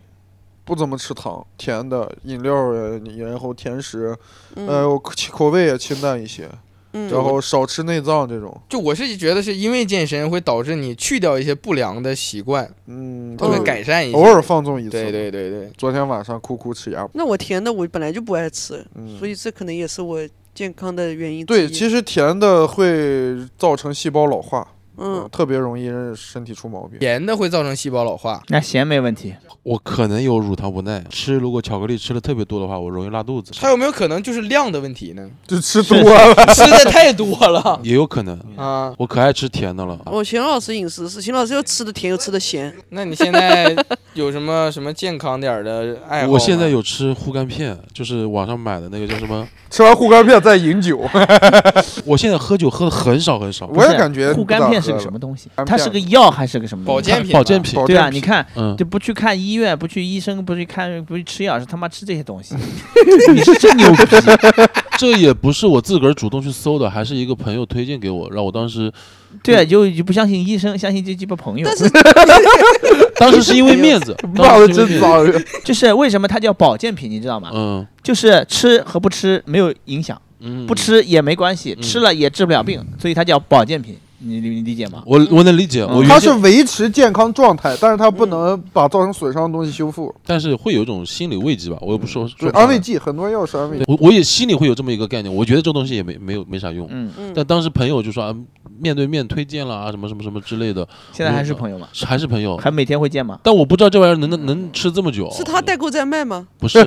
[SPEAKER 3] 不怎么吃糖、甜的饮料儿，然后甜食，呃，
[SPEAKER 2] 嗯
[SPEAKER 3] 我口口味也清淡一些，
[SPEAKER 2] 嗯，
[SPEAKER 3] 然后少吃内脏这种。
[SPEAKER 1] 就我是觉得是因为健身会导致你去掉一些不良的习惯，
[SPEAKER 3] 嗯，
[SPEAKER 1] 都会
[SPEAKER 3] 对
[SPEAKER 1] 改善一些。
[SPEAKER 3] 偶尔放纵一次。嗯
[SPEAKER 1] 对。对对对，
[SPEAKER 3] 昨天晚上哭哭吃鸭脖。
[SPEAKER 2] 那我甜的我本来就不爱吃，
[SPEAKER 3] 嗯
[SPEAKER 2] 所，以这可能也是我健康的原因之一。
[SPEAKER 3] 对，其实甜的会造成细胞老化。
[SPEAKER 2] 嗯，
[SPEAKER 3] 特别容易让身体出毛病。
[SPEAKER 1] 盐的会造成细胞老化。
[SPEAKER 6] 那咸没问题，
[SPEAKER 4] 我可能有乳糖不耐，吃如果巧克力吃的特别多的话，我容易拉肚子。
[SPEAKER 1] 它有没有可能就是量的问题呢？
[SPEAKER 3] 就吃多了，
[SPEAKER 1] 吃的太多了
[SPEAKER 4] 也有可能，
[SPEAKER 1] 啊！
[SPEAKER 4] 我可爱吃甜的了。
[SPEAKER 2] 我哦邢老师饮食是邢老师又吃的甜又吃的咸，
[SPEAKER 1] 那你现在有什么什么健康点儿的爱好吗？
[SPEAKER 4] 啊我现在有吃护肝片，就是网上买的那个叫什么？
[SPEAKER 3] 吃完护肝片再饮酒，
[SPEAKER 4] 我现在喝酒喝的很少很少，
[SPEAKER 3] 我也感觉
[SPEAKER 6] 护
[SPEAKER 3] 不咋
[SPEAKER 6] 肝片
[SPEAKER 3] 喝
[SPEAKER 6] 是个
[SPEAKER 3] 了
[SPEAKER 6] 什么东西
[SPEAKER 3] 肝？片
[SPEAKER 6] 它是个药还是个什么东
[SPEAKER 1] 保
[SPEAKER 6] 西？
[SPEAKER 1] 健品，
[SPEAKER 4] 保健。品
[SPEAKER 3] 保。
[SPEAKER 6] 对啊，
[SPEAKER 3] 健
[SPEAKER 6] 你
[SPEAKER 3] 品
[SPEAKER 6] 看，
[SPEAKER 4] 嗯，
[SPEAKER 6] 就不去看医院，不去医生，不去看，不去吃药，是他妈吃这些东西。你是真牛逼！
[SPEAKER 4] 这也不是我自个儿主动去搜的，还是一个朋友推荐给我，让我当时
[SPEAKER 6] 对啊，就就不相信医生，相信这鸡巴朋友。
[SPEAKER 2] 但是
[SPEAKER 4] 当时是因为面子，
[SPEAKER 3] 骂
[SPEAKER 4] 当
[SPEAKER 3] 的
[SPEAKER 4] 时是因为
[SPEAKER 3] 真
[SPEAKER 4] 面子。
[SPEAKER 3] 脏，
[SPEAKER 6] 就是为什么它叫保健品，你知道吗？
[SPEAKER 4] 嗯
[SPEAKER 6] 就是吃和不吃没有影响，
[SPEAKER 4] 嗯，
[SPEAKER 6] 不。吃也没关系，
[SPEAKER 4] 嗯
[SPEAKER 6] 吃了也治不了病，
[SPEAKER 2] 嗯
[SPEAKER 6] 所以它叫保健品。你你你理解吗？
[SPEAKER 2] 哦
[SPEAKER 4] 我我能理解，
[SPEAKER 6] 嗯
[SPEAKER 4] 我
[SPEAKER 3] 它
[SPEAKER 4] 原
[SPEAKER 3] 是
[SPEAKER 4] 先
[SPEAKER 3] 维持健康状态，但是它不能把造成损伤的东西修复。
[SPEAKER 4] 但是会有一种心理慰藉吧，我也不说说
[SPEAKER 3] 对，
[SPEAKER 4] 不上
[SPEAKER 3] 安慰
[SPEAKER 4] 来
[SPEAKER 3] 剂，很多药是安慰剂
[SPEAKER 4] 对。我我也心里会有这么一个概念，我觉得这东西也没没有没啥用。
[SPEAKER 6] 嗯，
[SPEAKER 2] 嗯，
[SPEAKER 4] 但当时朋友就说啊，面对面推荐了啊，什么什么什么之类的，
[SPEAKER 6] 现在还是朋友吗？
[SPEAKER 4] 是还是朋
[SPEAKER 2] 哦
[SPEAKER 4] 友。
[SPEAKER 6] 还每天会见吗？
[SPEAKER 4] 但我不知道这玩意儿能能能吃这么久，
[SPEAKER 2] 是他代购在卖吗？
[SPEAKER 4] 不是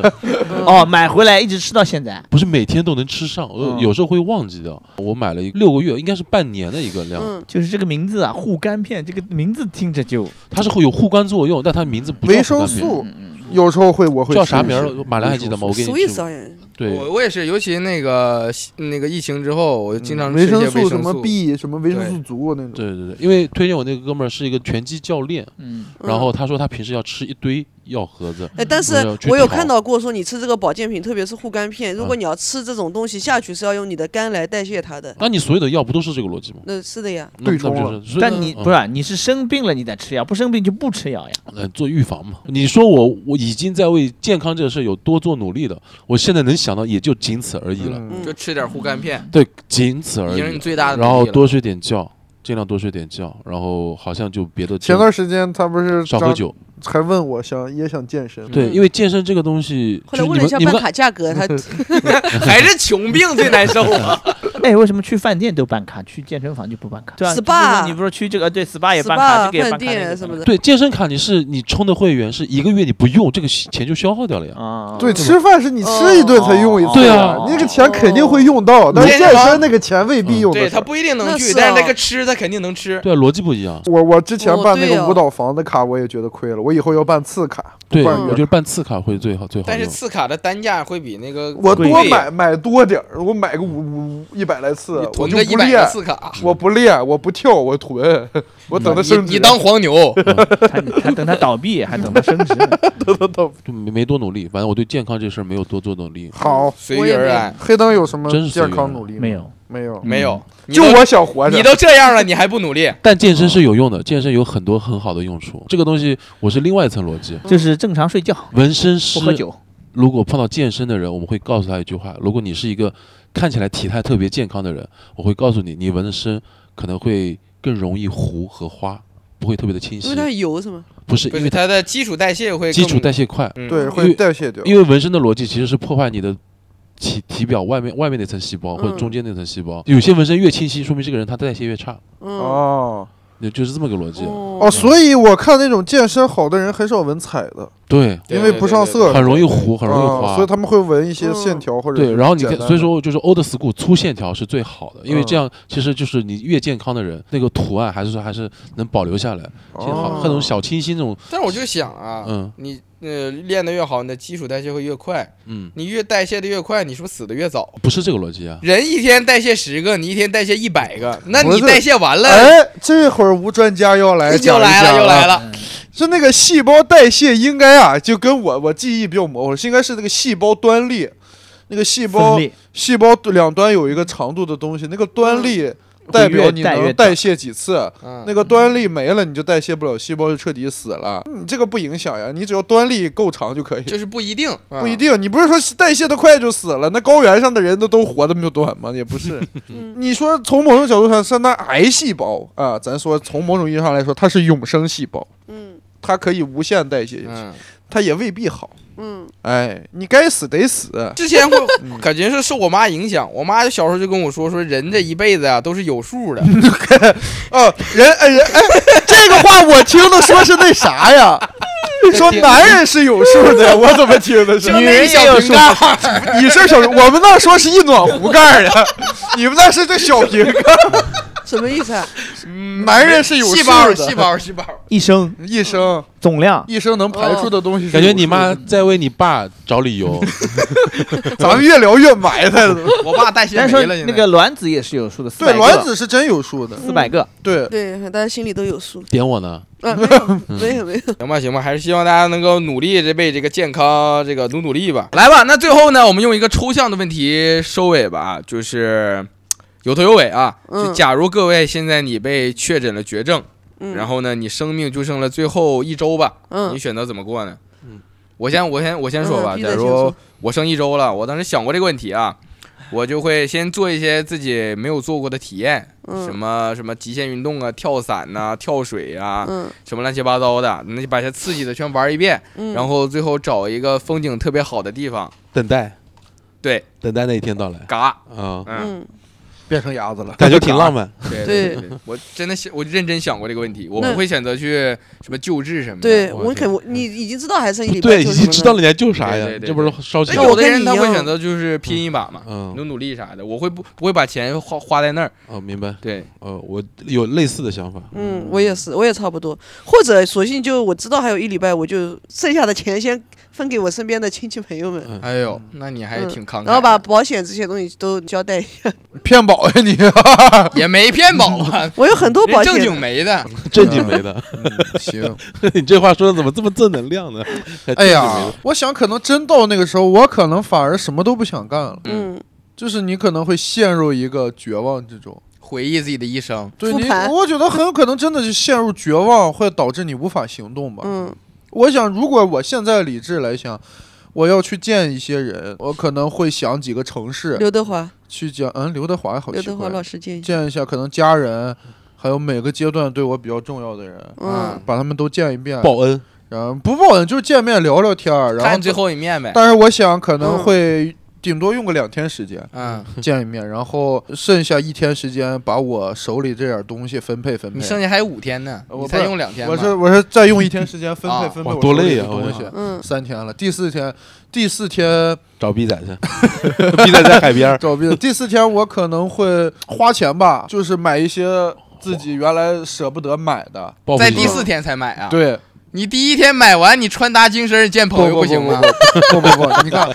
[SPEAKER 6] 哦，买回来一直吃到现在。
[SPEAKER 4] 不是每天都能吃上，我
[SPEAKER 6] 嗯
[SPEAKER 4] 有时候会忘记掉。我买了一六个月，应该是半年的一个量，
[SPEAKER 2] 嗯，
[SPEAKER 6] 就是这个名字啊，护肝片这个名字听着就，
[SPEAKER 4] 它是会有护肝作用，但它名字不叫
[SPEAKER 3] 维
[SPEAKER 4] 护
[SPEAKER 3] 生
[SPEAKER 4] 肝片
[SPEAKER 3] 素
[SPEAKER 6] 嗯嗯，
[SPEAKER 3] 有时候会我会
[SPEAKER 4] 叫
[SPEAKER 3] 吃
[SPEAKER 4] 啥
[SPEAKER 3] 一
[SPEAKER 4] 名
[SPEAKER 3] 些
[SPEAKER 4] 儿？马来还记得吗？我给
[SPEAKER 2] 什
[SPEAKER 4] 你
[SPEAKER 2] 么意
[SPEAKER 4] 去
[SPEAKER 2] 思啊？也
[SPEAKER 4] 对，
[SPEAKER 1] 我我也是，尤其那个那个疫情之后，我经常吃
[SPEAKER 3] 嗯维
[SPEAKER 1] 一些维
[SPEAKER 3] 素什
[SPEAKER 1] 生
[SPEAKER 3] 么
[SPEAKER 1] 素。
[SPEAKER 3] B 什么维生
[SPEAKER 1] 对
[SPEAKER 3] 素足啊那种，
[SPEAKER 4] 对对对，因为推荐我那个哥们儿是一个拳击教练，
[SPEAKER 6] 嗯，
[SPEAKER 4] 然后他说他平时要吃一堆药盒子，
[SPEAKER 1] 嗯
[SPEAKER 2] 哎，但是
[SPEAKER 4] 我要去嗯
[SPEAKER 2] 我有
[SPEAKER 4] 调
[SPEAKER 2] 看到过说你吃这个保健品，特别是护肝片，如果你要吃这种东西下去，是要用你的肝来代谢它的。
[SPEAKER 4] 那你所有的药不都是这个逻辑吗？
[SPEAKER 2] 那是的呀，
[SPEAKER 4] 那
[SPEAKER 3] 对
[SPEAKER 4] 那不
[SPEAKER 3] 冲
[SPEAKER 4] 就
[SPEAKER 3] 了
[SPEAKER 4] 是所以呢
[SPEAKER 6] 但你
[SPEAKER 2] 哦
[SPEAKER 4] 嗯
[SPEAKER 6] 不是啊你是生病了你再吃药，不生病就不吃药
[SPEAKER 2] 嗯
[SPEAKER 6] 呀。
[SPEAKER 4] 呃，做预防嘛。你说我我已经在为健康这个事儿有多做努力了，我现在能想到也就仅此而已了，
[SPEAKER 3] 嗯
[SPEAKER 1] 就吃点护肝片，
[SPEAKER 4] 对，仅此而
[SPEAKER 1] 已经是
[SPEAKER 4] 已
[SPEAKER 1] 你。最大的努力
[SPEAKER 4] 嗯然
[SPEAKER 1] 了。
[SPEAKER 4] 后多睡点觉，尽量多睡点觉，然后好像就别的就
[SPEAKER 3] 前段时间他不是
[SPEAKER 4] 少喝
[SPEAKER 3] 张，
[SPEAKER 4] 酒。
[SPEAKER 3] 还问我想也想健
[SPEAKER 1] 嗯
[SPEAKER 3] 身，
[SPEAKER 4] 对，因为健身这个东西，
[SPEAKER 2] 后来
[SPEAKER 4] 就是
[SPEAKER 2] 问
[SPEAKER 4] 你
[SPEAKER 2] 了一
[SPEAKER 4] 们
[SPEAKER 2] 下
[SPEAKER 4] 你
[SPEAKER 2] 办
[SPEAKER 4] 们看，
[SPEAKER 2] 卡价格， 它
[SPEAKER 1] 还是穷病最难受啊！
[SPEAKER 6] 哎，为什么去饭店都办卡，去健身房就不办卡？对啊
[SPEAKER 2] SPA
[SPEAKER 6] 你不是去这个对 SPA 也办卡，这
[SPEAKER 2] SPA
[SPEAKER 6] 个也办
[SPEAKER 2] 饭
[SPEAKER 6] 卡那个也
[SPEAKER 2] 店
[SPEAKER 6] 办
[SPEAKER 2] 什
[SPEAKER 6] 卡
[SPEAKER 2] 么的，
[SPEAKER 4] 对健身卡你是你充的会员是一个月你不用，这个钱就消耗掉了呀。
[SPEAKER 6] 啊，
[SPEAKER 3] 对，
[SPEAKER 6] 嗯
[SPEAKER 3] 吃饭是你吃一顿才用一次，
[SPEAKER 4] 对啊哦
[SPEAKER 3] 你那个钱肯定会用到，但是健身那个钱未
[SPEAKER 4] 嗯
[SPEAKER 3] 必用
[SPEAKER 1] 啊对
[SPEAKER 3] 得
[SPEAKER 1] 他
[SPEAKER 3] 上。
[SPEAKER 1] 不一定能
[SPEAKER 2] 那
[SPEAKER 1] 去，
[SPEAKER 2] 是
[SPEAKER 1] 但是那
[SPEAKER 2] 啊
[SPEAKER 1] 个吃他肯定能吃。
[SPEAKER 4] 对啊，逻辑不一样。
[SPEAKER 3] 我我之前
[SPEAKER 2] 哦
[SPEAKER 3] 办那
[SPEAKER 2] 对
[SPEAKER 3] 个
[SPEAKER 2] 哦
[SPEAKER 3] 舞蹈房的卡，我也觉得亏了，我以后要办次卡，
[SPEAKER 4] 对，
[SPEAKER 3] 换一
[SPEAKER 4] 我
[SPEAKER 3] 个
[SPEAKER 4] 觉得办次卡会最好最好
[SPEAKER 1] 但是
[SPEAKER 4] 用。
[SPEAKER 1] 次卡的单价会比那个
[SPEAKER 3] 我
[SPEAKER 1] 贵
[SPEAKER 3] 多买买多点儿，我买个五五一百来次
[SPEAKER 1] 你，
[SPEAKER 3] 我
[SPEAKER 1] 囤
[SPEAKER 3] 就
[SPEAKER 1] 个一
[SPEAKER 3] 不
[SPEAKER 1] 百
[SPEAKER 3] 练
[SPEAKER 1] 个，次卡，
[SPEAKER 3] 我不练，我不跳，我囤，我等它升
[SPEAKER 1] 你
[SPEAKER 3] 值。
[SPEAKER 1] 你当黄 牛，
[SPEAKER 6] 还还等它倒闭，还等它升值呢。
[SPEAKER 4] 就没没多努力，反正我对健康这事儿没有多做努
[SPEAKER 2] 嗯
[SPEAKER 4] 力。
[SPEAKER 3] 好，
[SPEAKER 1] 随
[SPEAKER 2] 我
[SPEAKER 1] 遇
[SPEAKER 2] 也没
[SPEAKER 1] 而
[SPEAKER 2] 有
[SPEAKER 4] 嗯
[SPEAKER 1] 安，嗯
[SPEAKER 3] 黑灯有什么
[SPEAKER 4] 真是随
[SPEAKER 3] 健
[SPEAKER 4] 缘
[SPEAKER 3] 康努力吗
[SPEAKER 6] 没有，
[SPEAKER 3] 没有，
[SPEAKER 1] 没有，
[SPEAKER 4] 嗯
[SPEAKER 1] 你
[SPEAKER 3] 就
[SPEAKER 1] 都
[SPEAKER 3] 我想活着。
[SPEAKER 1] 你都这样了，你还不努力？
[SPEAKER 4] 但健身是有用的，健身有很多很好的用处。这个东西我是另外一层逻辑。
[SPEAKER 6] 嗯就是正常睡觉，
[SPEAKER 4] 纹身
[SPEAKER 6] 不
[SPEAKER 4] 师
[SPEAKER 6] 喝酒。
[SPEAKER 4] 如果碰到健身的人，我们会告诉他一句话：如果你是一个看起来体态特别健康的人，我会告诉你，你纹身可能会更容易糊和花，不会特别的清
[SPEAKER 2] 因
[SPEAKER 4] 晰
[SPEAKER 2] 为。它油是吗？
[SPEAKER 4] 不是
[SPEAKER 1] 不
[SPEAKER 4] 因
[SPEAKER 1] 是
[SPEAKER 4] 为它
[SPEAKER 1] 它的基础代谢会
[SPEAKER 4] 基础代
[SPEAKER 1] 谢，
[SPEAKER 4] 谢快，
[SPEAKER 1] 嗯
[SPEAKER 3] 对，
[SPEAKER 4] 因
[SPEAKER 3] 会
[SPEAKER 4] 为
[SPEAKER 3] 代谢掉。
[SPEAKER 4] 因为纹身的逻辑其实是破坏你的体体表外面外面那层细胞或者
[SPEAKER 2] 嗯
[SPEAKER 4] 中间那层细胞。有些纹身越清晰，说明这个人他代谢越差，
[SPEAKER 2] 嗯，
[SPEAKER 3] 哦
[SPEAKER 4] 就就是这么个逻辑。
[SPEAKER 2] 哦
[SPEAKER 1] 嗯
[SPEAKER 3] 哦，所以我看那种健身好的人很少纹彩的，
[SPEAKER 4] 对，
[SPEAKER 1] 对
[SPEAKER 3] 因为不上色
[SPEAKER 4] 很容易糊，很容易
[SPEAKER 3] 啊
[SPEAKER 4] 花。
[SPEAKER 3] 所以他们会纹一些
[SPEAKER 2] 嗯
[SPEAKER 3] 线条或者
[SPEAKER 4] 对，
[SPEAKER 3] 是
[SPEAKER 4] 然后你
[SPEAKER 3] 简
[SPEAKER 4] 看，
[SPEAKER 3] 单
[SPEAKER 4] 所以
[SPEAKER 3] 的
[SPEAKER 4] 说就是 old school 粗线条是最好的，因为这
[SPEAKER 3] 嗯
[SPEAKER 4] 样其实就是你越健康的人，那个图案还是说还是能保留下来，这些好
[SPEAKER 3] 哦
[SPEAKER 4] 那种小清新这种，
[SPEAKER 1] 但是我就想啊，
[SPEAKER 4] 嗯
[SPEAKER 1] 你呃练得越好，你的基础代谢会越快，
[SPEAKER 4] 嗯，
[SPEAKER 1] 你越代谢的越快，你是不是死的越早？
[SPEAKER 4] 不是这个逻辑啊。
[SPEAKER 1] 人一天代谢十个，你一天代谢一百个，那
[SPEAKER 3] 不
[SPEAKER 1] 你
[SPEAKER 3] 是
[SPEAKER 1] 代谢完了，
[SPEAKER 3] 哎，这会儿吴专家要来
[SPEAKER 1] 又
[SPEAKER 3] 讲一
[SPEAKER 1] 来
[SPEAKER 3] 讲啊
[SPEAKER 1] 了又来
[SPEAKER 3] 了，
[SPEAKER 1] 了。
[SPEAKER 3] 是那个细胞代谢应该啊，就跟我我记忆比较模糊，是应该是那个细胞端粒，那个细
[SPEAKER 6] 分
[SPEAKER 3] 胞
[SPEAKER 6] 裂，
[SPEAKER 3] 细胞两端有一个长度的东西，那个端粒代表你
[SPEAKER 6] 会越带越
[SPEAKER 3] 能
[SPEAKER 6] 短
[SPEAKER 3] 代谢几次，
[SPEAKER 1] 嗯
[SPEAKER 3] 那个端粒没了，你就代谢不了，细胞就彻底死了。你这个不影响呀，你只要端粒够长就可以。
[SPEAKER 1] 就是不一定，
[SPEAKER 3] 不一
[SPEAKER 1] 啊。
[SPEAKER 3] 定，你不是说代谢的快就死了？那高原上的人都都活的没有短吗？也不是。
[SPEAKER 2] 嗯
[SPEAKER 3] 你说从某种角度上，像那癌细胞啊，咱说从某种意义上来说，它是永生细胞，
[SPEAKER 2] 嗯
[SPEAKER 3] 它可以无限代谢下去，
[SPEAKER 1] 嗯，
[SPEAKER 3] 它也未必好。
[SPEAKER 2] 嗯，
[SPEAKER 3] 哎，你该死得死，
[SPEAKER 1] 之前会感觉是受我妈影响，我妈小时候就跟我说说人这一辈子啊都是有数的，
[SPEAKER 3] 哦， 人哎人哎，这个话我听的说是那啥呀？ 说男人是有数的，我怎么听的是？
[SPEAKER 1] 女人小瓶盖 儿，
[SPEAKER 3] 你是小，我们那说是一暖壶盖儿呀，你们那是这小瓶盖儿。
[SPEAKER 2] 什么意思啊？
[SPEAKER 3] 男人是有
[SPEAKER 1] 细
[SPEAKER 3] 数
[SPEAKER 1] 胞
[SPEAKER 3] 的，
[SPEAKER 1] 细胞细胞，
[SPEAKER 6] 一生
[SPEAKER 3] 一生
[SPEAKER 6] 总量，
[SPEAKER 3] 一生能排出的东西是有数的。
[SPEAKER 4] 感觉你妈在为你爸找理由。
[SPEAKER 3] 咱们越聊越埋汰了。
[SPEAKER 1] 我爸带血
[SPEAKER 6] 但是
[SPEAKER 1] 霉
[SPEAKER 6] 说
[SPEAKER 1] 了现在。
[SPEAKER 6] 那个卵子也是有数的，
[SPEAKER 3] 对，卵子是真有数的。
[SPEAKER 6] 四百个，
[SPEAKER 3] 对，
[SPEAKER 2] 对，大家心里都有数。
[SPEAKER 4] 点我呢？
[SPEAKER 2] 嗯，没有，没有，没有。
[SPEAKER 1] 行吧，行吧，还是希望大家能够努力这为这个健康这个努努力吧。来吧，那最后呢，我们用一个抽象的问题收尾吧，就是有头有尾啊。
[SPEAKER 2] 嗯
[SPEAKER 1] 就假如各位现在你被确诊了绝症，
[SPEAKER 2] 嗯，
[SPEAKER 1] 然后呢，你生命就剩了最后一周吧，
[SPEAKER 2] 嗯
[SPEAKER 1] 你选择怎么过呢？
[SPEAKER 4] 嗯
[SPEAKER 1] 我先我先我先说
[SPEAKER 2] 嗯
[SPEAKER 1] 吧。假
[SPEAKER 2] 你得先说
[SPEAKER 1] 如我剩一周了，我当时想过这个问题啊，我就会先做一些自己没有做过的体验，
[SPEAKER 2] 嗯
[SPEAKER 1] 什么什么极限运动啊、跳伞呐、跳水啊，
[SPEAKER 2] 嗯
[SPEAKER 1] 什么乱七八糟的，那就把这刺激的全玩一遍，
[SPEAKER 2] 嗯，
[SPEAKER 1] 然后最后找一个风景特别好的地方，
[SPEAKER 4] 等待，
[SPEAKER 1] 对，
[SPEAKER 4] 等待那一天到来
[SPEAKER 1] 嘎，
[SPEAKER 4] 啊，
[SPEAKER 1] 嗯，
[SPEAKER 2] 嗯，
[SPEAKER 3] 变成鸭子 了。
[SPEAKER 4] 感觉挺浪漫。
[SPEAKER 1] 对
[SPEAKER 2] 对
[SPEAKER 1] 对，我真的想，我认真想过这个问题，我
[SPEAKER 2] 那
[SPEAKER 1] 不会选择去什么救治什么的，
[SPEAKER 2] 对
[SPEAKER 4] 我
[SPEAKER 2] 我
[SPEAKER 4] 这
[SPEAKER 2] 肯我你已经知道还剩一礼拜，
[SPEAKER 4] 嗯对，已经知道。了你还救啥
[SPEAKER 1] 对对
[SPEAKER 4] 呀？
[SPEAKER 1] 对
[SPEAKER 4] 这不是烧
[SPEAKER 1] 那
[SPEAKER 4] 钱？
[SPEAKER 1] 有
[SPEAKER 2] 我
[SPEAKER 1] 的
[SPEAKER 2] 跟
[SPEAKER 1] 人
[SPEAKER 2] 你
[SPEAKER 1] 他
[SPEAKER 2] 一
[SPEAKER 1] 会
[SPEAKER 2] 样
[SPEAKER 1] 选择就是拼一把嘛，
[SPEAKER 4] 嗯
[SPEAKER 1] 努努力啥的，我会不不会把钱花花在那儿，
[SPEAKER 4] 哦，明白。
[SPEAKER 1] 对，
[SPEAKER 4] 呃，我有类似的 想法。
[SPEAKER 2] 嗯，我也是，我也差不多。或者索性就我知道还有一礼拜，我就剩下的钱先分给我身边的亲戚朋友们，
[SPEAKER 4] 嗯
[SPEAKER 1] 哎呦，那你还挺慷慨的，
[SPEAKER 2] 然后把保险这些东西都交代一下。
[SPEAKER 3] 骗保呀你！
[SPEAKER 1] 也没骗保
[SPEAKER 3] 嗯
[SPEAKER 1] 啊，
[SPEAKER 2] 我有很多保
[SPEAKER 1] 人正
[SPEAKER 2] 险
[SPEAKER 1] 经没的，
[SPEAKER 4] 正经没的，
[SPEAKER 3] 行，
[SPEAKER 4] 你这话说的怎么这么正能量呢？还正经
[SPEAKER 3] 哎
[SPEAKER 4] 没
[SPEAKER 3] 呀
[SPEAKER 4] 的，，
[SPEAKER 3] 我想可能真到那个时候，我可能反而什么都不想干了，
[SPEAKER 2] 嗯，
[SPEAKER 3] 就是你可能会陷入一个绝望之中。
[SPEAKER 1] 回忆自己的一生，
[SPEAKER 3] 对
[SPEAKER 2] 复
[SPEAKER 3] 你，
[SPEAKER 2] 盘
[SPEAKER 3] 我觉得很有可能真的是陷入绝望，会导致你无法行动吧。
[SPEAKER 2] 嗯
[SPEAKER 3] 我想，如果我现在理智来想，我要去见一些人，我可能会想几个城市
[SPEAKER 2] 刘德华，
[SPEAKER 3] 去见。嗯，刘德华好
[SPEAKER 2] 刘
[SPEAKER 3] 奇
[SPEAKER 2] 德华
[SPEAKER 3] 怪
[SPEAKER 2] 老，师建议，
[SPEAKER 3] 见一下可能家人，还有每个阶段对我比较重要的人，
[SPEAKER 2] 嗯，
[SPEAKER 3] 把他们都见一 遍。
[SPEAKER 4] 报恩，
[SPEAKER 3] 然后不报恩就是见面聊聊天儿，然后
[SPEAKER 1] 看最后一面呗，
[SPEAKER 3] 但是我想可能
[SPEAKER 2] 嗯
[SPEAKER 3] 会顶多用个两天 时间
[SPEAKER 1] 嗯，
[SPEAKER 3] 见一面，然后剩下一天时间把我手里这点东西分配分
[SPEAKER 1] 你
[SPEAKER 3] 配。
[SPEAKER 1] 剩下还有五天呢，
[SPEAKER 3] 我
[SPEAKER 1] 你
[SPEAKER 3] 不
[SPEAKER 1] 才
[SPEAKER 3] 是
[SPEAKER 1] 用两天吧，
[SPEAKER 3] 我是我是再用一天时间分
[SPEAKER 1] 啊
[SPEAKER 3] 配分配
[SPEAKER 4] 哇
[SPEAKER 3] 我
[SPEAKER 4] 多
[SPEAKER 3] 手里
[SPEAKER 4] 累
[SPEAKER 3] 的
[SPEAKER 4] 呀我
[SPEAKER 3] 东
[SPEAKER 4] 的
[SPEAKER 3] 西
[SPEAKER 4] 天。
[SPEAKER 2] 嗯
[SPEAKER 3] 三天了，第四天，第四天
[SPEAKER 4] 找逼仔 去，逼仔在海边儿，
[SPEAKER 3] 找别的，第四天我可能会花钱吧，就是买一些自己原来舍不得买的。
[SPEAKER 4] 报复
[SPEAKER 1] 在
[SPEAKER 4] 性
[SPEAKER 1] 第四天才买啊，
[SPEAKER 3] 对，
[SPEAKER 1] 你第一天买完，你穿搭精神见朋友
[SPEAKER 3] 不
[SPEAKER 1] 行
[SPEAKER 3] 不
[SPEAKER 1] 吗？
[SPEAKER 3] 不不不不，你看，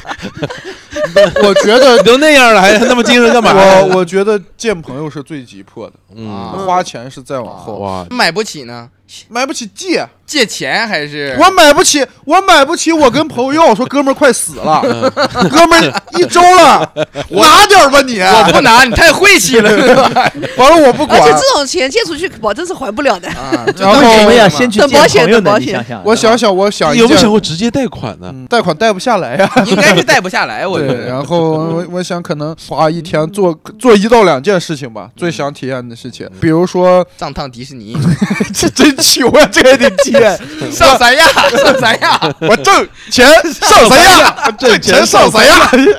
[SPEAKER 3] 我觉
[SPEAKER 4] 你
[SPEAKER 3] 得
[SPEAKER 4] 都那样了，还那么精神干嘛？
[SPEAKER 3] 我我觉得见朋友是最急迫的，
[SPEAKER 4] 嗯，
[SPEAKER 1] 啊
[SPEAKER 3] 花钱是再往后，
[SPEAKER 4] 哇，
[SPEAKER 1] 买不起呢，
[SPEAKER 3] 买不起借，
[SPEAKER 1] 借钱还是
[SPEAKER 3] 我买不起，我买不起，我跟朋友要，我说哥们儿快死了，
[SPEAKER 4] 嗯
[SPEAKER 3] 哥们儿一周了，拿点儿吧你，
[SPEAKER 1] 我不拿，你太晦气了
[SPEAKER 3] 完了我不
[SPEAKER 2] 而
[SPEAKER 3] 管
[SPEAKER 2] 且，这种钱借出去保证是还不了的。
[SPEAKER 1] 啊！
[SPEAKER 3] 然后
[SPEAKER 6] 我们要
[SPEAKER 1] 呀，
[SPEAKER 6] 先去
[SPEAKER 2] 等
[SPEAKER 6] 见
[SPEAKER 2] 保险
[SPEAKER 6] 朋友
[SPEAKER 2] 等
[SPEAKER 6] 呢，
[SPEAKER 2] 保
[SPEAKER 6] 你
[SPEAKER 2] 险
[SPEAKER 6] 想想，
[SPEAKER 3] 我想想，我想一
[SPEAKER 4] 有没有
[SPEAKER 3] 件
[SPEAKER 4] 想过直接贷款呢？
[SPEAKER 3] 嗯贷款贷不下来 呀、
[SPEAKER 1] 应该是贷不下来，我觉
[SPEAKER 3] 对，
[SPEAKER 1] 得。
[SPEAKER 3] 然后我我想可能花一天做做一到两件事情吧，最想体验的事情，比如说
[SPEAKER 1] 上趟迪士尼，
[SPEAKER 3] 这真穷啊，这个得体验。
[SPEAKER 1] 上三亚，上三亚，
[SPEAKER 3] 我挣钱上谁呀？挣钱上啊谁呀？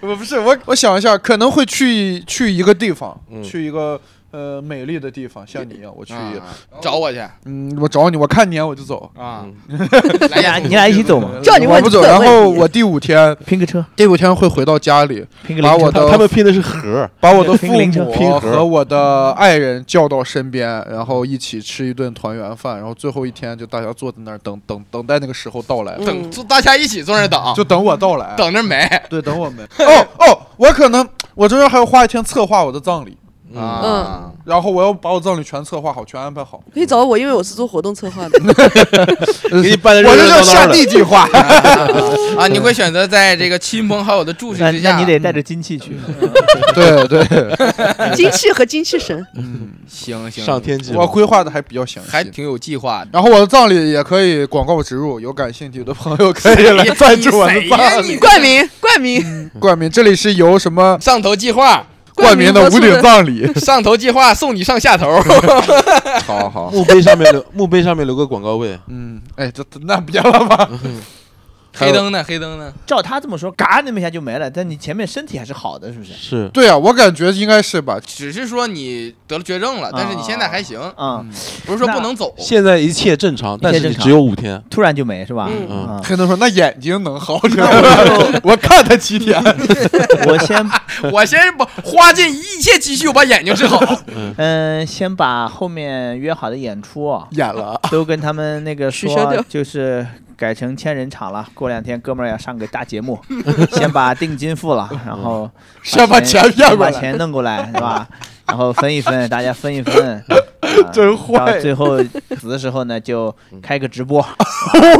[SPEAKER 3] 我不是我，我想一下，可能会去去一个地方，
[SPEAKER 4] 嗯
[SPEAKER 3] 去一个呃美丽的地方，像你一样，我去，
[SPEAKER 1] 啊找我去
[SPEAKER 3] 嗯，我找你，我看你眼我就走。
[SPEAKER 1] 啊！
[SPEAKER 6] 你俩哎 你俩一起走嘛，
[SPEAKER 2] 叫你
[SPEAKER 3] 我
[SPEAKER 2] 问
[SPEAKER 3] 不走，
[SPEAKER 2] 这
[SPEAKER 3] 然后
[SPEAKER 2] 问题
[SPEAKER 3] 我第五天，
[SPEAKER 6] 拼个车，
[SPEAKER 3] 第五天会回到家里，
[SPEAKER 6] 拼个
[SPEAKER 3] 把
[SPEAKER 6] 零
[SPEAKER 3] 我
[SPEAKER 6] 车，
[SPEAKER 3] 的
[SPEAKER 4] 他们拼的是盒，
[SPEAKER 3] 把我的父
[SPEAKER 6] 拼零车拼
[SPEAKER 3] 母
[SPEAKER 4] 盒
[SPEAKER 3] 和我的爱人叫到身边，然后一起吃一顿团圆饭，然后最后一天就大家坐在那儿等等等待那个时候到来，
[SPEAKER 1] 等坐大家一起坐那儿等，
[SPEAKER 3] 就等我到来。
[SPEAKER 1] 嗯 等着没
[SPEAKER 3] 对，等我们。哦哦，我可能我中间还要花一天策划我的葬礼，
[SPEAKER 6] 嗯
[SPEAKER 1] 啊？
[SPEAKER 3] 然后我要把我葬礼全策划好，全安排好。
[SPEAKER 2] 可以找我，因为我是做活动策划的。
[SPEAKER 4] 嗯给你办的热
[SPEAKER 3] 我
[SPEAKER 4] 热
[SPEAKER 3] 这
[SPEAKER 4] 闹
[SPEAKER 3] 叫
[SPEAKER 4] 闹
[SPEAKER 3] 下
[SPEAKER 4] 的
[SPEAKER 3] 地计 划。
[SPEAKER 1] 啊，你会选择在这个亲朋好友的注视
[SPEAKER 6] 那
[SPEAKER 1] 之下，
[SPEAKER 6] 那你得带着金器去，
[SPEAKER 3] 对对，
[SPEAKER 2] 精气和精气神，
[SPEAKER 1] 行行，
[SPEAKER 4] 上天去了。
[SPEAKER 3] 我规划的还比较详
[SPEAKER 1] 还
[SPEAKER 3] 细。
[SPEAKER 1] 挺有计划的。
[SPEAKER 3] 然后我的葬礼也可以广告植入，有感兴趣的朋友可以来赞助我的葬
[SPEAKER 1] 你
[SPEAKER 3] 礼。
[SPEAKER 2] 冠名冠名
[SPEAKER 3] 冠名，这里是由什么
[SPEAKER 1] 上头计划，
[SPEAKER 3] 冠名的
[SPEAKER 2] 的
[SPEAKER 3] 屋顶葬 礼。
[SPEAKER 1] 上头计划送你上下 头。
[SPEAKER 3] 好好，
[SPEAKER 4] 墓碑上面留墓碑上面留个广告位，
[SPEAKER 3] 嗯，哎，这那别了吧。
[SPEAKER 1] 黑灯呢？黑灯呢？
[SPEAKER 6] 照他这么说，嘎那么一下就没了，但你前面身体还是好的，是不是？
[SPEAKER 4] 是
[SPEAKER 3] 对啊，我感觉应该是吧。
[SPEAKER 1] 只是说你得了绝症了，但是你现在还行，
[SPEAKER 6] 啊、
[SPEAKER 1] 不是说不能走。
[SPEAKER 4] 现在一切正常，但是
[SPEAKER 6] 正
[SPEAKER 4] 你
[SPEAKER 6] 常啊
[SPEAKER 4] 只有五天。
[SPEAKER 6] 突然就没是吧？
[SPEAKER 2] 嗯
[SPEAKER 6] 啊
[SPEAKER 3] 黑灯说：“那眼睛能好点 儿？我看他七 天，
[SPEAKER 6] 我先
[SPEAKER 1] 我先不花尽一切积蓄，我把眼睛 治好。
[SPEAKER 6] 嗯、先把后面约好的演出哦
[SPEAKER 3] 演了。
[SPEAKER 6] 都跟他们那个
[SPEAKER 2] 取消
[SPEAKER 6] 说
[SPEAKER 2] 掉，
[SPEAKER 6] 就是改成千人场了。过两天哥们儿要上个大节 目，先把定金付了，然后
[SPEAKER 3] 先把钱骗过
[SPEAKER 6] 先把
[SPEAKER 3] 来，
[SPEAKER 6] 钱弄过来，是吧？然后分一分，大家分一分。啊
[SPEAKER 3] 真坏
[SPEAKER 6] 到最后死的时候呢，就开个直播，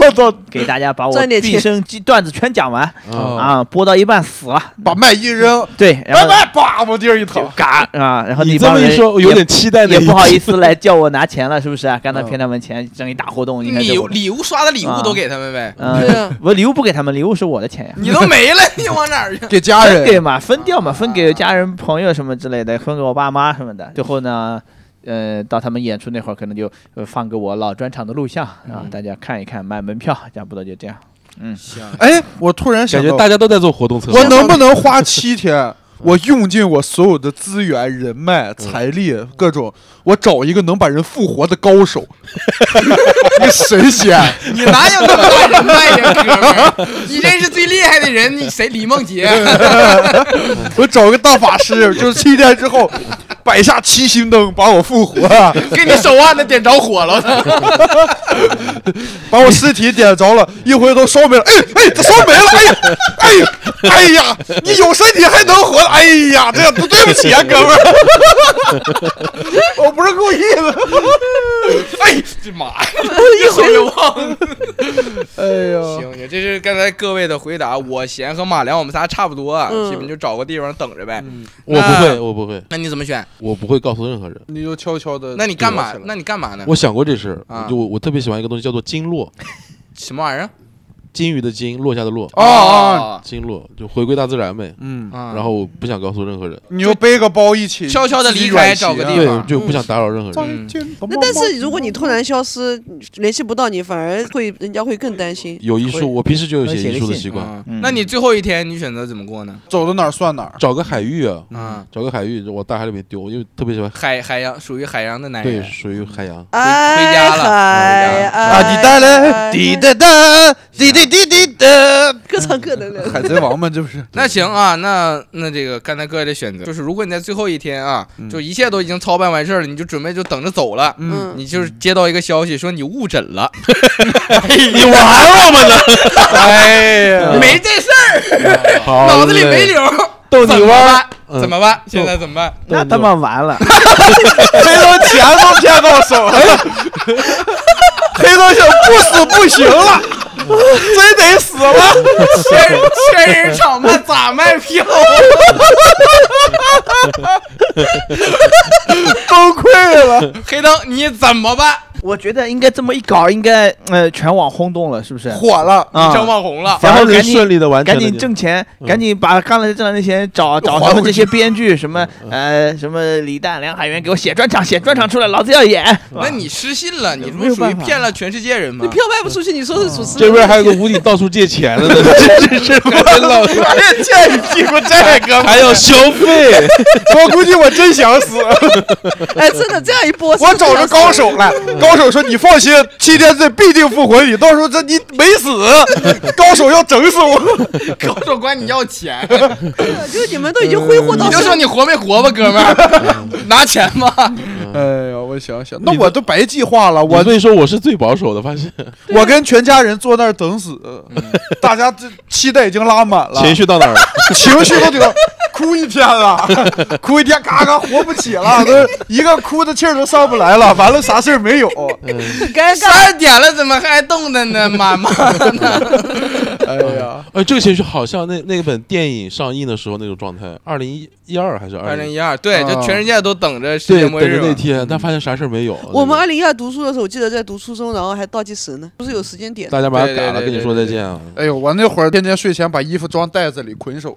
[SPEAKER 3] 我操！
[SPEAKER 6] 给大家把我
[SPEAKER 2] 赚点钱
[SPEAKER 6] 毕生记段子全讲完
[SPEAKER 2] 哦
[SPEAKER 4] 啊
[SPEAKER 6] 啊，播到一半死了，
[SPEAKER 3] 把麦一扔，
[SPEAKER 6] 对，然
[SPEAKER 3] 拜
[SPEAKER 6] 后
[SPEAKER 3] 拜，叭往地上一
[SPEAKER 6] 就
[SPEAKER 3] 躺。
[SPEAKER 6] 嘎啊，然后
[SPEAKER 4] 你
[SPEAKER 6] 那
[SPEAKER 4] 这
[SPEAKER 6] 帮
[SPEAKER 4] 么
[SPEAKER 6] 人
[SPEAKER 4] 一说，我有
[SPEAKER 6] 也
[SPEAKER 4] 点期待
[SPEAKER 6] 也
[SPEAKER 4] 那
[SPEAKER 6] 不好意
[SPEAKER 4] 思。
[SPEAKER 6] 思来叫我拿钱了，是不是？啊刚才
[SPEAKER 3] 嗯
[SPEAKER 6] 骗他们钱，整一大活动，你看
[SPEAKER 1] 礼
[SPEAKER 6] 这
[SPEAKER 1] 物
[SPEAKER 6] 不
[SPEAKER 1] 礼物刷的礼物
[SPEAKER 6] 啊
[SPEAKER 1] 都给他们呗，
[SPEAKER 2] 对
[SPEAKER 6] 嗯，
[SPEAKER 2] 啊，
[SPEAKER 6] 我礼物不给他们，礼物是我的钱呀。
[SPEAKER 1] 你都没了，你往哪儿去？
[SPEAKER 3] 给家
[SPEAKER 6] 分给
[SPEAKER 3] 人，
[SPEAKER 6] 嘛，分掉嘛，分给家人、朋友什么之类的，分给我爸妈什么的。最后呢，呃，到他们演出那会儿，可能就呃放给我老专场的录像啊，大家看一看，买门票，差不多就这样。
[SPEAKER 3] 哎，我突然
[SPEAKER 4] 感
[SPEAKER 3] 想
[SPEAKER 4] 觉
[SPEAKER 3] 到，
[SPEAKER 4] 大家都在做活动策
[SPEAKER 3] 我
[SPEAKER 4] 划，
[SPEAKER 3] 能不能花七天？我用尽我所有的资源、人脉、财力，各种，我找一个能把人复活的高手， 那神仙，
[SPEAKER 1] 你哪有那么大人脉呀，哥们儿？ 你认识最厉害的人，你谁？李梦洁，
[SPEAKER 3] 我找个大法师，就是七天之后摆下七星灯把我复活，
[SPEAKER 1] 给你手腕子点着火了。
[SPEAKER 3] 把我尸体点着了，一回头烧没了，哎哎，这烧没了，哎呀，哎呀，哎呀，你有身体还能活，哎呀，这不对不起啊，哥们儿，我不是故意的，
[SPEAKER 1] 哎，这妈呀，一回就忘了。
[SPEAKER 3] 哎呀，
[SPEAKER 1] 行行，这是刚才各位的回答。我贤和马良，我们仨差不多啊，
[SPEAKER 2] 嗯
[SPEAKER 1] 基本就找个地方等着呗。
[SPEAKER 4] 我不
[SPEAKER 1] 那
[SPEAKER 4] 会，我不会，
[SPEAKER 1] 那你怎么选？
[SPEAKER 4] 我不会告诉任何人。
[SPEAKER 3] 你就悄悄的，
[SPEAKER 1] 那你干嘛？那你干嘛呢？
[SPEAKER 4] 我想过这事儿，
[SPEAKER 1] 啊
[SPEAKER 4] 我就我特别喜欢一个东西叫做鲸落，
[SPEAKER 1] 什么玩意儿？
[SPEAKER 4] 金鱼的金，落下的落，
[SPEAKER 3] 哦哦，
[SPEAKER 4] 鲸落就回归大自然呗。
[SPEAKER 3] 嗯，
[SPEAKER 1] 啊，
[SPEAKER 4] 然后我不想告诉任何人，
[SPEAKER 3] 你就背个包一起
[SPEAKER 1] 悄悄地离开
[SPEAKER 3] 啊
[SPEAKER 1] 找个地
[SPEAKER 4] 对
[SPEAKER 1] 方，
[SPEAKER 4] 就不想打扰任何人。
[SPEAKER 1] 嗯
[SPEAKER 2] 那但是如果你突然消失，联系不到你，反而会人家会更担心。
[SPEAKER 4] 有遗书，我平时就有
[SPEAKER 6] 会
[SPEAKER 4] 写
[SPEAKER 6] 写
[SPEAKER 4] 遗
[SPEAKER 6] 个
[SPEAKER 4] 书的
[SPEAKER 6] 信
[SPEAKER 4] 习惯，
[SPEAKER 1] 啊
[SPEAKER 6] 嗯
[SPEAKER 1] 那你最后一天你选择怎么过呢？
[SPEAKER 3] 走到哪儿算哪儿，
[SPEAKER 4] 找个海域啊，
[SPEAKER 1] 啊，
[SPEAKER 4] 找个海域往大海里面丢，因为特别喜欢，
[SPEAKER 1] 海海洋属于海洋的男
[SPEAKER 4] 对，
[SPEAKER 1] 人，
[SPEAKER 4] 属于海洋。
[SPEAKER 2] 哎
[SPEAKER 1] 家
[SPEAKER 2] 嗨
[SPEAKER 1] 了回家了
[SPEAKER 2] 哎哎
[SPEAKER 3] 啊滴答嘞，滴答答，滴滴滴滴答，
[SPEAKER 2] 各唱各的了。
[SPEAKER 3] 海贼王嘛，这 不是？
[SPEAKER 1] 那行啊，那那这个刚才各位的选择，就是如果你在最后一天啊，
[SPEAKER 3] 嗯
[SPEAKER 1] 就一切都已经操办完事儿了，你就准备就等着走了，
[SPEAKER 3] 嗯，
[SPEAKER 1] 你就是接到一个消息说你误诊了，
[SPEAKER 4] 你玩我们呢？
[SPEAKER 3] 哎呀，
[SPEAKER 1] 没这事儿，脑子里没
[SPEAKER 4] 你，
[SPEAKER 1] 溜儿，
[SPEAKER 4] 逗
[SPEAKER 1] 怎
[SPEAKER 4] 你
[SPEAKER 1] 么
[SPEAKER 4] 玩儿，
[SPEAKER 1] 办？怎么办？现在怎么办？
[SPEAKER 6] 那他妈完了，
[SPEAKER 3] 黑头钱都骗到手了，黑头想不死不行了，真得死了，
[SPEAKER 1] 千千人场卖咋卖票？
[SPEAKER 3] 崩溃了。
[SPEAKER 1] 黑灯你怎么办？
[SPEAKER 6] 我觉得应该这么一搞，应该呃全网轰动了，是不是？
[SPEAKER 3] 火了，
[SPEAKER 1] 你
[SPEAKER 6] 啊，
[SPEAKER 1] 成网红了，
[SPEAKER 4] 反而
[SPEAKER 6] 然后赶
[SPEAKER 4] 能
[SPEAKER 6] 紧
[SPEAKER 4] 顺利的完成
[SPEAKER 6] 赶
[SPEAKER 4] 了你。
[SPEAKER 6] 紧挣钱，
[SPEAKER 4] 嗯
[SPEAKER 6] 赶紧把刚才挣来的钱找找
[SPEAKER 3] 还
[SPEAKER 6] 什么
[SPEAKER 3] 回
[SPEAKER 6] 这些编剧什么呃什么李诞、梁海源给我写专场，写专场出来，老子要演。
[SPEAKER 1] 那你失信了，你这不
[SPEAKER 6] 没有
[SPEAKER 1] 属于
[SPEAKER 6] 办法
[SPEAKER 1] 骗了全世界人 吗
[SPEAKER 2] 你？票卖不出去，你说是主持人？
[SPEAKER 4] 这边还有个无底到处借钱的呢，这这这真老
[SPEAKER 3] 这欠你屁股债，哥们
[SPEAKER 4] 还要消费，
[SPEAKER 3] 儿，我估计我真想死。
[SPEAKER 2] 哎，真的这样一播，
[SPEAKER 3] 我找着高手了，
[SPEAKER 4] 嗯
[SPEAKER 3] 高手说你放心，七天之内必定复活你，到时候这你没死，高手要整死我。
[SPEAKER 1] 高手管你要钱，
[SPEAKER 2] 就是你们都已经挥霍到
[SPEAKER 1] 你就
[SPEAKER 2] 生
[SPEAKER 1] 说你活没活吧，哥们儿，拿钱吧。
[SPEAKER 4] 嗯
[SPEAKER 3] 哎呀，我想想，那我都白计划了，我
[SPEAKER 4] 我所以说我是最保守的，发 现
[SPEAKER 3] 我跟全家人坐那儿等死，大家这期待已经拉满了，
[SPEAKER 4] 嗯情绪到哪儿了？
[SPEAKER 3] 情绪都得哭一天了，哭一天，嘎嘎活不起了，都一个哭的气儿都上不来了，完了啥事儿没有，
[SPEAKER 2] 很尴尬。
[SPEAKER 1] 三点了，怎么还冻着呢？妈妈，
[SPEAKER 3] 哎呀，
[SPEAKER 4] 哎，这个情绪好像那那本电影上映的时候那种状态，二零一一二还是
[SPEAKER 1] 二
[SPEAKER 4] 二
[SPEAKER 1] 零一二，对，就全世界都等着世
[SPEAKER 4] 对，
[SPEAKER 1] 界
[SPEAKER 4] 等
[SPEAKER 1] 末日嗯
[SPEAKER 4] 着那
[SPEAKER 1] 嘛。
[SPEAKER 4] 天，但发现啥事儿没有。
[SPEAKER 2] 我们
[SPEAKER 4] 那
[SPEAKER 2] 二
[SPEAKER 4] 个
[SPEAKER 2] 零一二读书的时候，我记得在读初中，然后还倒计时呢，不是有时间点的。
[SPEAKER 4] 大家把它
[SPEAKER 1] 对对
[SPEAKER 4] 改了，
[SPEAKER 1] 对
[SPEAKER 4] 跟你
[SPEAKER 1] 对
[SPEAKER 4] 说
[SPEAKER 1] 对
[SPEAKER 4] 再见啊。
[SPEAKER 3] 哎呦，我那会儿天天睡前把衣服装袋子里捆 手，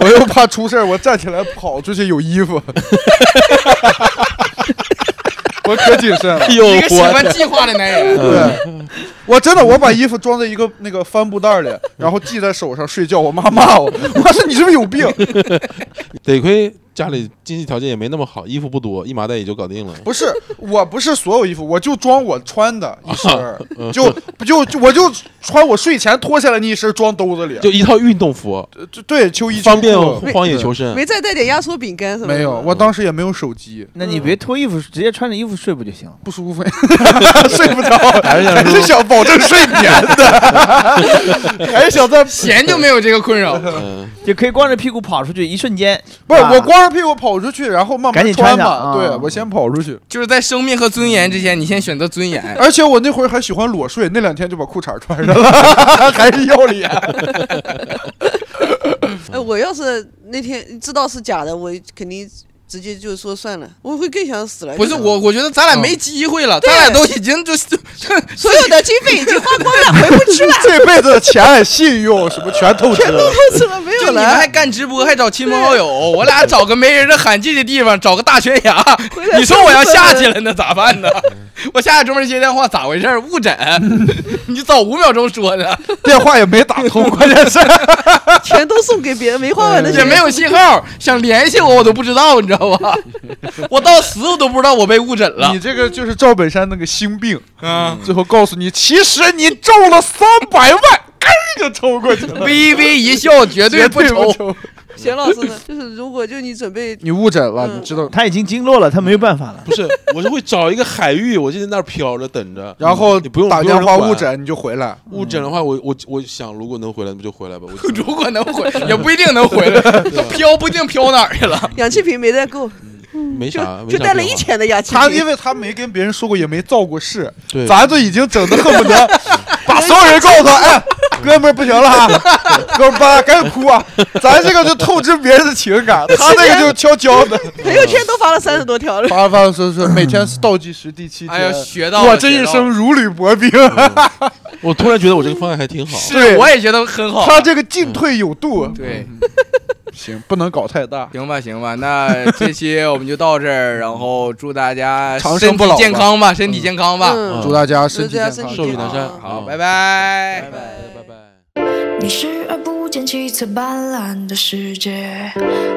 [SPEAKER 3] 我又怕出事儿，我站起来跑出去有衣服， 我可谨慎了。
[SPEAKER 4] 哎呦
[SPEAKER 1] 一个喜
[SPEAKER 4] 我哎嗯
[SPEAKER 1] 欢计划的男人，
[SPEAKER 3] 对，我真的我把衣服装在一个那个帆布袋里，然后系在手上睡觉。我妈骂我，我说你是不是有病？
[SPEAKER 4] 得亏家里经济条件也没那么好，衣服不多，一麻袋也就搞定了。
[SPEAKER 3] 不是，我不是所有衣服，我就装我穿的一身儿，
[SPEAKER 4] 嗯
[SPEAKER 3] 就就就我就穿我睡前脱下来那一身儿装兜子里，
[SPEAKER 4] 就一套运动服，
[SPEAKER 3] 就对秋衣秋
[SPEAKER 4] 方便哦
[SPEAKER 3] 裤
[SPEAKER 4] 荒野求生。
[SPEAKER 2] 没再带点压缩饼干什么的？
[SPEAKER 3] 没有，我当时也没有手机，
[SPEAKER 6] 那你别脱衣服，直接穿着衣服睡不就行了？
[SPEAKER 3] 不舒服， 睡不着，
[SPEAKER 4] 还是想
[SPEAKER 3] 还是想保证睡眠的，还是想在
[SPEAKER 1] 闲就没有这个困扰。
[SPEAKER 4] 嗯，
[SPEAKER 6] 就可以光着屁股跑出去，一瞬间
[SPEAKER 3] 不是
[SPEAKER 6] 啊
[SPEAKER 3] 我光着屁股跑出去，然后慢
[SPEAKER 6] 赶
[SPEAKER 3] 慢
[SPEAKER 6] 紧穿
[SPEAKER 3] 嘛，
[SPEAKER 6] 上啊
[SPEAKER 3] 对我先跑出去，
[SPEAKER 1] 就是在生命和尊严之前，你先选择尊严。
[SPEAKER 3] 而且我那会儿还喜欢裸睡，那两天就把裤衩穿上了，还是要脸。
[SPEAKER 2] 哎，我要是那天知道是假的，我肯定直接就说算了，我会更想死了。
[SPEAKER 1] 不是
[SPEAKER 2] 就是
[SPEAKER 1] 我，我觉得咱俩没机会了，咱俩都已经就就
[SPEAKER 2] 所有的经费已经花光了，回不去了，
[SPEAKER 3] 这辈子的钱、信用什么全透支了。
[SPEAKER 2] 不怎么没 有
[SPEAKER 1] 就你们还
[SPEAKER 2] 了。
[SPEAKER 1] 干直播，还找亲朋好友，我俩找个没人的罕见的地方，找个大悬崖
[SPEAKER 2] 回来。
[SPEAKER 1] 你说我要下去了，那咋办呢？我下来专门接电话，咋回事儿？误诊，你早五秒钟说的，
[SPEAKER 3] 电话也没打通，关键是
[SPEAKER 2] 全都送给别人，没花完的
[SPEAKER 1] 也
[SPEAKER 2] 钱
[SPEAKER 1] 没有信号，想联系我我都不知道，你知道吧？ 我到死我都不知道我被误诊了
[SPEAKER 3] 你。这个就是赵本山那个心病，
[SPEAKER 1] 嗯，
[SPEAKER 3] 最后告诉你，其实你中了三百万，吭就抽过去了，
[SPEAKER 1] 微微一笑，绝对
[SPEAKER 3] 绝
[SPEAKER 1] 不
[SPEAKER 3] 对
[SPEAKER 1] 愁。
[SPEAKER 3] 抽。
[SPEAKER 2] 钱老师呢？就是如果就你准备
[SPEAKER 3] 你误诊了，
[SPEAKER 2] 嗯
[SPEAKER 3] 你知道。
[SPEAKER 6] 他已经经络了，他没有办法了。
[SPEAKER 4] 不是，我是会找一个海域，我就在那儿飘着等着。
[SPEAKER 3] 然后
[SPEAKER 4] 嗯你不用
[SPEAKER 3] 打电话误。
[SPEAKER 4] 不用人管
[SPEAKER 3] 诊，你就回来。
[SPEAKER 4] 误诊的话，我我我想，如果能回来，不就回来吧。我就
[SPEAKER 1] 如果能回，也不一定能回 来，飘不一定飘哪儿去了。
[SPEAKER 2] 氧气瓶没带够，
[SPEAKER 4] 没
[SPEAKER 2] 就
[SPEAKER 4] 啥，没
[SPEAKER 2] 就
[SPEAKER 4] 啥
[SPEAKER 2] 带了
[SPEAKER 4] 变
[SPEAKER 2] 一
[SPEAKER 4] 化。
[SPEAKER 2] 钱的氧气
[SPEAKER 3] 他因
[SPEAKER 2] 瓶。
[SPEAKER 3] 为他没跟别人说过，也没造过势，
[SPEAKER 4] 对，
[SPEAKER 3] 咱这已经整的恨 不得把所有人告诉他，哎，哥们儿不行了啊，哥们儿吧该哭啊， 咱这个就透支别人的情感，他那 个就悄悄的。
[SPEAKER 2] 朋友圈都发了三十多条了，
[SPEAKER 3] 发发说说每天倒计时第七天，
[SPEAKER 1] 哎呀，学到了
[SPEAKER 3] 我这一
[SPEAKER 1] 学到
[SPEAKER 3] 生
[SPEAKER 1] 了
[SPEAKER 3] 如履薄冰。
[SPEAKER 4] 嗯我突然觉得我这个方案还挺好。
[SPEAKER 1] 是，我也觉得很好。啊
[SPEAKER 3] 他这个进退有度，
[SPEAKER 4] 嗯
[SPEAKER 1] 对，
[SPEAKER 3] 行，不能搞太大。
[SPEAKER 1] 行吧，行吧， 那这期我们就到这儿，然后祝大家
[SPEAKER 3] 长生
[SPEAKER 1] 身
[SPEAKER 3] 不
[SPEAKER 1] 体
[SPEAKER 3] 老
[SPEAKER 1] 健康吧，身体健康吧。
[SPEAKER 2] 嗯，
[SPEAKER 3] 祝大家
[SPEAKER 2] 祝
[SPEAKER 3] 身体
[SPEAKER 2] 大家
[SPEAKER 3] 健
[SPEAKER 2] 身
[SPEAKER 3] 康
[SPEAKER 2] 体，
[SPEAKER 4] 寿比
[SPEAKER 2] 健
[SPEAKER 4] 南
[SPEAKER 2] 康
[SPEAKER 4] 山
[SPEAKER 2] 啊。
[SPEAKER 1] 好，
[SPEAKER 4] 嗯
[SPEAKER 1] 拜拜。
[SPEAKER 2] 拜拜
[SPEAKER 4] 拜拜。
[SPEAKER 7] 你视而不见七彩斑斓的世界，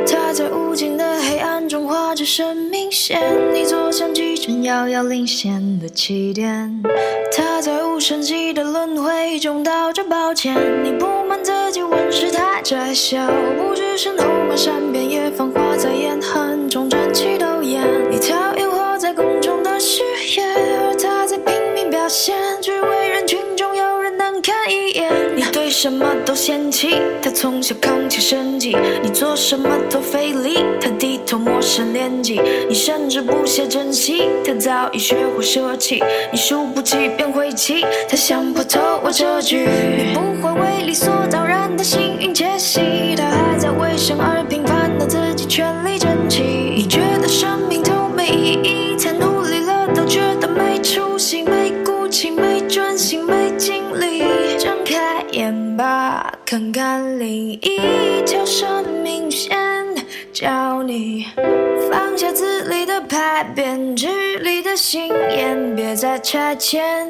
[SPEAKER 7] 它在无尽的黑暗中画着生命线。你坐向几针遥遥领先的起点，它在无声息的轮回中道着抱歉。你不满自己温室太窄小，不置身后马山边野繁花在眼含中争奇斗艳。你讨厌活在宫中的誓言，而他在拼命表现，只为人群中有人能看一眼。你对什么都嫌弃，他从小扛起生计；你做什么都费力，他低头陌生年纪。你甚至不屑珍惜，他早已学会舍弃。你输不起便晦气，他想破头我这局。你不会为理所当然的幸运窃喜，他还在为生而平凡的自己全力争气。你觉得生命都没意义，才努力了都觉得没出息、没骨气、没专心、没精力。睁开眼吧，看看另一条生命线，教你放下自己的牌匾，智力的信念，别再拆迁，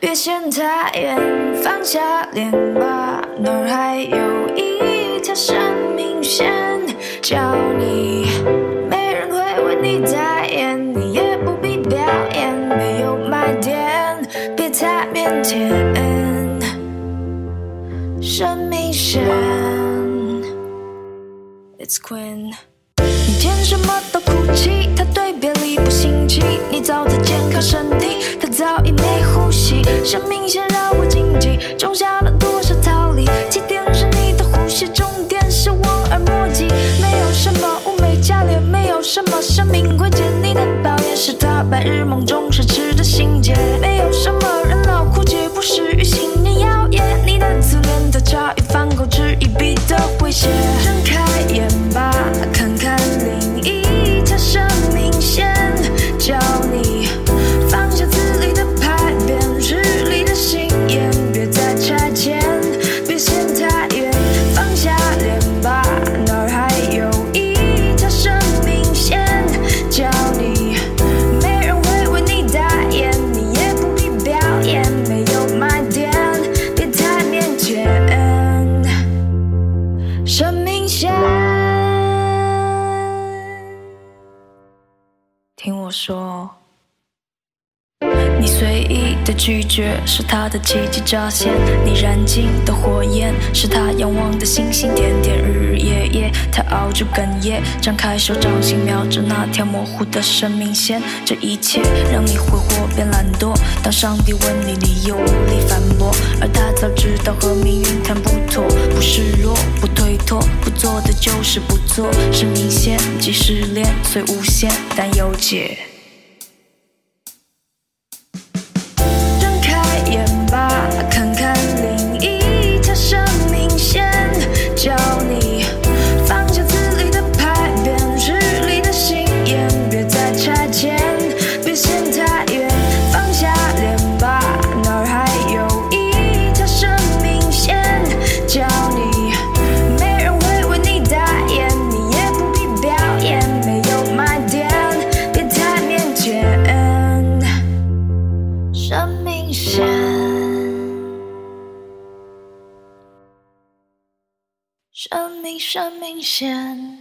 [SPEAKER 7] 别嫌太远，嗯放下脸吧，哪儿还有一条生命线，教你。没人会为你代言，你也不必表演，没有卖点，别太腼腆。生命线，It's Queen。你见什么都哭泣，他对别离不心悸。你糟蹋健康身体，他早已没呼吸。生命线绕过荆棘，种下了多少逃离？起点是你的呼吸，终点是望而莫及。没有什么物美价廉，没有什么生命会解你的抱怨，是他白日梦中奢侈的心结。没有什么人老枯竭，不适于新年耀眼。你的自恋，他早已放狗吃一笔的威胁。睁开眼吧，看看另一条生命线，教你放下自己的牌匾，日历的。听我说。你随意的拒绝是他的奇迹乍现，你燃尽的火焰是他仰望的星星点点，日日夜夜，他熬着哽咽，张开手掌心瞄着那条模糊的生命线，这一切让你挥霍变懒惰。当上帝问你理由，无力反驳，而他早知道和命运谈不妥，不示弱，不推脱，不做的就是不做，是明显，即失恋虽无限，但有解。睁开眼吧，看看另一条生命线，教你放下自立的牌匾，势利的心眼，别再拆迁，别陷太远，放下脸吧，哪儿还有一条生命线，教你没人会为你代言，你也不必表演，没有卖点，别太腼腆。生命线。生命，生命线。